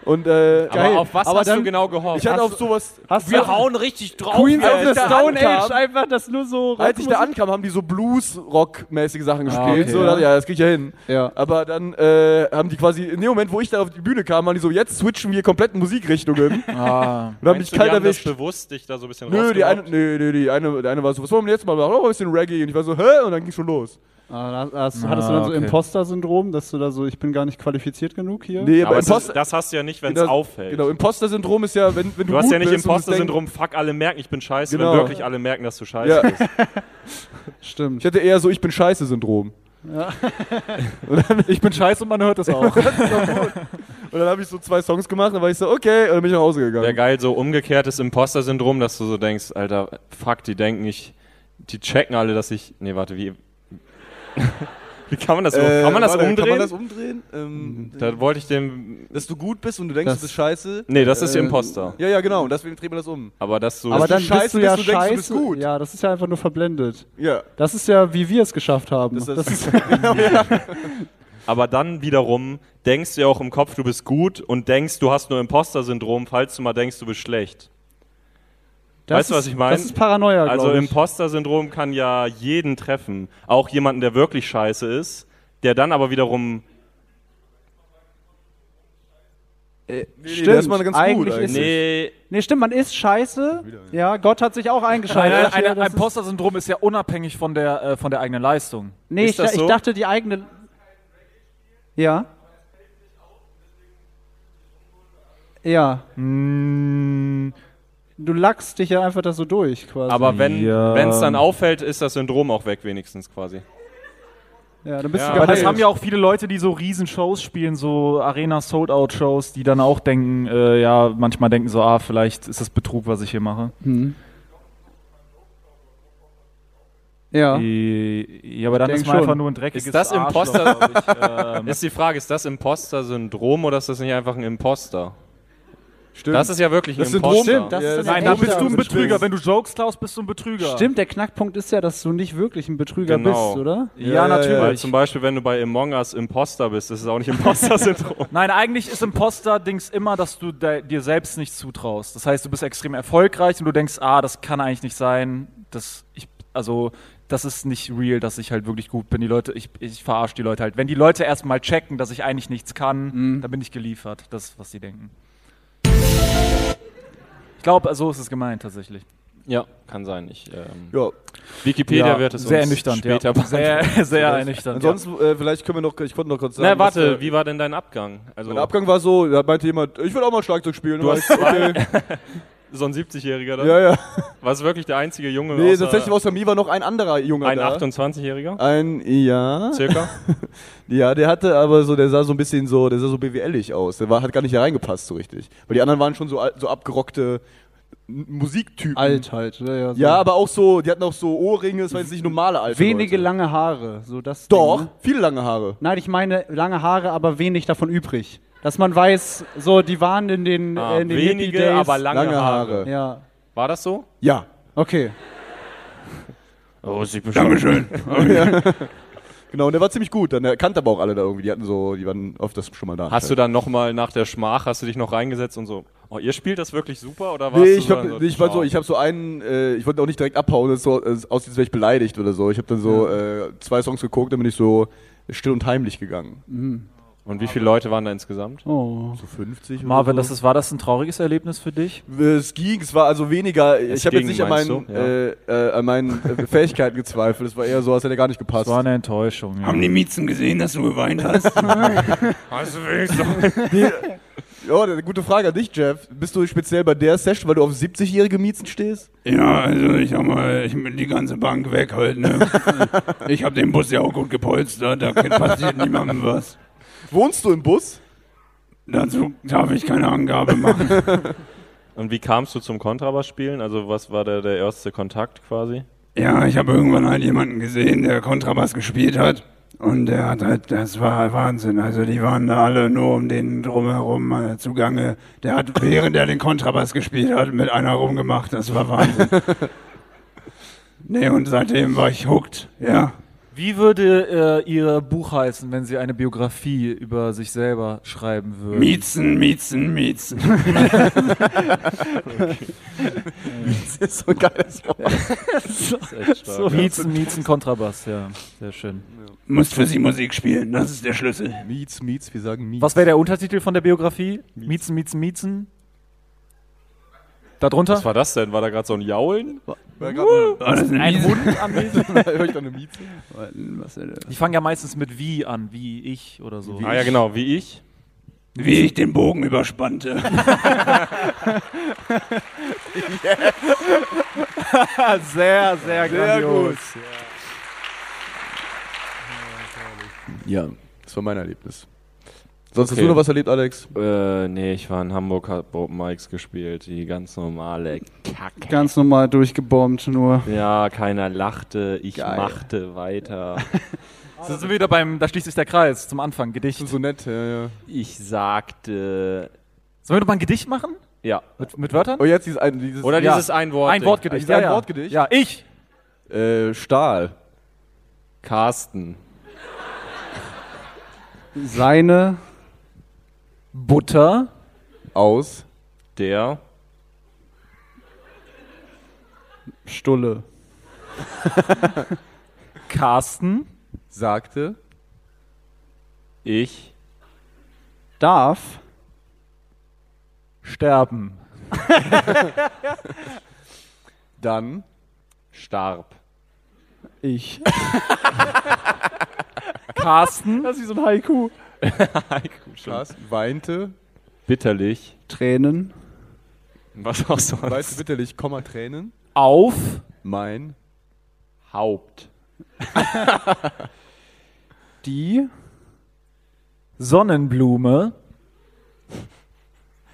[SPEAKER 3] Und äh, geil.
[SPEAKER 5] Aber auf was
[SPEAKER 3] Aber
[SPEAKER 5] hast
[SPEAKER 3] dann-
[SPEAKER 5] du genau gehofft?
[SPEAKER 3] Ich hatte
[SPEAKER 5] hast
[SPEAKER 3] auf sowas.
[SPEAKER 11] Hast
[SPEAKER 5] wir
[SPEAKER 11] du-
[SPEAKER 5] hauen richtig drauf.
[SPEAKER 11] Queens of the
[SPEAKER 5] Alter.
[SPEAKER 11] Stone Age,
[SPEAKER 3] ankam-
[SPEAKER 11] einfach das nur so.
[SPEAKER 3] Als ich da
[SPEAKER 11] Rockmusik.
[SPEAKER 3] ankam, haben die so Blues-Rock-mäßige Sachen
[SPEAKER 5] Ah,
[SPEAKER 3] gespielt.
[SPEAKER 11] okay,
[SPEAKER 3] so,
[SPEAKER 11] ja.
[SPEAKER 3] ja. ja, das krieg ich ja hin.
[SPEAKER 11] Ja.
[SPEAKER 3] Aber dann äh, haben die quasi, in dem Moment, wo ich da auf die Bühne kam, haben die so, jetzt switchen wir
[SPEAKER 5] [LAUGHS]
[SPEAKER 3] komplett Musikrichtungen.
[SPEAKER 6] ah,
[SPEAKER 3] Und haben mich
[SPEAKER 5] Meinst du,
[SPEAKER 3] kalt
[SPEAKER 5] die haben das
[SPEAKER 3] erwischt.
[SPEAKER 5] bewusst dich da so ein bisschen
[SPEAKER 3] Nö, die eine,
[SPEAKER 5] rausgenommen?
[SPEAKER 3] nö, nö, die eine, die eine war so, was wollen wir denn jetzt mal machen? Oh, ein bisschen Reggae. Und ich war so, hä? Und dann ging schon los.
[SPEAKER 1] Ah, da- hast, hattest
[SPEAKER 5] Ah,
[SPEAKER 1] du dann so
[SPEAKER 5] okay.
[SPEAKER 1] Imposter-Syndrom, dass du da so, ich bin gar nicht qualifiziert genug hier?
[SPEAKER 5] Nee, aber Aber das Imposter- ist- das hast du ja nicht, wenn's
[SPEAKER 1] Genau,
[SPEAKER 5] auffällt.
[SPEAKER 1] Genau,
[SPEAKER 3] Imposter-Syndrom ist ja, wenn, wenn
[SPEAKER 5] Du hast ja nicht
[SPEAKER 3] bist und es
[SPEAKER 5] Imposter-Syndrom, fuck, alle merken, ich bin scheiße,
[SPEAKER 3] Genau.
[SPEAKER 5] wenn wirklich alle merken, dass du scheiße bist.
[SPEAKER 1] Stimmt.
[SPEAKER 3] Ich hätte eher so Ich bin scheiße Syndrom.
[SPEAKER 1] Ja. ich bin scheiße und man hört
[SPEAKER 6] [LAUGHS]
[SPEAKER 1] das auch.
[SPEAKER 3] das ist doch gut. Und dann habe ich so zwei Songs gemacht, dann war ich so, okay, und dann bin ich nach Hause gegangen.
[SPEAKER 5] Wäre geil, so umgekehrtes Imposter-Syndrom, dass du so denkst, Alter, fuck, die denken, ich, die checken alle, dass ich, nee, warte, wie, [LAUGHS] wie kann man das, um,
[SPEAKER 3] Äh,
[SPEAKER 5] kann man das
[SPEAKER 3] warte,
[SPEAKER 5] umdrehen?
[SPEAKER 3] Kann man das umdrehen? Ähm,
[SPEAKER 5] da wollte ich dem,
[SPEAKER 3] dass du gut bist und du denkst,
[SPEAKER 5] Das-
[SPEAKER 3] du bist scheiße.
[SPEAKER 5] Nee, das ist
[SPEAKER 3] Äh,
[SPEAKER 5] Imposter.
[SPEAKER 3] Ja, ja, genau. Und deswegen dreht man das um.
[SPEAKER 5] aber das so,
[SPEAKER 1] aber
[SPEAKER 3] dass
[SPEAKER 1] dann
[SPEAKER 3] du
[SPEAKER 1] bist
[SPEAKER 3] scheiße
[SPEAKER 1] du ja
[SPEAKER 3] bist und
[SPEAKER 1] scheiße.
[SPEAKER 3] denkst, du bist gut.
[SPEAKER 1] Ja, das ist ja einfach nur verblendet.
[SPEAKER 3] Ja.
[SPEAKER 1] Das ist ja, wie wir es geschafft haben.
[SPEAKER 5] Das ist-
[SPEAKER 1] ist
[SPEAKER 5] aber dann wiederum denkst du ja auch im Kopf, du bist gut und denkst, du hast nur Imposter-Syndrom, falls du mal denkst, du bist schlecht.
[SPEAKER 1] Das
[SPEAKER 5] weißt du,
[SPEAKER 1] ist-
[SPEAKER 5] was ich meine?
[SPEAKER 1] das ist Paranoia, glaub
[SPEAKER 5] Also
[SPEAKER 1] ich.
[SPEAKER 5] Imposter-Syndrom kann ja jeden treffen. Auch jemanden, der wirklich scheiße ist, der dann aber wiederum
[SPEAKER 3] nee, der ist mal ganz gut
[SPEAKER 1] eigentlich
[SPEAKER 3] eigentlich.
[SPEAKER 1] Ist
[SPEAKER 5] Nee.
[SPEAKER 1] nee, stimmt, man ist scheiße. Ja, Gott hat sich auch
[SPEAKER 6] Ein,
[SPEAKER 1] eingeschaltet.
[SPEAKER 6] ein,
[SPEAKER 1] Ja,
[SPEAKER 6] ein
[SPEAKER 1] das ist-
[SPEAKER 6] Imposter-Syndrom ist ja unabhängig von der, äh, von der eigenen Leistung.
[SPEAKER 1] Nee, ich, ich dachte, die eigene. Ja. Ja. Du lackst dich ja einfach das so durch quasi.
[SPEAKER 5] Aber wenn es dann auffällt, ist das Syndrom auch weg, wenigstens quasi.
[SPEAKER 1] Ja, dann bist
[SPEAKER 6] Ja,
[SPEAKER 1] du
[SPEAKER 6] aber das
[SPEAKER 1] geheilt.
[SPEAKER 6] haben ja auch viele Leute, die so riesen Shows spielen, so Arena-Sold-Out-Shows, die dann auch denken, äh, ja, manchmal denken so, ah, vielleicht ist das Betrug, was ich hier mache.
[SPEAKER 1] Hm. Ja.
[SPEAKER 6] Die, ja, aber dann
[SPEAKER 1] Ich
[SPEAKER 6] ist
[SPEAKER 1] denk
[SPEAKER 6] man
[SPEAKER 1] schon.
[SPEAKER 6] einfach nur ein dreckiges
[SPEAKER 5] Ist das
[SPEAKER 6] Arschloch,
[SPEAKER 5] Imposter?
[SPEAKER 6] glaub ich. Ähm,
[SPEAKER 5] ist die Frage, ist das Imposter-Syndrom oder ist das nicht einfach ein Imposter?
[SPEAKER 6] Stimmt.
[SPEAKER 5] Das ist ja wirklich ein
[SPEAKER 6] Das
[SPEAKER 5] Imposter.
[SPEAKER 6] Syndrom, stimmt, das ist Ja, ein
[SPEAKER 5] Nein,
[SPEAKER 6] Nein,
[SPEAKER 5] da
[SPEAKER 6] dann
[SPEAKER 5] bist du ein Betrüger.
[SPEAKER 6] Wenn du jokes, Klaus, bist du ein Betrüger.
[SPEAKER 1] Stimmt, der Knackpunkt ist ja, dass du nicht wirklich ein Betrüger bist, oder?
[SPEAKER 5] Ja, natürlich. Weil zum Beispiel, wenn du bei Among Us Imposter bist, ist es auch nicht Imposter-Syndrom.
[SPEAKER 6] Nein, eigentlich ist Imposter-Dings immer, dass du de- dir selbst nicht zutraust. Das heißt, du bist extrem erfolgreich und du denkst, ah, das kann eigentlich nicht sein. Das, ich, also, das ist nicht real, dass ich halt wirklich gut bin. Die Leute, ich, ich verarsche die Leute halt. Wenn die Leute erstmal checken, dass ich eigentlich nichts kann, dann bin ich geliefert. Das ist, was sie denken. Ich glaube, so ist es gemeint tatsächlich.
[SPEAKER 5] ja, kann sein. Ich, ähm,
[SPEAKER 3] Ja.
[SPEAKER 5] Wikipedia wird es
[SPEAKER 6] sehr
[SPEAKER 5] uns
[SPEAKER 6] ernüchternd,
[SPEAKER 5] später
[SPEAKER 6] ja. Sehr, [LAUGHS] sehr
[SPEAKER 3] Vielleicht.
[SPEAKER 6] ernüchternd.
[SPEAKER 3] Ansonsten, äh, vielleicht können wir noch, ich wollte noch kurz sagen.
[SPEAKER 5] Na, warte,
[SPEAKER 3] dass, äh,
[SPEAKER 5] wie war denn dein Abgang? Also,
[SPEAKER 3] mein Abgang war so, da meinte jemand, ich will auch mal Schlagzeug spielen.
[SPEAKER 5] Du
[SPEAKER 3] Und
[SPEAKER 5] hast
[SPEAKER 3] war ich,
[SPEAKER 5] zwei. so ein 70-Jähriger da?
[SPEAKER 3] [LAUGHS] Ja, ja.
[SPEAKER 5] War es wirklich der einzige Junge?
[SPEAKER 3] Nee,
[SPEAKER 5] außer-
[SPEAKER 3] tatsächlich außer mir war noch ein anderer Junge
[SPEAKER 5] Ein
[SPEAKER 3] da.
[SPEAKER 5] 28-Jähriger?
[SPEAKER 3] Ein, ja. [LAUGHS]
[SPEAKER 5] Circa?
[SPEAKER 3] ja, der hatte aber so, der sah so ein bisschen so, der sah so BWLig aus. Der war, hat gar nicht hier reingepasst so richtig. Weil die anderen waren schon so, al- so abgerockte N- Musiktypen.
[SPEAKER 1] Alt halt, ja, ja. so.
[SPEAKER 3] Ja, aber auch so, die hatten auch so Ohrringe, das waren jetzt nicht normale alte
[SPEAKER 1] Wenige
[SPEAKER 3] Leute.
[SPEAKER 1] lange Haare, so das.
[SPEAKER 3] Doch,
[SPEAKER 1] Ding, ne?
[SPEAKER 3] viele lange Haare.
[SPEAKER 1] Nein, ich meine lange Haare, aber wenig davon übrig. Dass man weiß, so, die waren in den,
[SPEAKER 5] Ah,
[SPEAKER 1] äh, in den
[SPEAKER 5] wenige,
[SPEAKER 1] Hippie Days.
[SPEAKER 5] aber lange Lange Haare. Haare.
[SPEAKER 1] Ja.
[SPEAKER 5] War das so?
[SPEAKER 3] Ja.
[SPEAKER 1] Okay.
[SPEAKER 5] Oh, sieht
[SPEAKER 14] Dankeschön.
[SPEAKER 3] Ja. genau, und der war ziemlich gut. Dann er kannte aber auch alle da irgendwie. Die hatten so, die waren oft das schon mal da.
[SPEAKER 5] Hast du dann nochmal nach der Schmach, hast du dich noch reingesetzt und so, oh, ihr spielt das wirklich super oder warst
[SPEAKER 3] Nee,
[SPEAKER 5] du
[SPEAKER 3] ich,
[SPEAKER 5] so
[SPEAKER 3] hab,
[SPEAKER 5] dann so,
[SPEAKER 3] nee, ich war so,
[SPEAKER 5] ciao?
[SPEAKER 3] ich habe so einen, äh, ich wollte auch nicht direkt abhauen, das ist so, äh, aus jetzt wäre ich beleidigt oder so. Ich habe dann so äh, zwei Songs geguckt, dann bin ich so still und heimlich gegangen.
[SPEAKER 6] Mhm.
[SPEAKER 5] Und wie viele Leute waren da insgesamt?
[SPEAKER 1] Oh.
[SPEAKER 3] So 50
[SPEAKER 6] Marvin,
[SPEAKER 3] oder
[SPEAKER 6] das
[SPEAKER 3] so.
[SPEAKER 6] ist, war das ein trauriges Erlebnis für dich?
[SPEAKER 3] Es ging, es war also weniger,
[SPEAKER 6] Es
[SPEAKER 3] ich habe jetzt
[SPEAKER 6] ging,
[SPEAKER 3] nicht an
[SPEAKER 6] meinst
[SPEAKER 3] meinen,
[SPEAKER 6] du? Ja.
[SPEAKER 3] äh, äh, an meinen äh, Fähigkeiten gezweifelt, es war eher so, als hätte er gar nicht gepasst.
[SPEAKER 6] Das war eine Enttäuschung. Ja.
[SPEAKER 14] Haben die Miezen gesehen, dass du geweint hast?
[SPEAKER 1] [LAUGHS]
[SPEAKER 14] hast du
[SPEAKER 3] Nee.
[SPEAKER 14] wenigstens.
[SPEAKER 3] Ja, eine gute Frage an dich, Jeff. Bist du speziell bei der Session, weil du auf 70-jährige Miezen stehst?
[SPEAKER 14] Ja, also ich sag mal, ich bin die ganze Bank weg halt,
[SPEAKER 1] [LAUGHS]
[SPEAKER 14] ne? Ich hab den Bus ja auch gut gepolstert, da passiert niemandem was.
[SPEAKER 3] Wohnst du im Bus?
[SPEAKER 14] Dazu darf ich keine Angabe machen.
[SPEAKER 5] Und wie kamst du zum Kontrabass-Spielen? Also was war der, der erste Kontakt quasi?
[SPEAKER 14] Ja, ich habe irgendwann halt jemanden gesehen, der Kontrabass gespielt hat. Und der hat halt, das war Wahnsinn. Also die waren da alle nur um den drumherum äh, zugange. Der hat, während er den Kontrabass gespielt hat, mit einer rumgemacht. Das war
[SPEAKER 5] [LAUGHS]
[SPEAKER 14] Wahnsinn. nee, und seitdem war ich hooked, ja.
[SPEAKER 6] Wie würde äh, Ihr Buch heißen, wenn Sie eine Biografie über sich selber schreiben würden?
[SPEAKER 14] Miezen, Miezen, Miezen.
[SPEAKER 3] Das ist so ein geiles Wort.
[SPEAKER 6] So, Miezen, Miezen, Kontrabass, ja. Sehr schön.
[SPEAKER 14] Musst für sie Musik spielen, das ist der Schlüssel.
[SPEAKER 3] Miets, Miets, wir sagen Miets.
[SPEAKER 6] Was wäre der Untertitel von der Biografie? Miezen, Miezen, Miezen. Darunter?
[SPEAKER 5] Was war das denn? War da gerade so ein Jaulen?
[SPEAKER 3] War grad mal- [LAUGHS]
[SPEAKER 6] Ein Hund am Esel.
[SPEAKER 3] Hör ich doch eine Mieze?
[SPEAKER 6] Die fangen ja meistens mit wie an, wie ich oder so.
[SPEAKER 5] ah ja, genau, wie ich.
[SPEAKER 14] Wie ich den Bogen überspannte.
[SPEAKER 1] sehr, sehr, grandios.
[SPEAKER 3] Ja, das war mein Erlebnis. Sonst hast
[SPEAKER 5] Okay.
[SPEAKER 3] du noch was erlebt, Alex?
[SPEAKER 5] Äh, nee, ich war in Hamburg, hab Open Mics gespielt, die ganz normale Kacke.
[SPEAKER 1] Ganz normal durchgebombt nur.
[SPEAKER 5] Ja, keiner lachte, ich machte weiter.
[SPEAKER 6] Da sind wir wieder beim, da schließt sich der Kreis zum Anfang, Gedicht. Sollen
[SPEAKER 3] Sonett, ja, ja.
[SPEAKER 5] Ich sagte,
[SPEAKER 6] wir nochmal ein Gedicht machen?
[SPEAKER 5] ja.
[SPEAKER 6] Mit, mit Wörtern?
[SPEAKER 3] Oh, jetzt dieses ein, dieses,
[SPEAKER 5] Oder
[SPEAKER 3] ja.
[SPEAKER 5] dieses ein Wort.
[SPEAKER 6] Ein Wortgedicht.
[SPEAKER 3] Dieses ein
[SPEAKER 6] ja,
[SPEAKER 3] Wortgedicht?
[SPEAKER 6] Ja, ich.
[SPEAKER 3] Äh, Stahl.
[SPEAKER 5] Carsten.
[SPEAKER 1] Seine
[SPEAKER 6] Butter.
[SPEAKER 3] Aus.
[SPEAKER 5] Der.
[SPEAKER 1] Stulle.
[SPEAKER 6] Carsten.
[SPEAKER 3] Sagte.
[SPEAKER 5] Ich.
[SPEAKER 1] Darf
[SPEAKER 5] [LAUGHS]
[SPEAKER 1] sterben.
[SPEAKER 3] Dann.
[SPEAKER 5] Starb.
[SPEAKER 3] [LAUGHS]
[SPEAKER 1] Ich.
[SPEAKER 6] Carsten.
[SPEAKER 1] Das ist wie so ein Haiku.
[SPEAKER 5] [LAUGHS] Haiku schon.
[SPEAKER 3] Carsten weinte.
[SPEAKER 5] Bitterlich.
[SPEAKER 1] Tränen.
[SPEAKER 5] Was auch sonst.
[SPEAKER 3] Weinte bitterlich, Komma Tränen.
[SPEAKER 6] Auf.
[SPEAKER 3] Mein.
[SPEAKER 5] Haupt.
[SPEAKER 1] Die.
[SPEAKER 6] Sonnenblume.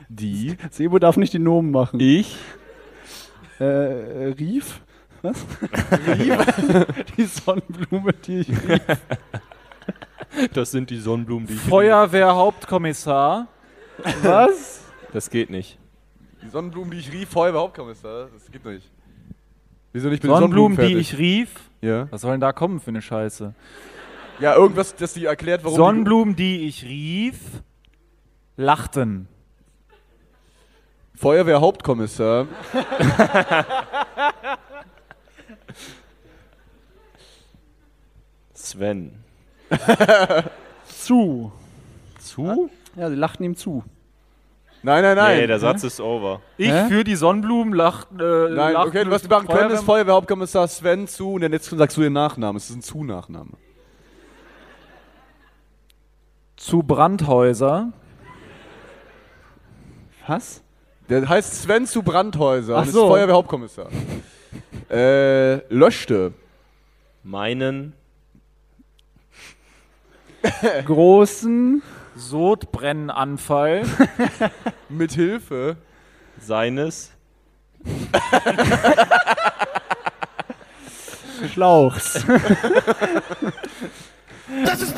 [SPEAKER 3] Die.
[SPEAKER 1] Sebo darf nicht die Nomen machen.
[SPEAKER 5] Ich.
[SPEAKER 1] Äh, äh, rief. Was? [LAUGHS] die Sonnenblume, die ich rief.
[SPEAKER 5] Das sind die Sonnenblumen, die ich.
[SPEAKER 6] Feuerwehrhauptkommissar.
[SPEAKER 1] Was?
[SPEAKER 5] Das geht nicht.
[SPEAKER 3] Die Sonnenblumen, die ich rief, vorher überhaupt da. Das gibt nicht. Wieso nicht mit den
[SPEAKER 6] Sonnenblumen, die
[SPEAKER 3] fertig?
[SPEAKER 6] ich rief.
[SPEAKER 3] Ja.
[SPEAKER 6] Was soll denn da kommen für eine Scheiße?
[SPEAKER 3] Ja, irgendwas, dass die erklärt, warum.
[SPEAKER 6] Sonnenblumen, die ich rief, lachten.
[SPEAKER 3] Die Feuerwehrhauptkommissar.
[SPEAKER 5] Sven.
[SPEAKER 1] Zu.
[SPEAKER 5] Zu?
[SPEAKER 1] Ja, sie lachten ihm zu.
[SPEAKER 3] Nein, nein, nein.
[SPEAKER 5] Nee, der Satz ist over.
[SPEAKER 6] Ich
[SPEAKER 1] Hä?
[SPEAKER 6] für die Sonnenblumen lachten. Äh,
[SPEAKER 3] Nein,
[SPEAKER 6] lachten
[SPEAKER 3] okay, du- was wir machen können, ist
[SPEAKER 6] Feuerwehrmann-
[SPEAKER 3] Feuerwehrhauptkommissar Sven zu und dann jetzt sagst du den Nachnamen. Es ist ein Zu-Nachname.
[SPEAKER 6] zu Brandhäuser.
[SPEAKER 1] Was?
[SPEAKER 3] Der heißt Sven zu Brandhäuser
[SPEAKER 1] Ach
[SPEAKER 3] und ist
[SPEAKER 6] [LAUGHS]
[SPEAKER 1] so.
[SPEAKER 3] Feuerwehrhauptkommissar. äh, löschte.
[SPEAKER 5] Meinen.
[SPEAKER 3] Äh.
[SPEAKER 1] Großen.
[SPEAKER 6] Sodbrennanfall.
[SPEAKER 3] Mit Hilfe.
[SPEAKER 5] Seines.
[SPEAKER 1] Schlauchs.
[SPEAKER 3] Hey.
[SPEAKER 1] Das ist.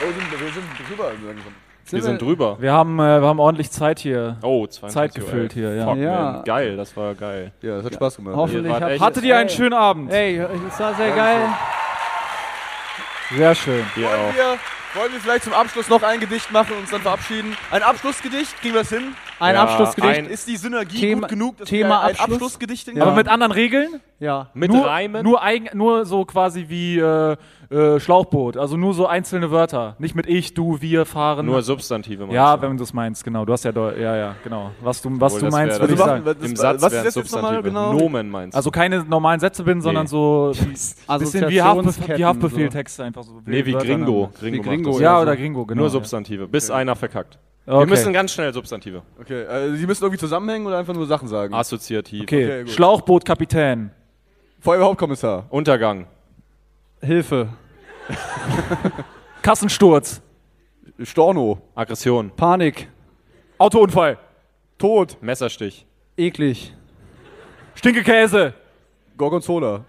[SPEAKER 3] Oh, sind, wir sind drüber langsam.
[SPEAKER 5] Wir sind drüber.
[SPEAKER 6] Wir haben, äh, wir haben ordentlich Zeit hier.
[SPEAKER 5] Oh, 22
[SPEAKER 6] Zeit
[SPEAKER 5] Uhr,
[SPEAKER 6] gefüllt
[SPEAKER 5] ey.
[SPEAKER 6] hier, ja.
[SPEAKER 5] Fuck,
[SPEAKER 1] Ja.
[SPEAKER 5] Man. Geil, das war geil.
[SPEAKER 3] Ja, das hat Spaß gemacht.
[SPEAKER 6] Oh.
[SPEAKER 1] Hoffentlich
[SPEAKER 5] wart
[SPEAKER 1] habt
[SPEAKER 5] echt-
[SPEAKER 6] Hattet ihr einen schönen Abend?
[SPEAKER 1] Ey, es war sehr geil. Sehr schön.
[SPEAKER 5] Ihr auch.
[SPEAKER 3] Wir, wollen wir vielleicht zum Abschluss noch ein Gedicht machen und uns dann verabschieden? Ein Abschlussgedicht? Kriegen wir das hin?
[SPEAKER 1] Ein
[SPEAKER 5] Ja,
[SPEAKER 1] Abschlussgedicht.
[SPEAKER 5] ein-
[SPEAKER 3] Ist die Synergie
[SPEAKER 1] Thema-
[SPEAKER 3] gut genug, dass
[SPEAKER 1] Thema
[SPEAKER 3] wir ein
[SPEAKER 1] Abschluss?
[SPEAKER 3] Abschlussgedicht
[SPEAKER 1] Ja.
[SPEAKER 6] Aber mit anderen Regeln?
[SPEAKER 1] Ja.
[SPEAKER 5] Mit
[SPEAKER 6] nur,
[SPEAKER 5] Reimen.
[SPEAKER 6] Nur, eigen, nur so quasi wie äh, äh, Schlauchboot. Also nur so einzelne Wörter. Nicht mit ich, du, wir, fahren.
[SPEAKER 5] Nur Substantive meinst
[SPEAKER 6] ja,
[SPEAKER 5] du?
[SPEAKER 6] wenn du es meinst, genau. Du hast ja, deu- ja, ja, genau. Was du, was
[SPEAKER 5] Obwohl,
[SPEAKER 6] du
[SPEAKER 5] das
[SPEAKER 6] meinst,
[SPEAKER 5] wär-
[SPEAKER 6] würde ich
[SPEAKER 5] also
[SPEAKER 6] sagen.
[SPEAKER 3] was-
[SPEAKER 5] Im Satz
[SPEAKER 3] was ist
[SPEAKER 5] wären
[SPEAKER 3] jetzt jetzt nochmal
[SPEAKER 5] Substantive.
[SPEAKER 3] genau?
[SPEAKER 5] Nomen meinst du?
[SPEAKER 6] Also keine normalen Sätze bilden, sondern
[SPEAKER 5] Nee. [LAUGHS]
[SPEAKER 6] so wie,
[SPEAKER 1] Also
[SPEAKER 6] bisschen wie, Haftbe wie Haftbefehltexte einfach so.
[SPEAKER 5] Nee, wie
[SPEAKER 6] Wörter
[SPEAKER 5] Gringo.
[SPEAKER 6] dann.
[SPEAKER 5] Gringo, macht
[SPEAKER 3] Gringo,
[SPEAKER 5] das.
[SPEAKER 6] Ja, oder Gringo, genau.
[SPEAKER 5] Nur Substantive, bis einer verkackt.
[SPEAKER 6] Okay.
[SPEAKER 5] Wir müssen ganz schnell Substantive.
[SPEAKER 3] Okay, äh, die müssen irgendwie zusammenhängen oder einfach nur Sachen sagen?
[SPEAKER 1] Ah.
[SPEAKER 5] Assoziativ.
[SPEAKER 6] Okay,
[SPEAKER 3] Okay, gut.
[SPEAKER 6] Schlauchboot, Kapitän.
[SPEAKER 3] Feuerwehrhauptkommissar.
[SPEAKER 5] Untergang.
[SPEAKER 1] Hilfe.
[SPEAKER 6] [LAUGHS] Kassensturz.
[SPEAKER 3] Storno.
[SPEAKER 5] Aggression.
[SPEAKER 1] Panik.
[SPEAKER 6] Autounfall.
[SPEAKER 3] Tod.
[SPEAKER 5] Messerstich.
[SPEAKER 1] Eklig.
[SPEAKER 6] Stinkekäse.
[SPEAKER 3] Gorgonzola.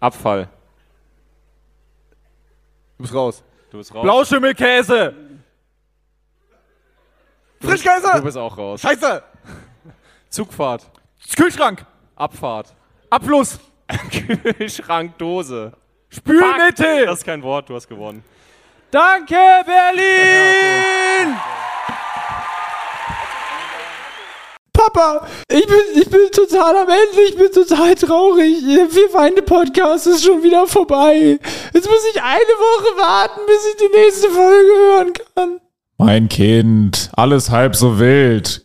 [SPEAKER 5] Abfall.
[SPEAKER 3] Du bist raus.
[SPEAKER 5] Du bist raus.
[SPEAKER 6] Blauschimmelkäse.
[SPEAKER 5] Du
[SPEAKER 3] Frischgeiser!
[SPEAKER 5] bist auch raus.
[SPEAKER 3] Scheiße!
[SPEAKER 5] Zugfahrt.
[SPEAKER 6] Kühlschrank.
[SPEAKER 5] Abfahrt. [LAUGHS]
[SPEAKER 6] Abfluss.
[SPEAKER 5] Kühlschrankdose.
[SPEAKER 6] Spülmittel.
[SPEAKER 5] Das ist kein Wort, du hast gewonnen.
[SPEAKER 1] Danke, Berlin!
[SPEAKER 4] Papa, ich bin, ich bin total am Ende, ich bin total traurig. Der Vier-Feinde-Podcast ist schon wieder vorbei. Jetzt muss ich eine Woche warten, bis ich die nächste Folge hören kann.
[SPEAKER 6] Mein Kind, alles halb so wild.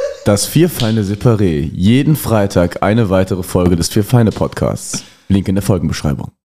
[SPEAKER 3] Das Vierfeinde Separé. Jeden Freitag eine weitere Folge des Vierfeinde Podcasts. Link in der Folgenbeschreibung.